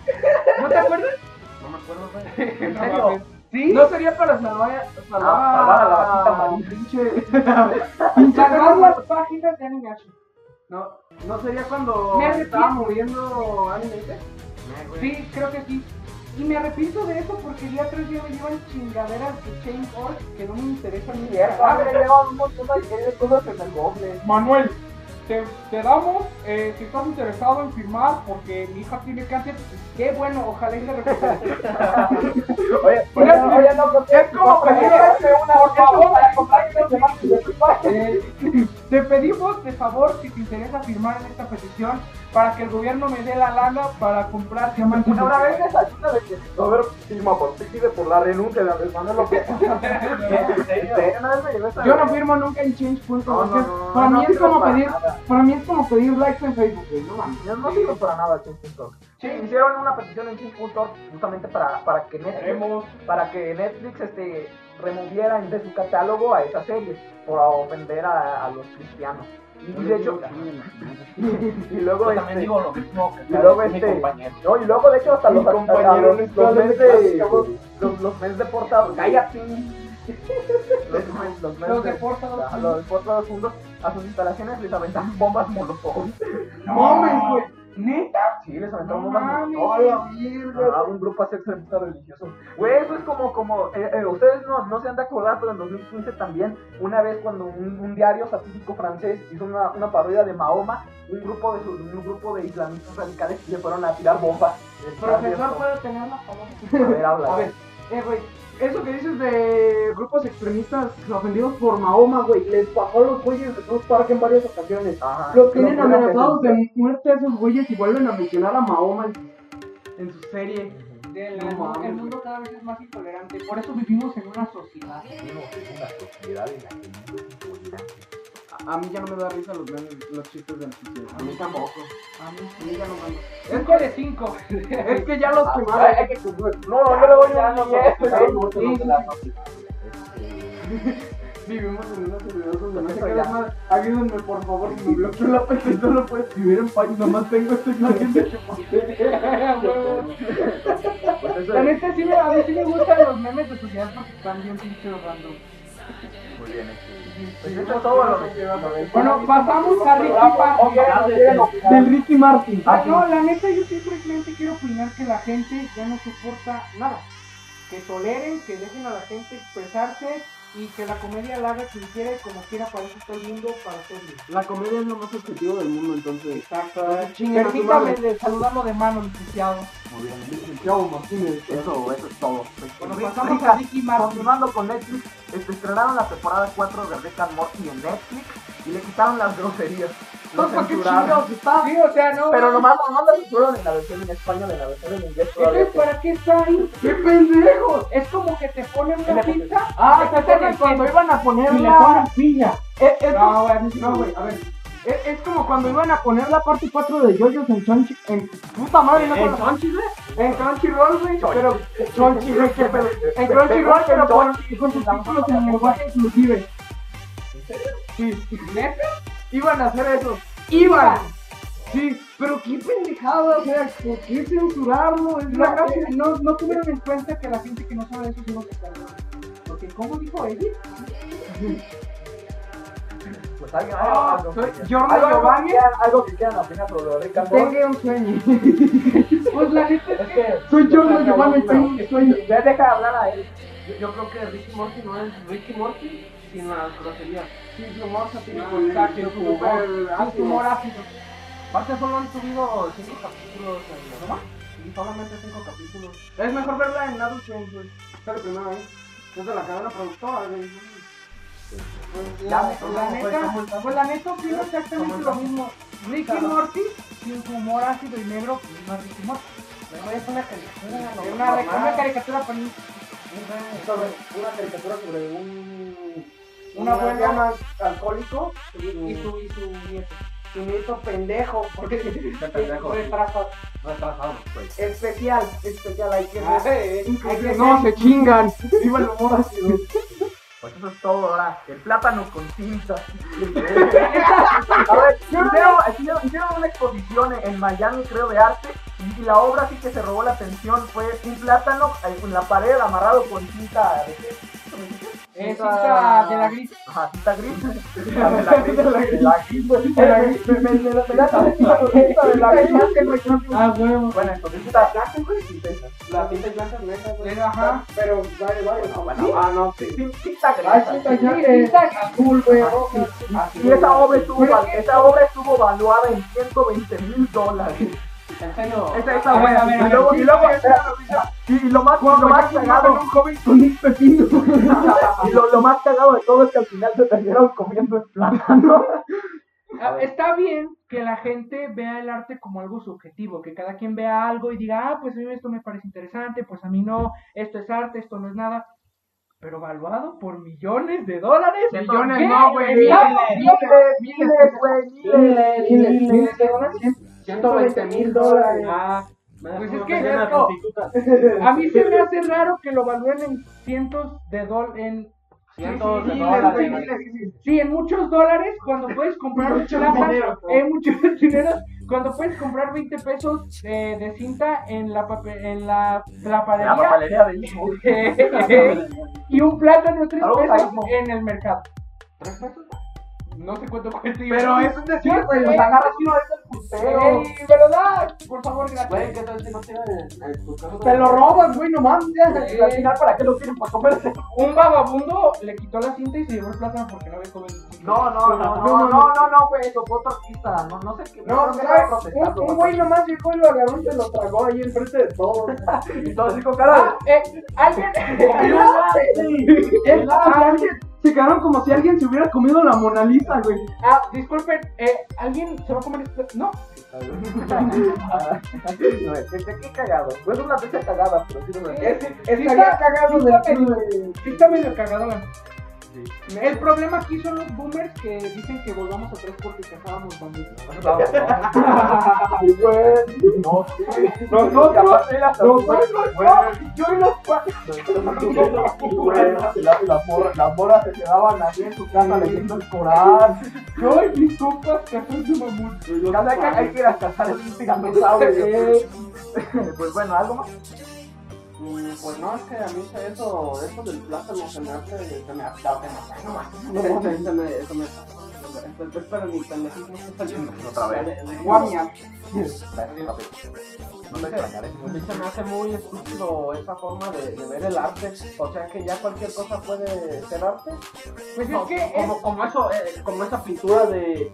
¿No te acuerdas? No me acuerdo, güey. ¿En serio? Sí. No sería para salvar, salvar, Ah, salvar a la vaquita amarilla. pinche. salvar las páginas de anime. No, no sería cuando Me arrepiento. estaba moviendo anime. Sí, creo que sí. Y me arrepiento de eso porque el día 3 ya me llevan chingaderas de Chain Org que no me interesan ni Cierto, nada. hombre, llevan un montón de de cosas en el Goblin. Manuel, te, te damos, eh, si estás interesado en firmar, porque mi hija tiene cáncer, qué bueno, ojalá y le recupere. Oye, Oye, oye, oye, no, porque es como porque pedir- llevarse una por ropa favor, para comprarse los demás de tu padre. Eh, te pedimos de favor si te interesa firmar en esta petición para que el gobierno me dé la lana para comprar diamantes. Una vez me salió una de que, a ver, firma por ti, pide por la renuncia de Andrés Manuel López. ¿En Sí, serio? una vez me llevé esa- Yo no firmo nunca en Change.org. No, no, porque no, para no mí es sirve como para pedir, nada. para mí es como pedir likes en Facebook, güey, no mames. Yo no sirve para nada, Change.org. Sí, hicieron una petición en Change.org justamente para, para que Netflix Queremos- para que Netflix este, removiera de su catálogo a esa serie por ofender a, a los cristianos. Y de hecho, y, y luego Yo este, también digo lo mismo que y luego mi este- compañero. no, y luego de hecho hasta Mi los, hasta compañero los, no los está de mes clase, de cabrón. los, los mes deportados, cállate. Los mes, los mes Los de- deportados. a Este, los deportados juntos a sus instalaciones les aventaron bombas molotov. No mames, güey. Neta. Sí, les No aventaron bombas molotov. mames. Ah, un grupo así extremista religioso. Güey, eso es como, como, eh, eh, ustedes no, no se han de acordar, pero en 2015 también, una vez cuando un, un diario satírico francés hizo una, una parodia de Mahoma, un grupo de, su- un grupo de islamistas radicales le fueron a tirar bombas. Profesor, ¿puedo tener una palabra? A ver, habla. A ver, eh, güey, eso que dices de grupos extremistas ofendidos por Mahoma, güey, les bajó los güeyes de South Park en varias ocasiones. Ajá. Los tienen Pero fue lo que amenazados sucedió. de muerte a esos güeyes y vuelven a mencionar a Mahoma en, en su serie. Del- No mames. el mundo cada vez es más intolerante, por eso vivimos en una sociedad. A, a mí ya no me da risa los, memes- los chistes de anticucho. A mí tampoco. A mí, a mí ya no me 5 de 5. Es que ya los Ah, quemaron. hay que concluir. No, yo le doy Ya, un no, diez, no, güey. no, Sí, no, Vivimos en una sociedad donde no sé qué es más. Ayúdenme, por favor, si me bloqueo la PC, no lo puedo escribir en página. Nomás tengo esta imagen de pues eso La es. neta, sí me, a mí sí me gustan los memes de sociedad porque están bien pinche random. Pues eso es todo lo que- lo que- Bueno, pasamos a Ricky Ok, Martin. nos quieren opinar. Del Ricky Martin. Ah, no, la neta, yo simplemente quiero opinar que la gente ya no soporta nada. Que toleren, que dejen a la gente expresarse y que la comedia la haga quien quiera y como quiera para eso está el mundo para hacerlo. La comedia es lo más objetivo del mundo, entonces. Exacto. Chinga tu Permítame madre. de saludarlo de mano, licenciado. Eso, eso es todo. Bueno, Rick- pasamos Rick- a Ricky Martin. Continuando con Netflix, este, estrenaron la temporada 4 de Rick and Morty en Netflix y le quitaron las groserías. Lo ¿Para qué censuraron. chingados está? Sí, o sea, no. Pero nomás, nomás la censuraron en la versión en español, en la versión en inglés todavía. Entonces, ¿para qué está ahí? ¡Qué pendejos! Es como que te ponen una cinta. Ah, te ¿te acuerdas ponen cuando iban a poner Y le la... ponen piña. Eh, eh, pues, No, güey, a mí sí No, me güey, gusta. a ver. Es, es como cuando iban a poner la parte 4 de Yoyos en Chonchi. En puta madre, no ¿En me acuerdo. En Crunchyroll, güey. Pero. Chonchi, güey, qué pedo. En Pe- Crunchyroll, pe- pero pe- con, Chonchi. con subtítulos en lenguaje inclusive. Sí. Iban a hacer eso. ¡Iban! Sí, pero qué pendejada, o sea, ¿por qué censurarlo? Es una No, eh, no, no tuvieron en cuenta que la gente que no sabe eso es uno que está loco. Porque, ¿cómo dijo él? Pues alguien, Ah, algo, soy algo, que- Jordi algo- algo Giovanni. que quieran, algo que quieran opinar sobre Rick and Morty. Tenga un sueño. Pues la neta Es que Soy yo yo, no creo que Giovanni, no, tengo un sueño. ya deja de hablar a él. Yo, yo creo que Ricky Morty no es Ricky Morty sin las groserías. Sí, es humor satírico, Ah, exacto, sí, es es humor, humor sí, es ácido. humor ácido. Aparte solo han subido 5 capítulos en la Y solamente 5 capítulos. Es mejor verla en Adult Swim, güey. Está la primera eh. vez. Es de la cadena productora, güey. Pues, Ya la, me la conozco, neta, está muy- está muy- pues la neta opino exactamente está lo muy- mismo. Ricky Morty, sin su humor ácido y negro, pues, no es Ricky Morty. Mejor es una caricatura. Es una, re- una caricatura para niños. Sobre una caricatura sobre un. Una un buena- anciano alcohólico y Y su, su, y su nieto. su nieto pendejo. Porque pendejo. Retrasado. Retrasado, güey. especial, especial, hay que Ah, ver. hay que No, ser- se chingan. Viva el humor ácido. Pues eso es todo ahora. El plátano con tinta. A ver, hicieron, hicieron- hicieron una exposición en Miami, creo, de arte. Y la obra sí que se robó la atención fue un plátano eh, en la pared amarrado con tinta. Eh, cinta de la gris. Ajá, cinta gris. La de la gris. De la gris. La gris. pues, güey. De la gris. Me- me- me la pegaste, me la pegaste, de la gris. Ah, huevo. Bueno, entonces cinta. La cinta blanca no es güey. Eh, Ajá. Pero vale, vale. Bueno, ah, no, sí. Cin- Cinta Ay, gris. cinta ya de- azul, güey. Y esa obra estuvo, val- esa obra estuvo valuada en 120 mil dólares. En serio. Esa, esa A ver, buena. a ver, a Y ver. luego, y luego, espera, espera. y y lo más, lo más cagado, un joven con un pepino. y lo, lo más cagado de todo es que al final se terminaron comiendo el plátano. Ah, Está bien que la gente vea el arte como algo subjetivo, que cada quien vea algo y diga, ah, pues a mí esto me parece interesante, pues a mí no, esto es arte, esto no es nada. Pero valuado por millones de dólares. Millones, ¿Qué? no, güey, Millones, miles, miles, güey, miles. Miles, miles, mil dólares. Ah, me Pues dejó es que, meter a Beto, prostitutas. A mí se me hace raro que lo valúen en cientos de dólares. Cientos de sí, dólares. sí, Sí, en muchos dólares cuando puedes comprar un plátano, en muchos dineros, cuando puedes comprar 20 pesos de, de cinta en la pape- en la La papelería papelería de hijo. y un plátano de 3 Algo pesos carísimo. en el mercado. ¿Tres pesos? No sé cuánto cuesta. yo. Pero eso es decir, Yo güey, sé, los agarras uno de esos puteros. ey, me lo das, por favor, Güey, gracias. ¿qué tal si no tiene el- el- tu casa? Te lo robas, güey, no mames. Eh. Y al final, ¿para qué lo quieren? Para comerse. Un vagabundo le quitó la cinta y se llevó el plátano porque no había comido. No, no, no, no, no, no, no, güey, lo fue otro artista. No, no sé qué. No, creo que ¿sabes? estaba protestando, Un- un güey. güey nomás llegó y lo agarró y se lo tragó ahí enfrente de todos. Y todos así con cara de. Eh, alguien. Es alguien- se quedaron como si alguien se hubiera comido la Mona Lisa, güey. Ah, disculpen, eh, ¿alguien se va a comer esto? No, Desde este, qué cagado. Güey, es una pieza cagada, pero sí, este, güey. Es, está- estaría cagado sí de está sí está medio cagadona. El problema aquí son los boomers que dicen que volvamos atrás porque cazábamos bandidos. pues, No, sí. Nosotros, nosotros, yo y los Güey, la, la, morra, la morra se quedaban así en su casa leyendo el Corán. Yo y mis compas cazamos de mamut. Cada vez que hay que ir a cazar el tiranosaurio. Pues bueno, algo más. Mm, Pues no, es que a mí se- eso, eso del plátano se me hace, se me hace, se me hace, no, se me, se me, es para mi pendejismo que está lleno. Otra vez. Guamia. No me extrañaré. A mí se me hace muy estúpido esa forma de, de ver el arte, o sea que ya cualquier cosa puede ser arte. Pues es No, que es. como, como eso, eh, como esa pintura de.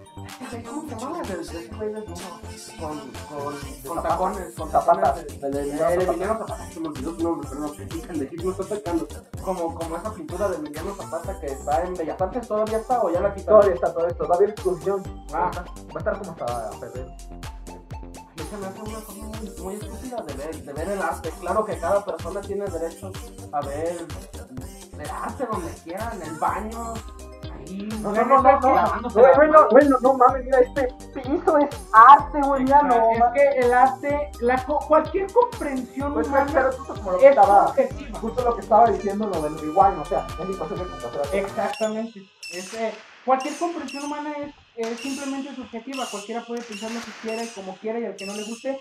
Ay, ¿Cómo se llama? De, de ese güey desnudo, Con, con, con tacones, con Zapata. tacones. de- de- de- de Emiliano Zapata, se me olvidó su nombre, pero no, que el pendejismo está atacando. Como, como esa pintura de Emiliano Zapata que está en Bellas Artes, todavía está o ya la quitaron. Todavía está todo esto, todavía exclusión. Va Ah. a estar como hasta febrero. Y se me hace una forma muy, muy estúpida de ver, de ver el arte. Claro que cada persona tiene derecho a ver el arte donde quiera, en el baño. Ahí, No, güey, no, no, no, no. lavándose Güey, las güey, manos. no, güey, no, no mames, mira, este piso es arte, güey, ya no. es que el arte, la, co- cualquier comprensión Pues, pues, humana pero justo como lo que es estaba, subjetiva. justo lo que estaba diciendo lo del rewind, o sea, es imposible comparar. Exactamente. Es, eh, cualquier comprensión humana es, es simplemente subjetiva. Cualquiera puede pensar lo que quiera y como quiera y al que no le guste.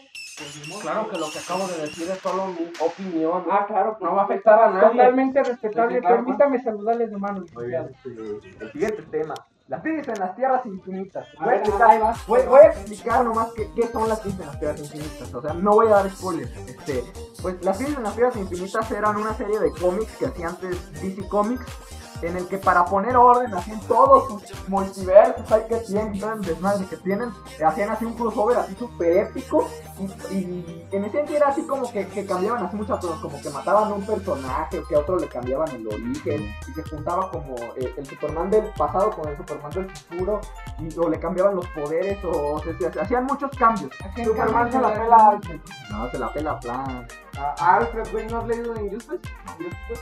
Claro que lo que acabo de decir es solo mi opinión. Ah, claro. pues, No va a afectar a nadie. Totalmente respetable. Sí, claro. Permítame saludarles de mano. Muy bien, este, el siguiente tema. Las vidas en las tierras infinitas. A Voy a ver, explicar, ahí va. voy- voy a explicar nomás qué, qué son las vidas en las tierras infinitas. O sea, no voy a dar spoilers. Este, pues las vidas en las tierras infinitas eran una serie de cómics que hacía antes DC Comics. En el que para poner orden así en todos sus multiversos, hay que tienen, todo el desmadre que tienen, eh, hacían así un crossover así súper épico. Y, y en esencia era así como que, que cambiaban así muchas cosas, como que mataban a un personaje, que a otro le cambiaban el origen, y se juntaba como eh, el Superman del pasado con el Superman del futuro, y, o le cambiaban los poderes, o, se, se- se hacían muchos cambios. Superman se la pela Alfred. No, se la pela Plan. A Alfred, güey, ¿no has leído de Injustice? Injustice.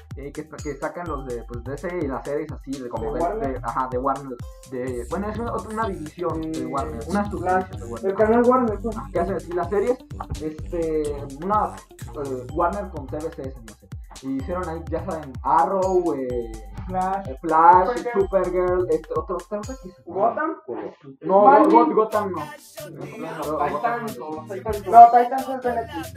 eh, que, que sacan los de pues DC y las series así de como de, de, ajá, de Warner de bueno es una, una división de Warner una subdivisión de Warner El canal Warner. pues. Ah, que hacen así las series este una eh, Warner con CBS no sé y hicieron ahí ya saben Arrow eh, Flash. eh, Flash Supergirl este otro otro otro que- ¿Gotham? no Go- Mandy. Go- Gotham no Titans o Titans. No, Titans es de Netflix.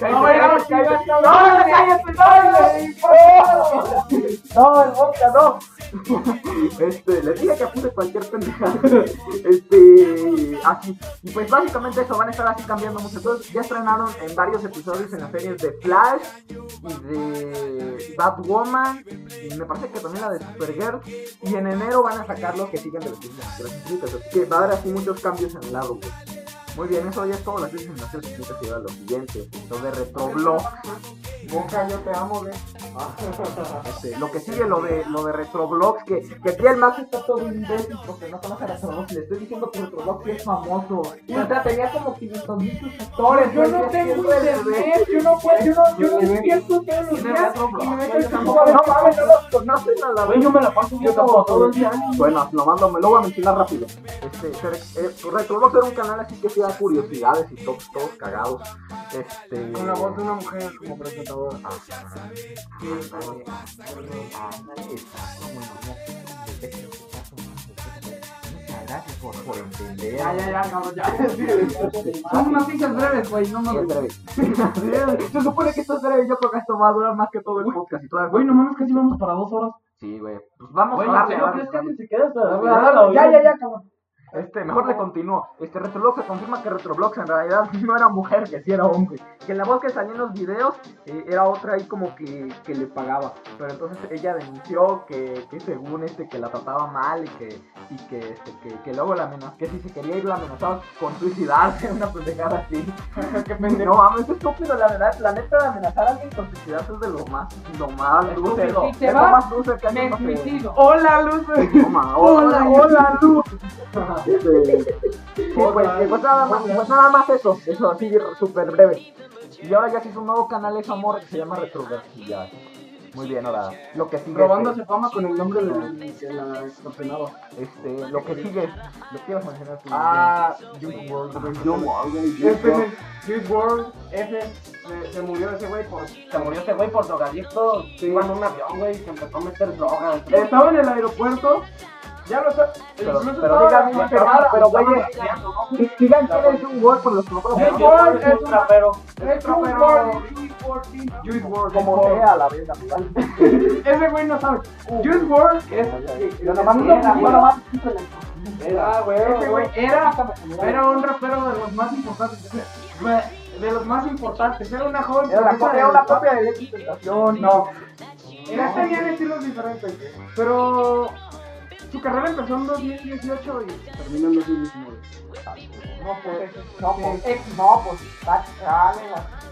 No, era- No, cállate, no, no, No, el Boca, no. Este, les dije que apure cualquier pendejada. Este, así. Y pues básicamente eso, van a estar así cambiando mucho. Entonces, ya estrenaron en varios episodios en las series de Flash y de Batwoman. Y me parece que también la de Supergirl. Y en enero van a sacar los que siguen de los Disney, de las escritas. Así que va a haber así muchos cambios en el lado, güey. Muy bien, eso ya es todo. Las series en las series escritas y ahora lo siguiente. Lo de Retroblog. Boca, yo te amo, güey. Este, lo que sigue, lo de, lo de Retroblox, que, que aquí el Max está todo imbécil porque no conoce a Retroblox. Le estoy diciendo que Retroblox sí es famoso. Y o sea, tenía como 500 mil suscriptores. Yo no güey, tengo siempre el bebé. internet, yo no puedo, yo no, yo despierto todos Tiene los días y me meto Retroblox. el Yo tampoco- de No mames, no los conocen a la vez. me la paso Yo tampoco todo el día. Bueno, nomás lo, lo voy a mencionar rápido. Este, ser- eh, Retroblox era un canal así que hacía curiosidades y todos, todos cagados. Este, Con la voz de una mujer como presentadora. Gracias por, por entender. Ya, ya, ya, cabrón, ya. Son noticias breves, güey, no mames. Se supone que esto es breve, yo creo que esto va a durar más que todo el podcast y toda Güey, no mames, casi vamos para dos horas. Sí, güey. Pues vamos Güey, a darle. pero vamos crees a que darle. alguien se queda hasta la Ya, ya, ya, cabrón. Este, mejor le continúo. Este, Retroblox se confirma que Retroblox en realidad no era mujer, que sí era hombre. Que la voz que salía en los videos eh, era otra ahí como que, que le pagaba. Pero entonces ella denunció que, que según este que la trataba mal y que, y que, este, que, que luego la amenazó, que si se quería ir la amenazaba con suicidarse, una pendejada así. No mames, es estúpido, la verdad, la neta de amenazar a alguien con suicidarse es de lo más, lo más dulce. Estúpido. Es Si te lo vas, más dulce que hay en Me la fe. suicido. Hola, Luz. Toma, hola, hola, Luz. Este, sí, pues, eh, pues nada más, pues nada más eso, eso así súper breve. Y ahora ya que es un nuevo canal es amor que se llama Retrover. Y ya. Muy bien, ahora lo que sigue. Robándose fama con el nombre de, de la campeonada. Este, lo que sigue, lo que ibas a mencionar tú. Ah, Young World. F, Juice World, F, se, se murió ese güey por... Se murió ese güey por drogadicto. Iba en un avión, güey, se empezó a meter droga. Estaba en el aeropuerto, ya lo está... Pero, incluso pero estaba digan, la- pero, pero, güey, eh, digan quién es Young World por los que no conocen. Young World es un rapero. Juice Pero- WRLD, Juice WRLD, Como Juice sea, la verga. WRLD. Ese güey no sabe. Juice WRLD es... Oh. Yo nomás era, no güey. Ah, güey. Ese güey era, era un rapero de los más importantes. De, de los más importantes. Era una joven. Era la promesa de era una los- copia de X Tentación. No. Ya tenían estilos diferentes. Pero su carrera empezó en 2018 y terminó en 2019. No, pues, no, pues, ex, no, pues, está chale,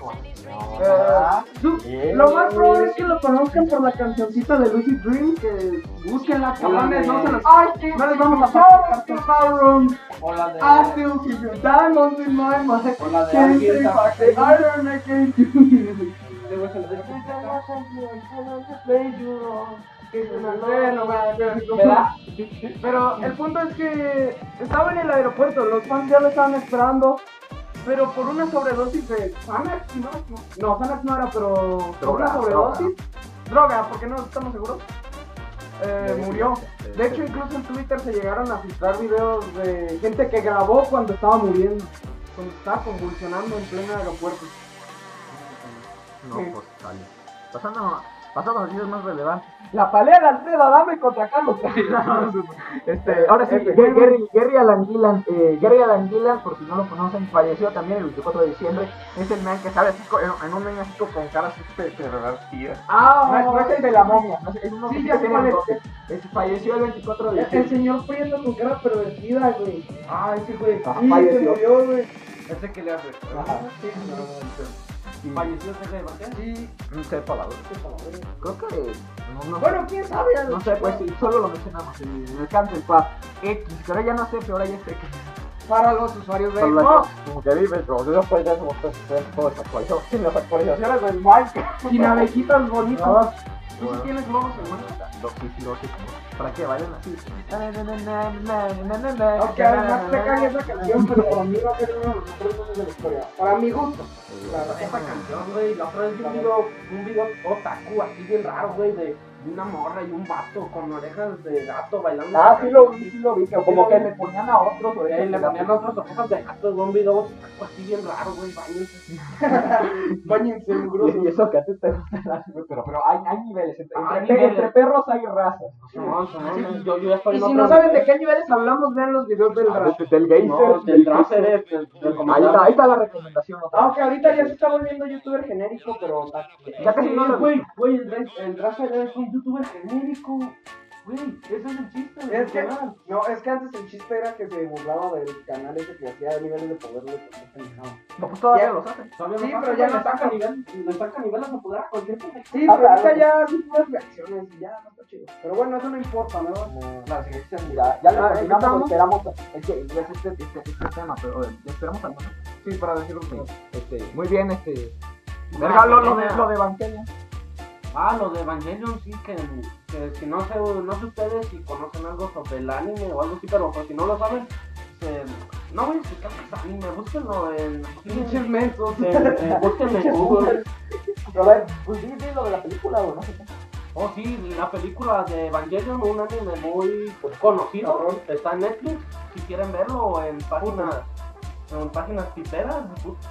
pues, Eh, la- Eh, Lo más probable es que lo conozcan por la cancioncita de Lucid Dream. Que busquen la cabrones, no se los. Ay, sí, No les vamos a no, pasar tomorrow. Hola de. I still keep your diamonds in my mind. Hola de. Can't think alguien está- back the iron I can't do. ¿Verdad? Pero el punto es que estaba en el aeropuerto, los fans ya lo estaban esperando, pero por una sobredosis de Xanax, ¿no? No, Xanax no era, pero por Droga, una sobredosis, droga, porque no estamos seguros, eh, murió. De hecho, incluso en Twitter se llegaron a filtrar videos de gente que grabó cuando estaba muriendo, cuando estaba convulsionando en pleno aeropuerto. No, pues sale. Pasando, pasando a noticias más relevantes. La pelea de Alfredo Adame contra Carlos Este, ahora sí, Ge- Gary, Gary Alan Gillan, eh, Gary Alan Gillan, por si no lo conocen, falleció también el 24 de diciembre. Es el man que sale así, co- en, en un niño así co- con cara así per- pervertida. Ah, No, es- no es el de la momia, no es, es uno Sí, que ya sé tiene cuál es. bigote. Este, falleció el 24 de El, el diciembre. señor Prieto con cara pervertida, güey. Ah, ese güey. Ah, Sí, se falleció. murió, güey. Ese que le hace. Sí, Falleció ese güey, ¿por qué? no sé, palabra. Creo que. No, no, Bueno, quién sabe. a lo- no sé, pues sí, solo lo mencionamos. El, el cáncer, pa. X, que ahora ya no sé, pero ahora ya es X. para los usuarios de Solo Xbox. la- Como que vives, bro. Yo no puedo ya como que se ven todas las actualizaciones, las actualizaciones del Sin abejitas bonitas. Minecraft. ¿Tú sí tienes globos en mano? Lo que sí, lo que sí. Para que bailen así. Aunque además te cae esa canción, pero para mí va a ser uno de los mejores memes de la historia. Para mi gusto. Claro, Esa canción, güey, la otra vez vi un video, un video otaku así bien raro, güey, de de una morra y un vato con orejas de gato bailando. Ah, sí lo vi, sí lo vi. que Como sí que lo le vi. ponían a otros Eh, orejas. le ponían otras orejas de gato, güey, un video otaku así bien raro, güey, bañense. Báñense, mugrosos. Y eso que a ti te gusta el anime, pero, pero hay, hay niveles. Entre, Hay entre- niveles. entre perros hay razas. No, no, no, yo, yo ya estoy Y en si otro- no saben de qué niveles hablamos, vean los videos del Ah, Draft. desde- Del geyser. No, del dráser, del, del, Ahí comandante. está, ahí está la recomendación. otra vez. Aunque ahorita ya se está volviendo youtuber genérico, pero está- Ya casi no lo Güey, güey, el, Dra- el Dráser es un youtuber genérico. Güey, ese es el chiste. güey, Es que- literal. No, es que antes el chiste era que se burlaba del canal ese que hacía niveles de poder de poder pendejado. No, pues todavía Ya. los hacen. Todavía Sí, pero no pasa, ya güey, no le saca nivel, le saca nivel a su poder a cualquier cosa. Sí, pero ahorita ya son puras reacciones y ya, no está chido. Pero bueno, eso no importa, ¿no? Las iglesias, ya, ya Ah, lo terminamos, ¿empezamos? esperamos, es que ya es este, este, este tema, pero eh, esperamos al menos. Sí, para decirlo Este, muy bien, este. Verga, lo, lo de, lo de Evangelion. Ah, lo de Evangelion sí, que, que si no sé, no sé ustedes si conocen algo sobre el anime o algo así, pero pues, si no lo saben, se- no voy a explicar qué es anime, búsquenlo en... Pinches mensos. en- en- búsquenlo en Google. Pero a ver, pues di, di lo de la película, o no sé qué. Oh, sí, la película de Evangelion, un anime muy pues, conocido, está en Netflix, si quieren verlo en páginas, en páginas tiperas,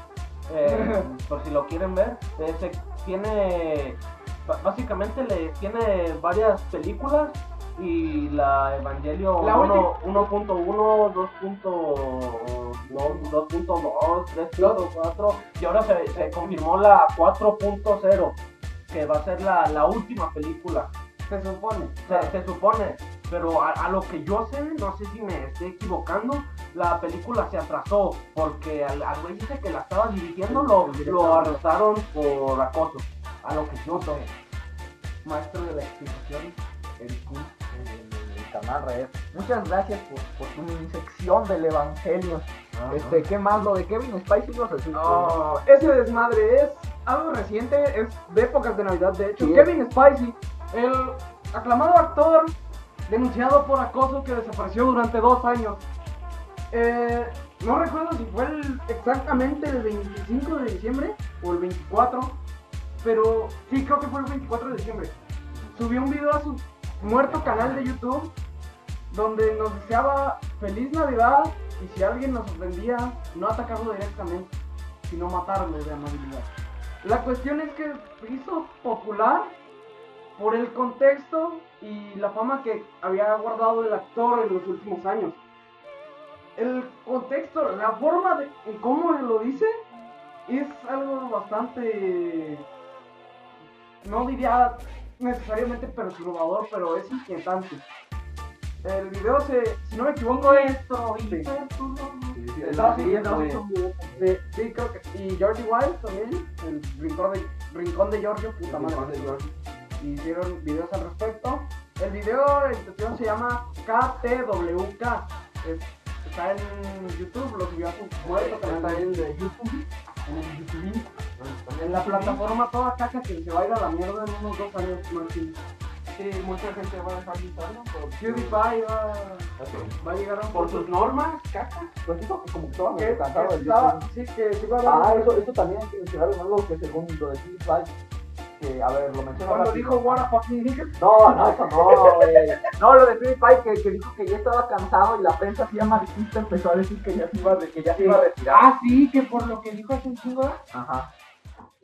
eh, por si lo quieren ver, Eh, se- tiene, ba- básicamente le tiene varias películas y la Evangelio La 1.1, 2.1, 2.2, 3.4 y ahora se, se confirmó la 4.0 que va a ser la, la última película. Se supone. Ah. Se, se supone, pero a, a lo que yo sé, no sé si me estoy equivocando, la película se atrasó porque al al güey dice que la estaba dirigiendo, lo, lo arrestaron por acoso. A lo que yo sé. Maestro de la explicación. El Kun, el, el canal Red. Muchas gracias por, por tu mini sección del Evangelio. este, ¿qué más? Lo de Kevin Spicy, no sé si. Ah, No, ese desmadre es algo reciente, es de épocas de Navidad, de hecho. Sí. Kevin Spacey, el aclamado actor denunciado por acoso que desapareció durante dos años. Eh, no recuerdo si fue el- exactamente el 25 de diciembre o el 24, pero sí creo que fue el 24 de diciembre. Subió un video a su muerto canal de YouTube donde nos deseaba feliz Navidad y si alguien nos ofendía, no atacarlo directamente, sino matarlo de amabilidad. La cuestión es que se hizo popular por el contexto y la fama que había guardado el actor en los últimos años. El contexto, la forma de en cómo lo dice es algo bastante no diría necesariamente perturbador, pero es inquietante. El video se, si no me equivoco, es Sí. Estaba siguiendo Sí, sí, creo que. Y Georgie Wild también, el rincón de, rincón de Giorgio, puta madre. Hicieron videos al respecto. El video en cuestión se llama KTWK. Es- está en YouTube, lo subió a su muerto canal de YouTube. En el YouTube. En la plataforma toda caca que se va a ir a la mierda en unos dos años máximo. Sí, mucha gente va a dejar de usarlo, pero... PewDiePie va, va a llegar a un Por sus normas, caca. Pues eso que como que estaba que medio cansado del estaba, YouTube. sí, que se iba a dar Ah, un- eso, eso también hay que mencionar ¿no? lo que según lo de Kevin Spicy. Que, a ver, lo menciono Cuando rápido. dijo what a fucking nigga. No, no, eso no, güey. No, lo de PewDiePie que, que dijo que ya estaba cansado y la prensa así amarillista empezó a decir que ya se iba, de- que ya se iba a retirar. Ah, sí, que por lo que dijo hace un chingo. Ajá.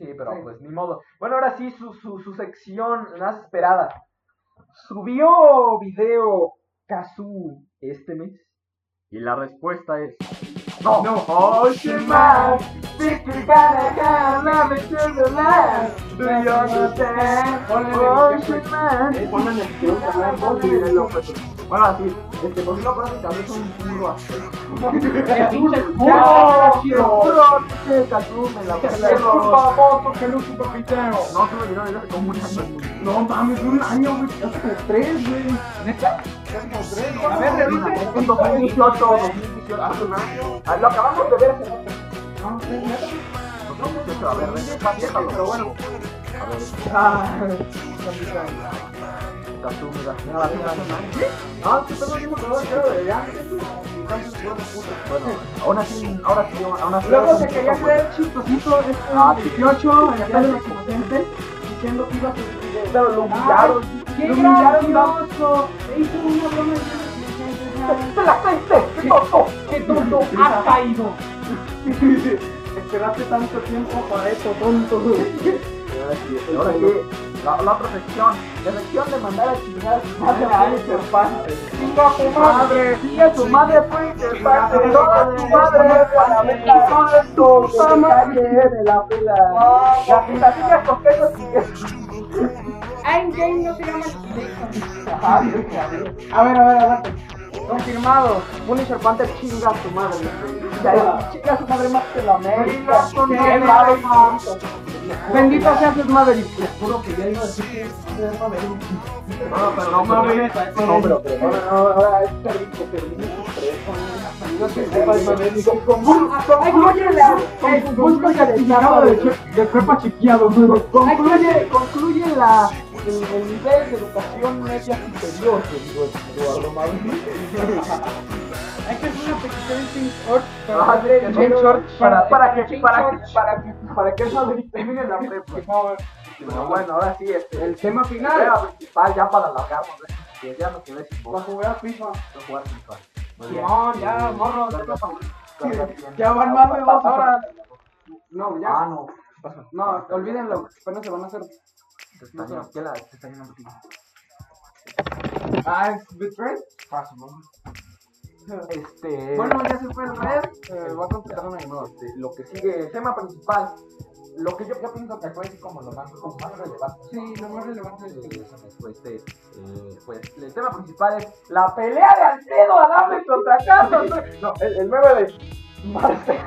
Sí, pero pues ni modo. Bueno, ahora sí, su, su, su sección más esperada. ¿Subió video Kazu este mes? Y la respuesta es... No. No. Oh, shit, man. Think you gotta have love it to the last. Do you understand? Oh, shit, man. Ponen el video que hablan con- Bueno, así, este, ¿por qué no conoces que hables un puro así? ¡Qué pinche ¡No! culo! ¡Puro pinche Kazu, me la pela! que lo supo piteo. No, se me olvidó, ya se como un año. No mames, un año, güey, hasta tres, güey. ¿Neta? A ver, revisen. En 2018, 2018, hace un año. Ah, Lo acabamos de ver hace poco. No, sí, neta. 2018, a ver, revisen. Déjalo, pero bueno. A ver, Ah, está sumida. Nada, nada, nada. Ah, que tengo el mismo color, creo, de ya. Entonces, hijo de puta. Bueno, aún así, ahora sí, aún así. Luego se quería creer chistosito este Ah, sí. 18 en el día de los inocentes diciendo que iba a ser Pero lo humillaron. ¡Qué Lo humillaron, gracioso! Le hizo una broma de ¡Se la caíste! ¡Qué tonto! ¡Qué tonto ha caído! Esperaste tanto tiempo para esto, tonto. Ahora sí, ahora sí. La, la otra sección, la sección de mandar a chingar a su madre a Alice Infante. ¡Chinga tu Madre, chinga su madre, pues, Infante, toda tu madre, para ver ¡Qué tonto! tu madre de la fila. Las pintadillas con queso Endgame no se llama Jason. A ver, a ver, adelante. Confirmado, Punisher Panther chinga a su madre. Chinga a su madre más que la América. Qué malo, Bendito sea Dios Maverick. Juro que ya iba a decir que es una de No, pero no, pero- no, pero- pero- no, no, no, no, es terrible, terrible, terrible. Conclúyela. Busca el destinado de de cuerpo chiqueado, güey. Concluye, concluye la, el, el nivel de educación media superior que digo Eduardo Hay que hacer una petición sin short. Ah, James George para, para que James para que George. para que para que esa vez termine la prepa. Pero bueno, ahora sí este el tema final era principal ya para alargarnos ¿eh? que ya no quedé sin Para voz jugar a FIFA. para jugar sin paz. Muy bien. No, ya, morro. Carga- carga bien. Ya van más de dos horas. No, ya. Ah, no. No, olvídenlo, apenas se van a hacer. Te está yendo- ¿Qué la te está yendo un poquito? Ah, es Betrayed. Paso, ¿no? Este. Bueno, ya se fue el red. Eh, va a contestar una no, este, lo que sigue, el tema principal. Lo que yo, yo pienso que fue así como lo más, como más relevante. Sí, lo más relevante es eh, fue este, eh, pues, el tema principal es la pelea de Alfredo Adame contra Carlos. No, el, el meme de Marcelo.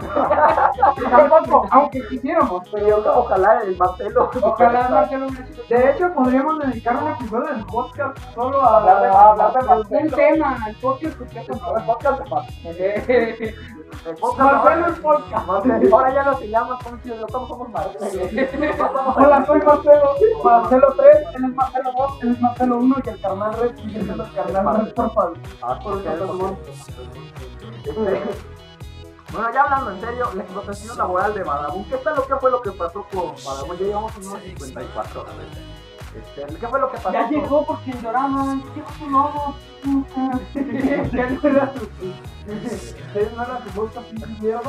Tampoco. Aunque quisiéramos. Pero oca- ojalá el Marcelo. Ojalá Marcelo hubiera sido- De hecho, podríamos dedicar un episodio del podcast solo a Hablar de- hablar de Un Marcelo. tema, el podcast completo. El podcast de Marcelo. El podcast de Marcelo es podcast. Marcelo. Ahora ya no se llama Poncio, nosotros somos Marcelo. Hola, soy Marcelo. Marcelo 3, él es Marcelo 2, él es Marcelo 1 y el carnal Red sigue siendo el carnal Red, por favor. Ah, por favor. Este, Bueno, ya hablando en serio, la explotación laboral de Badabun, ¿qué fue lo que fue lo que pasó con Badabun? Ya llevamos unos 54 horas. Este, ¿Qué fue lo que pasó? Ya con- llegó porque lloraban. ¿Qué pasó, lobo? Ya no era su- Ustedes no eran su bolsa, pinche mierda.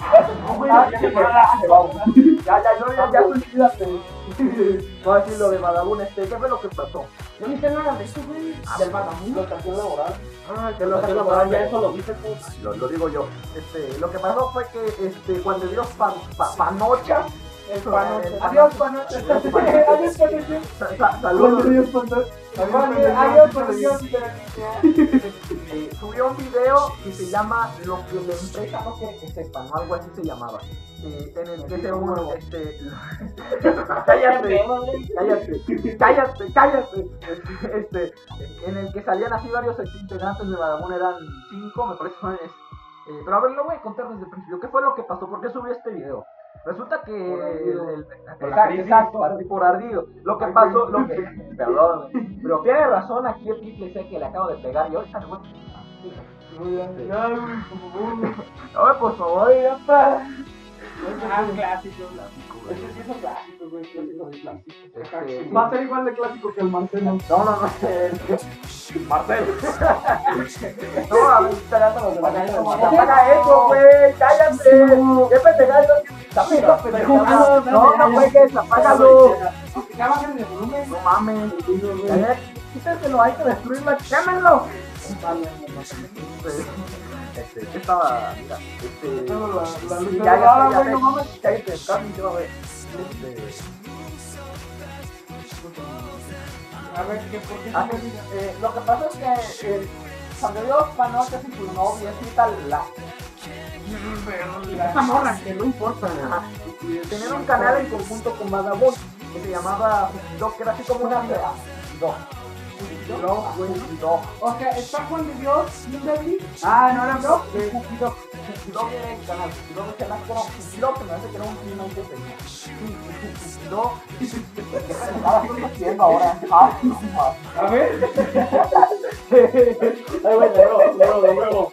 Ah, ya, ya, ya, no, ya, ya, olvídate. No, así lo de Badabun, este, ¿qué fue lo que pasó? Ah, Yo ni sé nada de eso, güey. Del Badabun. Explotación laboral. Ah, que lo Explotación laboral, ya eso lo viste tú. lo, lo digo yo. Este, lo que pasó fue que este, cuando Dios pan, pa- panocha, eso, eh, Adiós, panocha. Adiós, panocha. Adiós, panocha. sa- sa- saludos. pues, eh, Adiós, panocha. Eh, subió un video que se llama Lo que la empresa no quiere que sepan, o algo así se llamaba. Eh, en el que se uno, este. cállate, cállate, cállate, cállate. Este, en el que salían así varios integrantes de Badabun, eran cinco, me parece. es- eh, pero a ver, lo voy a contar desde el principio. ¿Qué fue lo que pasó? ¿Por qué subí este video? Resulta que. ardido. el- el- Por la exacto, crisis. exacto, ardi- por ardido. Lo que pasó, lo que. Perdón, güey. pero tiene razón aquí el triple C que le acabo de pegar y ahorita le voy a Ay, por favor, ya está. Ah, clásico. Este, Va a ser igual de clásico que el Marcelo. No, no, no. este, Marcelo. No, a ver, esperando los demás. Apaga eso, güey. Cállate. Qué pendejada es eso. También está pendejada. No, no juegues, apágalo. Ya bajen de volumen. No mames. A ver, Quítaselo, hay que destruirlo. Quémenlo. Este, Este, ¿qué estaba? Mira, este. Sí, ya, ya, ya, ya, ya, cállate, cállate, yo, güey. Este, A ver, ¿qué por qué? Ah, eh, lo que pasa es que eh, cuando yo panochas y tu novia es tal la Esta morra, que no importa. tenían un canal en conjunto con Vagabond que se llamaba Doc, que era así como una fea. Doc. Dog, güey. Dog. O sea, está Juan de Dios, Linda Lee, Ah, no era Dog. Cookie Dog. Cookie Dog era el canal. Cookie Dog se llamaba como Cookie Dog, pero me parece que era un primo que tenía. Cookie Dog. Ah, ¿qué estoy haciendo ahora? Ah, no, ah. A ver, Ay, bueno, de nuevo, de nuevo, de nuevo.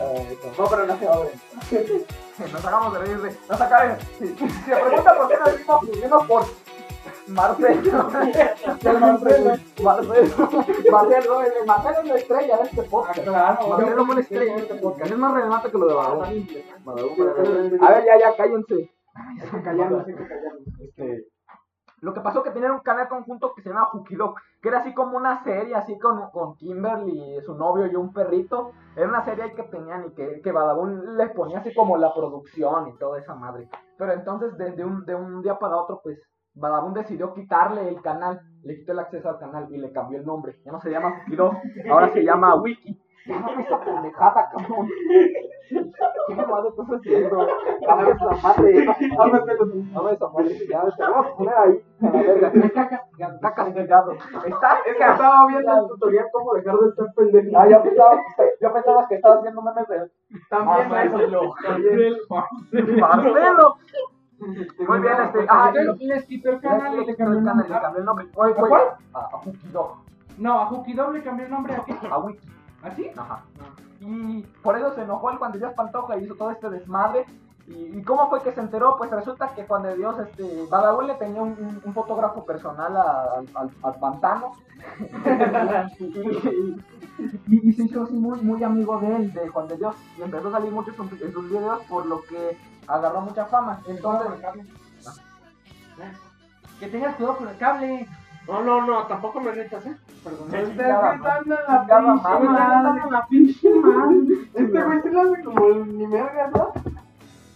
Eh, No, pero no se va a ver. Nos acabamos de reír de. Nos acaben. Si, si se pregunta por qué nos vimos pudiendo por. Marcelo. El Marcelo. Marcelo. Marcelo, el Marcelo es la estrella de este podcast. Marcelo es una estrella en este podcast. Es más relevante que lo de Badabun. A ver, ya, ya, cállense. Callando, este, Lo que pasó que tenían un canal conjunto que se llamaba Jukidok, que era así como una serie, así con, con Kimberly, su novio y un perrito. Era una serie ahí que tenían y que, que Badabun les ponía así como la producción y toda esa madre. Pero entonces, de, de un, de un día para otro, pues Badabun decidió quitarle el canal, le quitó el acceso al canal y le cambió el nombre. Ya no se llama Jukidok, ahora se llama Wiki. Ya no esa pendejada, cabrón. ¿Qué mamada estás haciendo? Dame esa madre. Dame Dame esa madre. Ya, te vamos a poner ahí. a la verga. Está castigado. Está, es que estaba viendo el tutorial cómo dejar de estar pendejo. Ah, yo pensaba, yo pensaba que estabas viendo memes de también Ah, Marcelo. Marcelo. Muy bien, este. Ah, y entonces les quitó el canal y le quitó cambió el canal, el nombre. le cambió el nombre. Oye, ¿A oye, cuál? A, a Jukidog, No, a Hooky Dog le cambió el nombre a ¿Ah, qué? a Wiki. ¿Así? Ajá. Y por eso se enojó el Juan de Dios Pantoja y hizo todo este desmadre. ¿Y, y cómo fue que se enteró? Pues resulta que Juan de Dios, este, Badaúl le tenía un, un- un fotógrafo personal a- al, al- al pantano. y, y- y- y se hizo así muy, muy amigo de él, de Juan de Dios. Y empezó a salir mucho en sus- en sus videos, por lo que agarró mucha fama. Entonces, Que tengas cuidado con el cable. No, no, no, tampoco me gritas, ¿eh? Este Estás chingada, gritando en la Chingada pinche madre. madre. en la pinche madre. Este güey se lo hace como el ni verga, ¿no?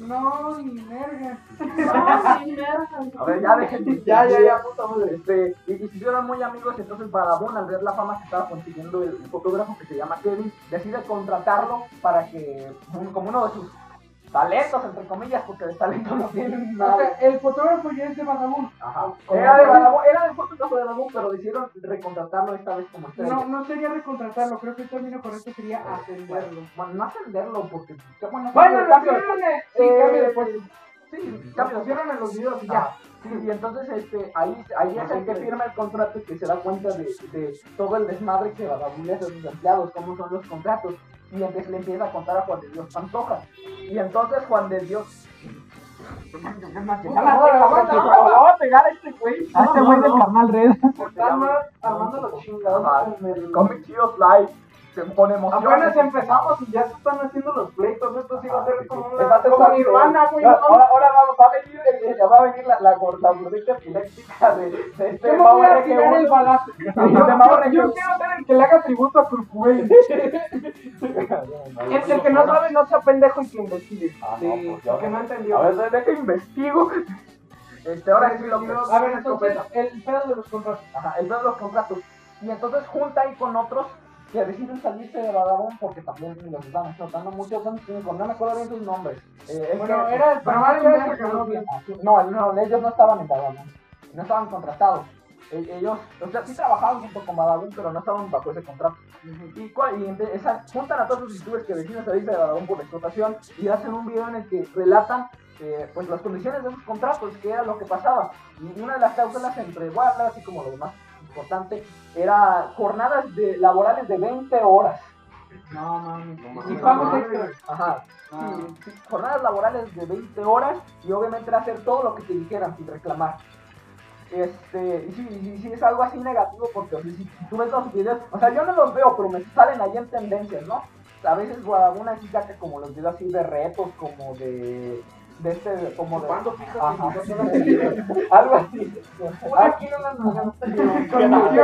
No, ni merga. No, ni merga. a ver, ya dejen. Ya, ya, ya, puta madre. Este, y, y se hicieron muy amigos, entonces Badabun, al ver la fama que estaba consiguiendo el, el fotógrafo que se llama Kevin, decide contratarlo para que, un- como uno de sus talentos, entre comillas, porque de talento no tienen O sea, nada. el fotógrafo ya es de Badabun. Ajá. Era de Badabun, era del fotógrafo de Badabun, pero decidieron recontratarlo esta vez como estrella. No, no sería recontratarlo, creo que el término correcto sería ascenderlo. Bueno, no ascenderlo, porque... Bueno, Bueno, lo cambio- hicieron en- Sí, cambio eh, de puesto. Sí, cambio, Ah, pusieron en los videos y ya. Ah. ya. Sí, y entonces este, ahí, ahí es el que firma el contrato y que se da cuenta de, de todo el desmadre que Badabun le hace a sus empleados, cómo son los contratos. Y entonces le empieza a contar a Juan de Dios Pantoja. Y entonces Juan de Dios. Vamos a pegar a este güey. Ah, A este güey del carnal red. Están armando los Ajá. chingados con el... Comic Heroes Live. Con, con emoción. Apenas empezamos y ya se están haciendo los pleitos. Esto sí Ah, va a ser como una. Como Nirvana, güey. Ahora, ¿no? ahora va, va a venir, el- el- va a venir la, la, gor- la gordita epiléptica de, de este Yo me voy a Power que tirar el balazo. Yo quiero ser el que le haga tributo a Kurt Cobain. Ah, El, el que no sabe, no sea pendejo y que investigue. no, pues ya. Que no A entendió. ver, deja que investigo. Este, ahora sí lo que. A ver, entonces, el pedo de los contratos. Ajá, él ve los contratos. Y entonces junta ahí con otros que deciden salirse de Badabun porque también los están explotando mucho. Son cinco, no me acuerdo bien sus nombres. Eh, es Bueno, que- era el primero pero más y bien el segundo. No, no, ellos no estaban en Badabun. No estaban contratados. E- Ellos, o sea, sí trabajaban junto con Badabun, pero no estaban bajo ese contrato. Y, cua- y empe- esa- juntan a todos los youtubers que deciden salirse de Badabun por la explotación y hacen un video en el que relatan eh, pues las condiciones de sus contratos, que era lo que pasaba. Y una de las cláusulas entre guardas, así como lo más importante, era jornadas de, laborales de 20 horas. No, mames. Y Y pagos pagos extras. Ajá. Sí, sí, jornadas laborales de 20 horas y obviamente era hacer todo lo que te dijeran sin reclamar. Este, y sí, sí, sí, es algo así negativo porque o sea, si, si tú ves los videos, o sea, yo no los veo, pero me salen ahí en tendencias, ¿no? A veces Guadalajara sí saca como los videos así de retos, como de. de este, como de. ¿Cuándo fijas Ajá. el video? algo así. Ah,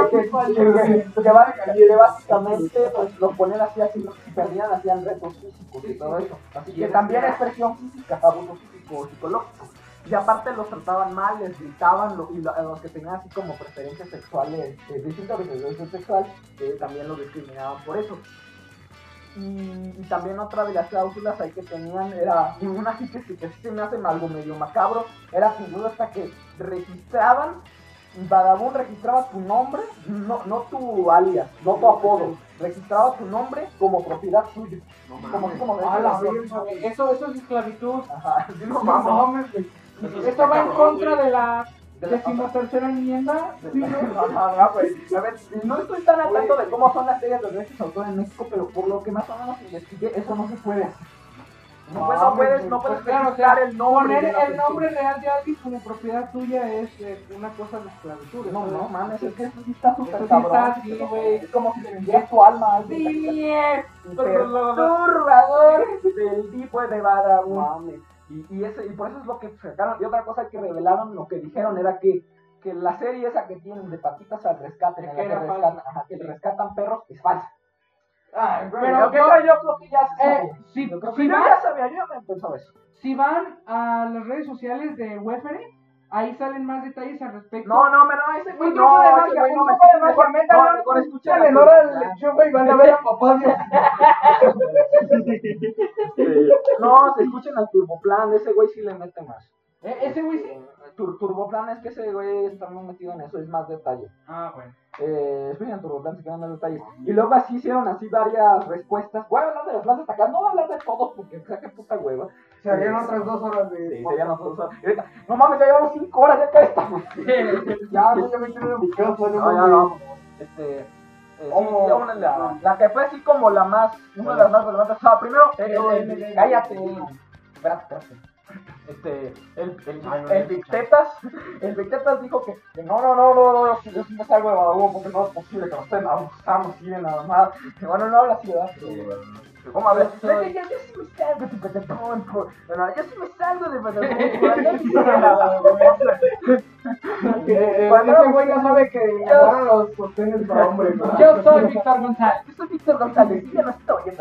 que, va- que básicamente pues, los ponían así, así los que perdían hacían retos físicos y todo eso. Así que también es presión física, abuso físico, psicológico. Y aparte los trataban mal, les gritaban, lo- y lo- a los que tenían así como preferencias sexuales, eh, distintas preferencias sexual, eh, también los discriminaban por eso. Y, y también otra de las cláusulas ahí que tenían era, ninguna así que, sí- que sí se me hace algo medio macabro, era figuras hasta que registraban Badabun registraba tu nombre, no, no tu alias, no tu apodo. Registraba tu nombre como propiedad suya. No Como así mames. como de A la verga, güey. Eso, eso es esclavitud. Ajá, sí, no No mames. mames, güey. Eso sí Esto está va en cabrón, contra güey. de la De la- decimotercera enmienda. sí, ¿no? Ajá, güey. A ver, no estoy tan al tanto de cómo son las series de derechos de autor en México, pero por lo que más o menos investigué, eso no se puede hacer. No, pues, no Mames, puedes, güey. no puedes Pues claro, o sea, registrar el nombre. Poner de la el nombre real de alguien como propiedad tuya es eh, una cosa de esclavitud. persona. No, ¿sabes? no mames, es que eso sí está súper Eso sí cabrón. está así, güey. Es como si le vendieras tu alma a alguien. perturbador del tipo de Badabun. Y, y, ese- y por eso es lo que sacaron. Y otra cosa que revelaron, lo que dijeron era que, que la serie esa que tienen de patitas al rescate, en la Que que, era falsa. rescatan, ajá, que rescatan perros, es falsa. Pero Pero que no- eso Ah, yo creo que ya se Eh, sabía. si, Yo creo que si yo vas ya sabía, yo ya me pensaba eso. Si van a las redes sociales de Wefere, ahí salen más detalles al respecto. No, no, pero no, ese güey Un no, poco de ese magia, güey un no me- poco de magia, mejor- métalo, no, mejor escucha échale, la no la película. y van a ver a papá Dios. Este, No, se escuchen al Turboplan, ese güey sí le mete más. Eh, ese güey sí. Tur- Turboplan es que ese güey está muy metido en eso, es más detalle. Ah, bueno. Eh, escuchen Turboplan, se quedan más detalles. Y luego así hicieron así varias respuestas. Voy a hablar de las más destacadas, no voy a hablar de todos porque saca puta hueva. Serían otras dos horas de. Sí, ya no, no mames, ya llevamos 5 horas, ya cae esta. Ya, güey, ya me quiero ir a mi casa, no No, ya mames. no. Este. eh, sí, ¿Cómo? ya una de la, la que fue así como la más, una de las más relevantes. O sea, primero, el- el- cállate. Espérate, espérate. Este, el, el, el Big Tetas, el Big Tetas dijo que, que no, no, no, no, no, yo sí, yo sí me salgo de Badabun porque no es posible que nos estén abusando así de nada más. Que bueno, no habla así, ¿verdad? Pero, ¿Cómo a ver? Yo, yo, yo sí me salgo de Badabun, por- no, yo sí me salgo de Badabun, por- yo sí me salgo de Badabun. Eh, eh, Cuando ese no, güey ya sabe que agarra los sostenes para hombre. Yo soy Víctor González. Yo soy Víctor González, y yo no estoy en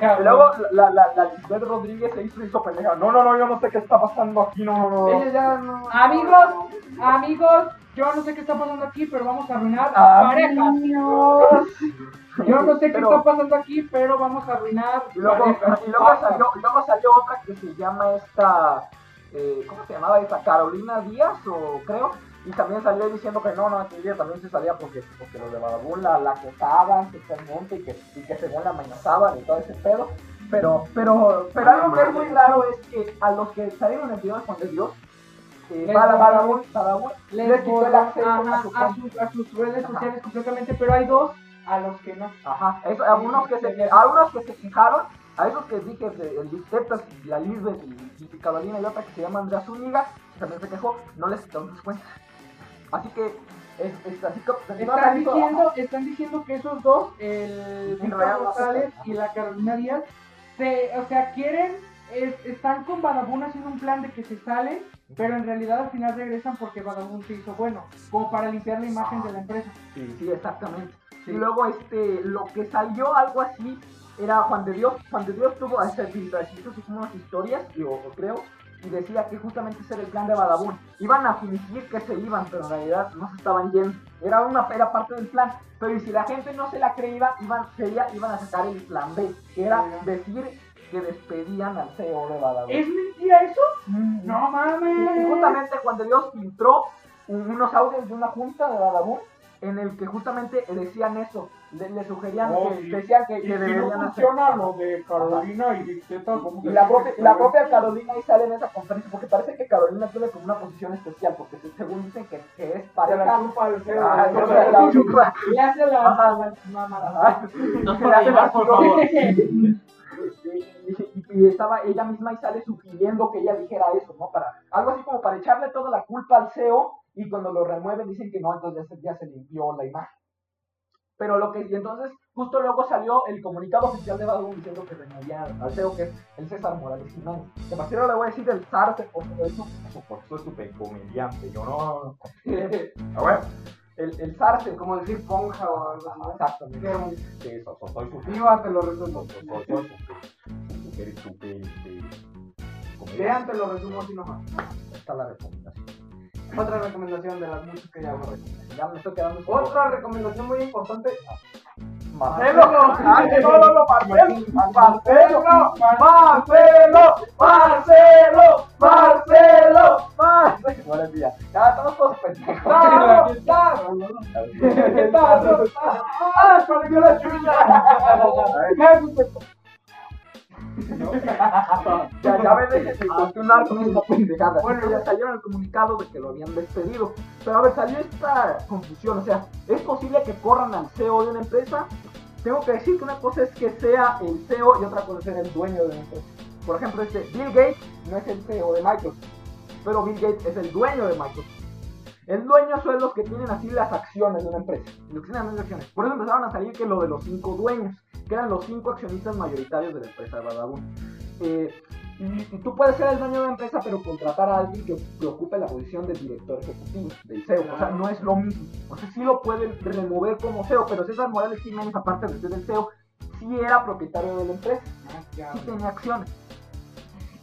Badabun. Luego la, la, la Lisbeth Rodríguez se hizo, hizo pendeja. No, no, no, yo no sé qué está pasando aquí, no, no, no. Ella ya no. Amigos, amigos, yo no sé qué está pasando aquí, pero vamos a arruinar Ah, parejas. Yo no sé qué Pero- está pasando aquí, pero vamos a arruinar Y luego, parejas. y luego, salió, y luego salió otra que se llama esta. eh, ¿Cómo se llamaba esta? Carolina Díaz, o creo. Y también salió diciendo que no, no, que ella también se salía porque, porque los de Badabun la, la acosaban sexualmente y que, y que según la amenazaban y todo ese pedo. Pero, pero, pero algo que es muy raro es que a los que salieron en videos con Dios, eh, Les- Bada- Badabun, Badabun, les quitó el acceso a Ajá, su a, sus- a sus redes sociales completamente, pero hay dos a los que no. Ajá, eso, algunos que se, algunos que se fijaron, a esos que dije, de- el Bistetas, la Lisbeth y, y Carolina y otra que se llama Andrea Zúñiga, que también se quejó, no les quitaron sus cuentas. Así que, es, es así que, así no Están analizo- diciendo, están diciendo que esos dos, el Víctor realidad, González ajá. y la Carolina Díaz, se, o sea, quieren, es- están con Badabun haciendo un plan de que se salen, pero en realidad al final regresan porque Badabun se hizo bueno, como para limpiar la imagen de la empresa. Sí, sí, exactamente. Y luego, este, lo que salió algo así era Juan de Dios. Juan de Dios tuvo hace hizo sus unas historias, yo creo, y decía que justamente ese era el plan de Badabun. Iban a fingir que se iban, pero en realidad no se estaban yendo. Era una era parte del plan. Pero y si la gente no se la creía, iban, sería, iban a sacar el plan B, que era decir que despedían al CEO de Badabun. ¿Es mentira eso? No mames. Y justamente cuando Dios filtró un- unos audios de una junta de Badabun en el que justamente decían eso, le, le sugerían Oh, que sí. decían que, Y que si no deberían hacer. funciona lo de Carolina y Victeta, ¿cómo Y que- la propia, y la propia Carolina ahí sale en esa conferencia, porque parece que Carolina tiene como una posición especial, porque se- según dicen que, que es Se la pareja. chupa el cero. Ah, no, se la chupa. Le hace la Ajá. mamada. Ajá. No para llevar, por favor. Y- y estaba ella misma y sale sugiriendo que ella dijera eso, ¿no? Para, algo así como para echarle toda la culpa al CEO y cuando lo remueven dicen que no, entonces ya se, ya se limpió la imagen. Pero lo que, y entonces justo luego salió el comunicado oficial de Badum diciendo que removían al CEO, que es el César Morales Jiménez. Que por cierto le voy a decir el zar se todo eso. Por eso es súper comediante, yo no. A ver. El, el zarce, como decir ponja o algo así. Exactamente. Sí, eso, so- soy súper. Viva, te lo resumo. so- so- Soy súper. Súper, súper. este, comediante. Vean, te lo resumo así nomás. Está la recomendación. Otra recomendación de las muchas que ya hago. Ya me estoy quedando sin voz. Otra recomendación muy importante. Marcelo, Marcelo, Marcelo, Marcelo, Marcelo, Marcelo, Marcelo, Marcelo, Marcelo. Ahora sí ya. Ya, estamos todos pendejos. ¡Tarro! ¡Tarro! ¡Tarro! ¡Ah! ¡Perdió la chulla! ya, ya ven, déjenme continuar con esta pendejada. Bueno, ya salieron el comunicado de que lo habían despedido. Pero a ver, salió esta confusión. O sea, ¿es posible que corran al CEO de una empresa? Tengo que decir que una cosa es que sea el CEO y otra cosa es ser el dueño de la empresa. Por ejemplo, este Bill Gates no es el CEO de Microsoft, pero Bill Gates es el dueño de Microsoft. El dueño son los que tienen así las acciones de una empresa. Los que tienen las acciones. Por eso empezaron a salir que lo de los cinco dueños, que eran los cinco accionistas mayoritarios de la empresa de Badabun. Eh, y, y, tú puedes ser el dueño de una empresa, pero contratar a alguien que, que ocupe la posición de director ejecutivo, del CEO. O sea, no es lo mismo. O sea, sí lo pueden remover como CEO, pero César Morales Jiménez, aparte de ser el CEO, E sí era propietario de la empresa. Sí tenía acciones.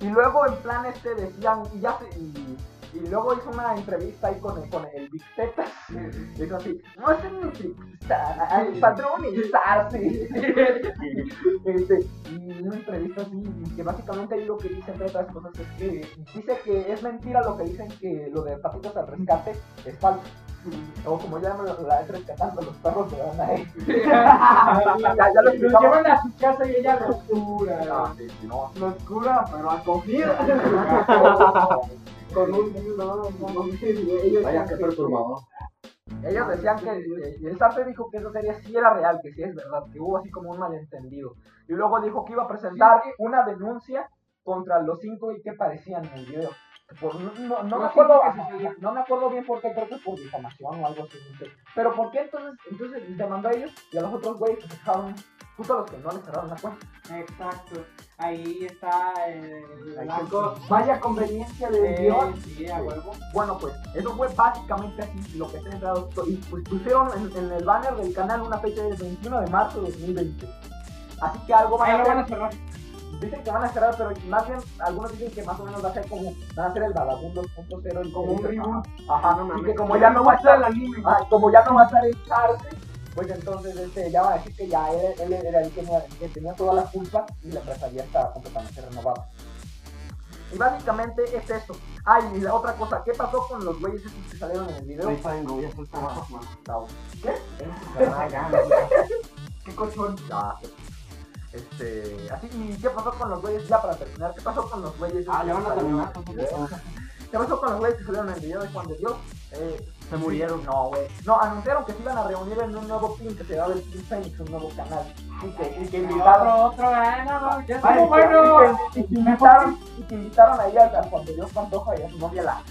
Y luego en plan este decían, y ya se... Y, y luego hizo una entrevista ahí con el, con el Big Tetas. Y dijo así, no es mi tripista, patronizarse. este, y una entrevista así, que básicamente ahí lo que dice entre otras cosas es que dice que es mentira lo que dicen que lo de patitas al rescate es falso. O como ya la es rescatando los perros que van ahí. ya, ya lo Los llevan a su casa y ella los cura. No, sí, no. Los cura, pero acogida. Con un no, no, ellos Vaya, qué perturbador. Ellos decían que y el SAPE dijo que esa serie sí era real, que sí es verdad, que hubo así como un malentendido. Y luego dijo que iba a presentar una denuncia contra los cinco y que parecían en el video. Por, no, no, no me acuerdo, no me acuerdo bien por qué, creo que por difamación o algo así. Pero ¿por qué entonces, entonces demandó a ellos y a los otros güeyes que dejaron justo a los que no les cerraron la cuenta? Exacto ahí está eh, el ahí Vaya conveniencia de eh, Dios. Sí, a huevo. Bueno, pues eso fue básicamente así lo que se entrado. Y pues, pusieron en, en, el banner del canal una fecha del 21 de marzo de 2020. Así que algo van, ahí a, lo van a cerrar. Dicen que van a cerrar, pero más bien algunos dicen que más o menos va a ser como va a ser el Vagabundo 2.0 como un reboot. Ajá, no, no, y que como ya no va a estar el anime, ah, como ya no va a estar el Charse, pues entonces este, ya van a decir que ya él, él, él era el que, que tenía, toda la culpa y la empresa ya estaba completamente renovada. Y básicamente es eso. Ay, ah, y la otra cosa, ¿qué pasó con los güeyes esos que salieron en el video? Ahí tengo, ya estoy trabajando. ¿Qué? ¿Qué cochón? Ah, este, así, ¿y qué pasó con los güeyes? Ya para terminar, ¿qué pasó con los güeyes? Ah, ya van a terminar. ¿Qué pasó con los güeyes que salieron en el video de Juan de Dios? Eh, se murieron. No, güey. No, anunciaron que se iban a reunir en un nuevo pin que se llama el Pin Phoenix, un nuevo canal. Y que, y que invitaron. Otro, otro, eh, no, no, ya estuvo bueno. Y que, invitaron, y que invitaron ahí a, cuando Dios Pantoja y a su novia la.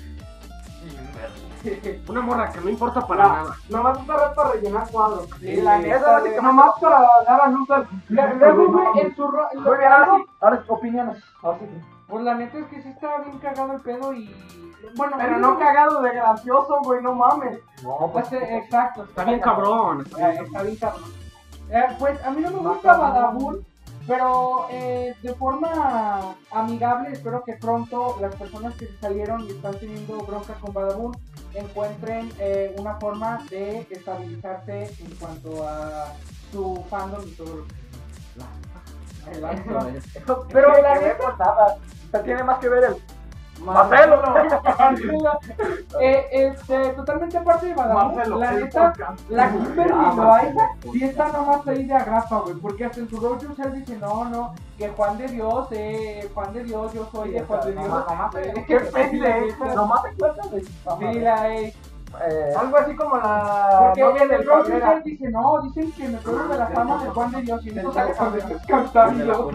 Una morra que no importa para nada. Nomás para, para rellenar cuadros. Sí, la neta, que nomás para dar a luz al. Luego, güey, en su. Muy bien, ahora sí. Ahora opiniones. Ahora sí. Pues la neta es que sí estaba bien cagado el pedo y. Bueno, pero no cagado de gracioso, güey, no mames. No, pues, pues eh, exacto. Está, bien cabrón. Está bien, cabrón. Está bien cabrón. Eh, pues a mí no me gusta Badabun, pero eh, de forma amigable espero que pronto las personas que se salieron y están teniendo bronca con Badabun encuentren eh, una forma de estabilizarse en cuanto a su fandom y todo lo que... Pero la neta... pues, Tiene más que ver el Marcelo. Marcelo. eh, este, totalmente aparte de Badabun, Marcelo, la neta, la Kimberly Loaiza sí está nomás ahí de agrapa, güey, porque hasta en su road show dice, no, no, que Juan de Dios, eh, Juan de Dios, yo soy de Juan de Dios. Qué pendejo, nomás te cuentas de Sí, la, eh. Eh, algo así como la porque novia en el Rock dice no dicen que me acuerdo de la fama de Juan de Dios y no sale Juan de Dios cantando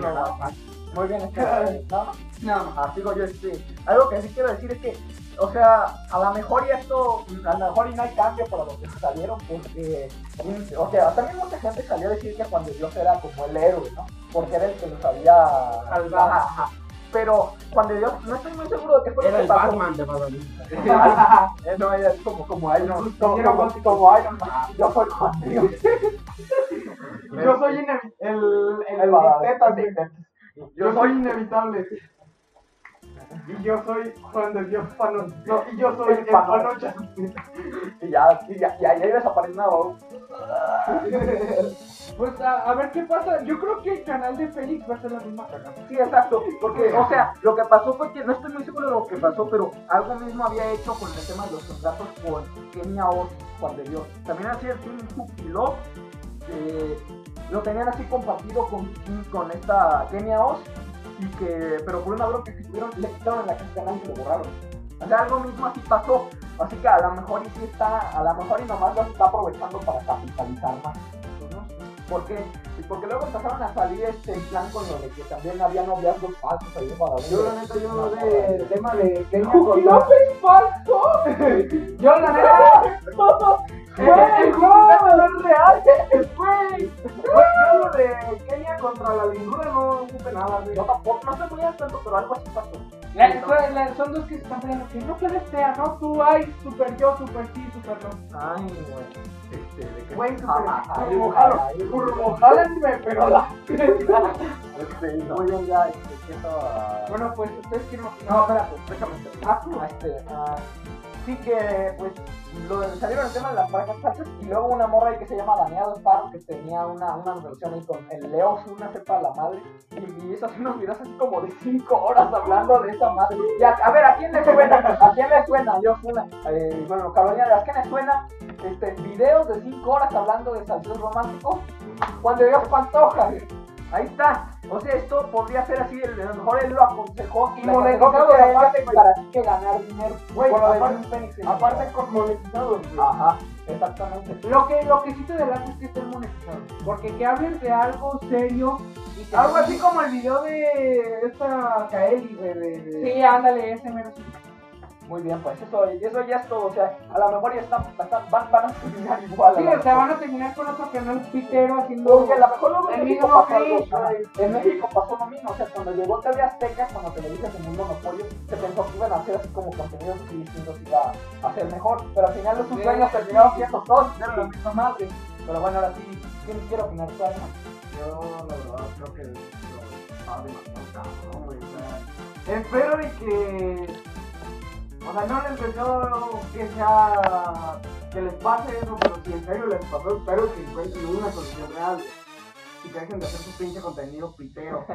muy bien, es que, ¿no? No. Así yo, sí. Algo que sí quiero decir es que, o sea, a lo mejor y esto, a lo mejor y no hay cambio para los que salieron, porque, o sea, también mucha gente salió a decir que cuando Dios era como el héroe, ¿no? Porque era el que los había salvado. Pero cuando Dios, no estoy muy seguro de qué fue era que Ah, el pasó. Batman de Badalista. no, era como, como Iron, como, como, como Iron Man. Ah. Yo soy Juan Dios. Yo soy el, el, el, el, yo soy inevitable. Y yo soy Juan de Dios Panocha. No, y yo soy El el Panocha. Panocha. Y ya, y ya, y ahí desaparece Nabo. Pues a, a ver qué pasa. Yo creo que el canal de Félix va a ser la misma cagada. Sí, exacto. Porque, o sea, lo que pasó fue que, no estoy muy seguro de lo que pasó, pero algo mismo había hecho con el tema de los contratos con Kenia Oz, Juan de Dios. También hacía el Team Cookie Love, eh, lo tenían así compartido con, con esta Kenia Oz, y que, pero por una bronca que tuvieron, le quitaron la casa canal y lo borraron. O sea, algo mismo así pasó. Así que a lo mejor y sí está, a lo mejor y nomás lo está aprovechando para capitalizar más. ¿no? Porque y porque luego empezaron a salir este en plan con lo de que también había noviazgos falsos ahí en Guadalupe. Yo, la neta, yo no sé el tema de que ¡Cookie López falso! Yo, la neta, ¡El Cookie no es real! güey, yo lo de Kenia contra la lindura no supe nada, güey. Yo tampoco, no sé muy bien tanto, pero algo así pasó. La- son- la- son dos que se están peleando. Que no puedes fea, ¿no? Tú, ay, super yo, super sí, super no. Ay, güey. Este, de que. Güey, súper- ay, turbo ay, jalo, turbo jálenme, pero la... Este, muy bien, ya, este, que estaba. Bueno, pues ustedes quieren opinar. No, espérate, déjame terminar. Ah, este, ah, sí que, pues, lo, salieron el tema de las parejas falsas y luego una morra ahí que se llama Daniela Sparrow que tenía una, una relación ahí con el Leo, una cepa de la madre, y, y hizo así unos videos así como de 5 horas hablando de esa madre. Y a, a ver, ¿a quién le suena? ¿A quién le suena? Yo suena. Eh, bueno, Carolina, ¿a quién le suena? Este, videos de 5 horas hablando de salseros románticos. Cuando Dios Pantoja. Ahí está. O sea, esto podría ser así, el- a lo mejor él lo aconsejó y Y monetizado era aparte, él güey. para sí que ganar dinero. Güey, Por lo del aparte- Fénix, sí. Aparte con monetizados, güey. Ajá, exactamente. Lo que, lo que sí te delato es que estén monetizados. Porque que hables de algo serio y que. Algo así como el video de esta Kaeli, güey, de... de- Sí, ándale, ese menos. Muy bien, pues eso, eso ya es todo. O sea, a lo mejor ya están, están- van, van a terminar igual. a Sí, lo o sea, mejor. van a terminar con otro canal pitero haciendo. Porque a lo mejor luego en El México mismo pasó algo, Chris, ajá, En México pasó lo mismo. O sea, cuando llegó TV Azteca, cuando Televisa tenía un monopolio, se pensó que iban a hacer así como contenidos y distintos iba a hacer mejor. Pero al final los sus Sí, dueños sí, terminaron sí. siendo todos de la misma madre. Pero bueno, ahora sí, ¿quién quiere opinar tú, Alma? Yo, la verdad, creo que lo estaba demasiado cabrón, güey. O sea, espero de que. O sea, no les deseo que sea. que les pase eso, pero si en serio les pasó, espero que encuentren una solución real. güey. Y que dejen de hacer su pinche contenido pitero.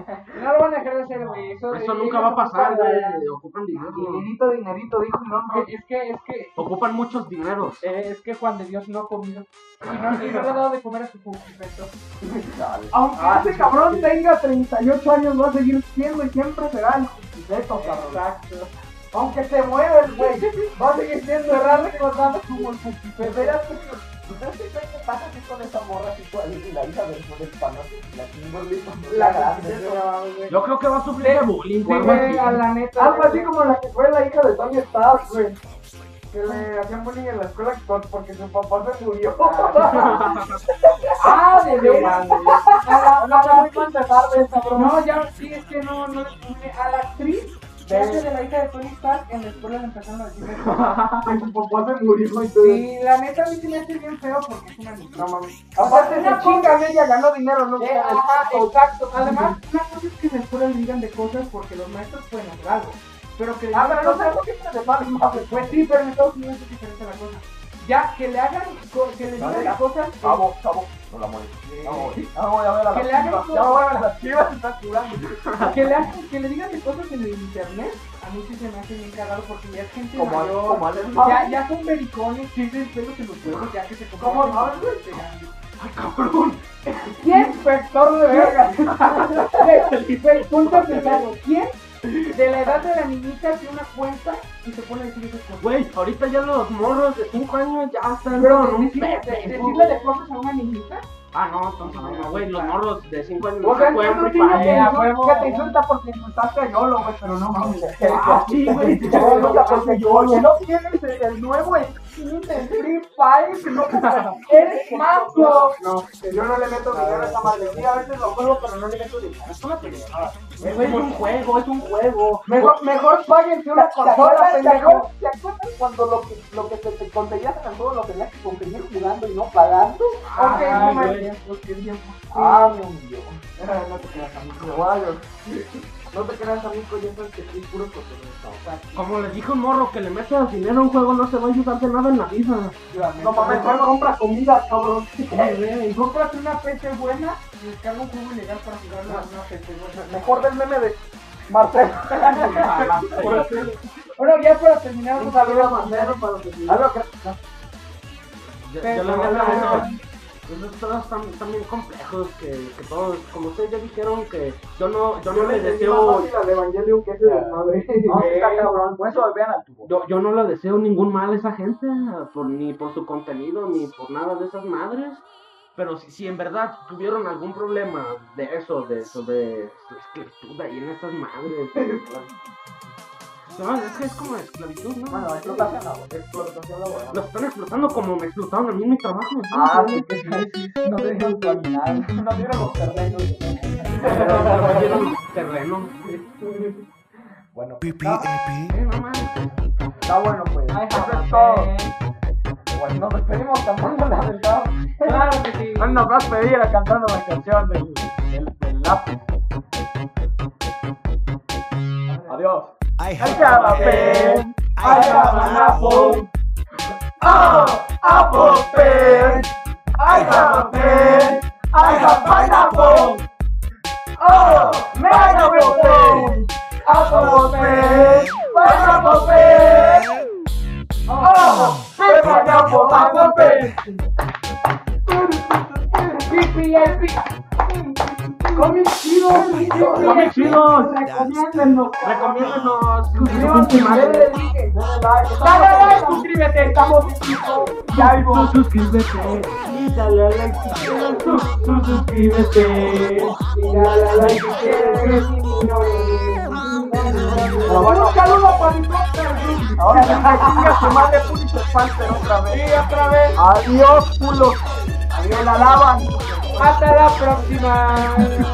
No lo van a dejar de hacer, güey. Eso, Eso eh, nunca va a ellos pasar, ocupan, güey. Ocupan dinero. dinerito, dinerito, dijo no, eh, Es que, es que, Ocupan muchos dineros. eh, es que Juan de Dios no ha comido. Y no, y no le ha dado de comer a su público. Aunque Ah, ese sí, cabrón tenga 38 años, va a seguir siendo y siempre será el justiceto, cabrón. Exacto. Aunque se mueva el güey, va a seguir siendo errado recordado como el De justiceto. veras, ¿ustedes qué creen que pasa así con esa morra así cual y la hija del del panote? La Kimberly cuando era grande. ¿no? Yo creo que va a sufrir de bullying, güey. algo así. a la neta. Algo así Ah, pues como la que fue la hija de Tony Stark, güey. Que le hacían bullying en la escuela con- porque su papá se murió. Ah, de veras. A la, a la- No, No, ya, sí, es que no, no le puse a la actriz que hace de la hija de Tony Stark en la escuela le empezaron a decir eso. que su papá se murió y todo. Sí, la neta a mí se me hace bien feo porque es una niña. pues, No mames. Aparte se chinga, güey, ella ganó dinero, ¿no? Eh, ajá, exacto. Además, una cosa es que en la escuela le digan de cosas porque los maestros pueden hacer algo. Pero que le Ah, digan pero no cosas- sé por qué se le va el mame. Pues sí, pero en Estados Unidos es diferente la cosa. Ya, que le hagan, co- que le digan Vale. cosas. que- Chavo, chavo. No la mueres. Vamos. Vamos a ver a Que la le hagan chivas, cosas- ya vamos a ver a las chivas, están jugando. que le, hagan- que le digan de cosas en el internet, a mí sí se me hace bien cagado porque ya es gente Como al- mayor. como al ya, ya son vericones, tienen pelos en los huevos, ya que se ¿Cómo comportan sabes, como- Ay, cabrón. ¿Quién? Pues, Inspector de verga. Güey, güey, punto primero. ¿Quién de la edad de la niñita tiene una cuenta y se pone a decir esas cosas? Güey, ahorita ya los morros de 5 años ya están Pero con un decir- pepe, de- güey. decirle de cosas a una niñita, Ah, no, entonces, no, güey, los morros de 5 años O sea, juegan no Free tiene Fire. que Ah, insulta- que te insulta porque insultaste a Yolo, güey, pero no mames. sí, güey. No, no, no, porque yo- Oye, no, no tienes el, el nuevo skin de Free Fire, no eres manco. No, yo no le meto Ah, dinero a esa madre. Sí, a veces lo juego, pero no le meto dinero. Es una pendejada. Güey, es un juego, es un juego. Mejor, mejor páguense ¿Te una acuerdas- consola, te pendejo. acuerdas- ¿Te acuerdas cuando lo que, lo que te, te conseguías en el juego lo tenías que conseguir jugando y no pagando? Ok, no Ah, güey. mames. Ah, mi Dios. Eh, no te creas, amigo. Guayos. No te creas, amigo. Ya sabes que estoy puro contenido. Como les dije un morro que le metas dinero a un juego, no te va a ayudar de nada en la vida. No mames, no compra comida, cabrón. Y cómprate una PC buena y descarga un juego ilegal para jugarlo en Ah. una PC buena. Mejor del meme de Marcelo. Bueno, ya para terminar, Un saludo a Marcelo para que Algo que. Ya lo había esos todos están, están bien complejos que, que todos, como ustedes ya dijeron que yo no, yo no le deseo al Evangelium que es el desmadre. No, sí está cabrón. Por eso vean al tubo. yo, yo no le deseo ningún mal a esa gente, por, ni por su contenido, ni por nada de esas madres. Pero si, si en verdad tuvieron algún problema de eso, de eso, de su esclavitud ahí en esas madres. No, es que es como esclavitud, ¿no? Bueno, explotación laboral. Explotación laboral. Los están explotando como me explotaron a mí en mi trabajo. ¿sí? Ah, sí, que sí, sí, sí, no te dejan caminar, no te dejan los terrenos. Me dieron terreno. Bueno, Eh, no mames. está bueno pues. Ay, Eso jamás, es todo. eh. Bueno, nos despedimos cantando la verdad. Claro que sí. No nos vas a pedir a cantando la canción del, del, del lápiz. Adiós. I I got a pen. I got an Ah, apple. Oh, apple pen. I have a pen. I have pineapple. Oh, pineapple pen. Apple pen. Pineapple pen. Oh, pineapple, apple pen. Comic chido, Comic chido. Recomiéndenos. Recomiéndanos. Suscríbanse. Dale like, suscríbete. Estamos en TikTok. Ya vivo. Suscríbete. Y dale a like si quieres. Tú- tú Suscríbete. Un saludo para mi podcast. Ahora sí que chinga su madre Pulitzer Panther otra vez. Y otra vez. Adiós, culo. Adiós, la lavan. Hasta la próxima.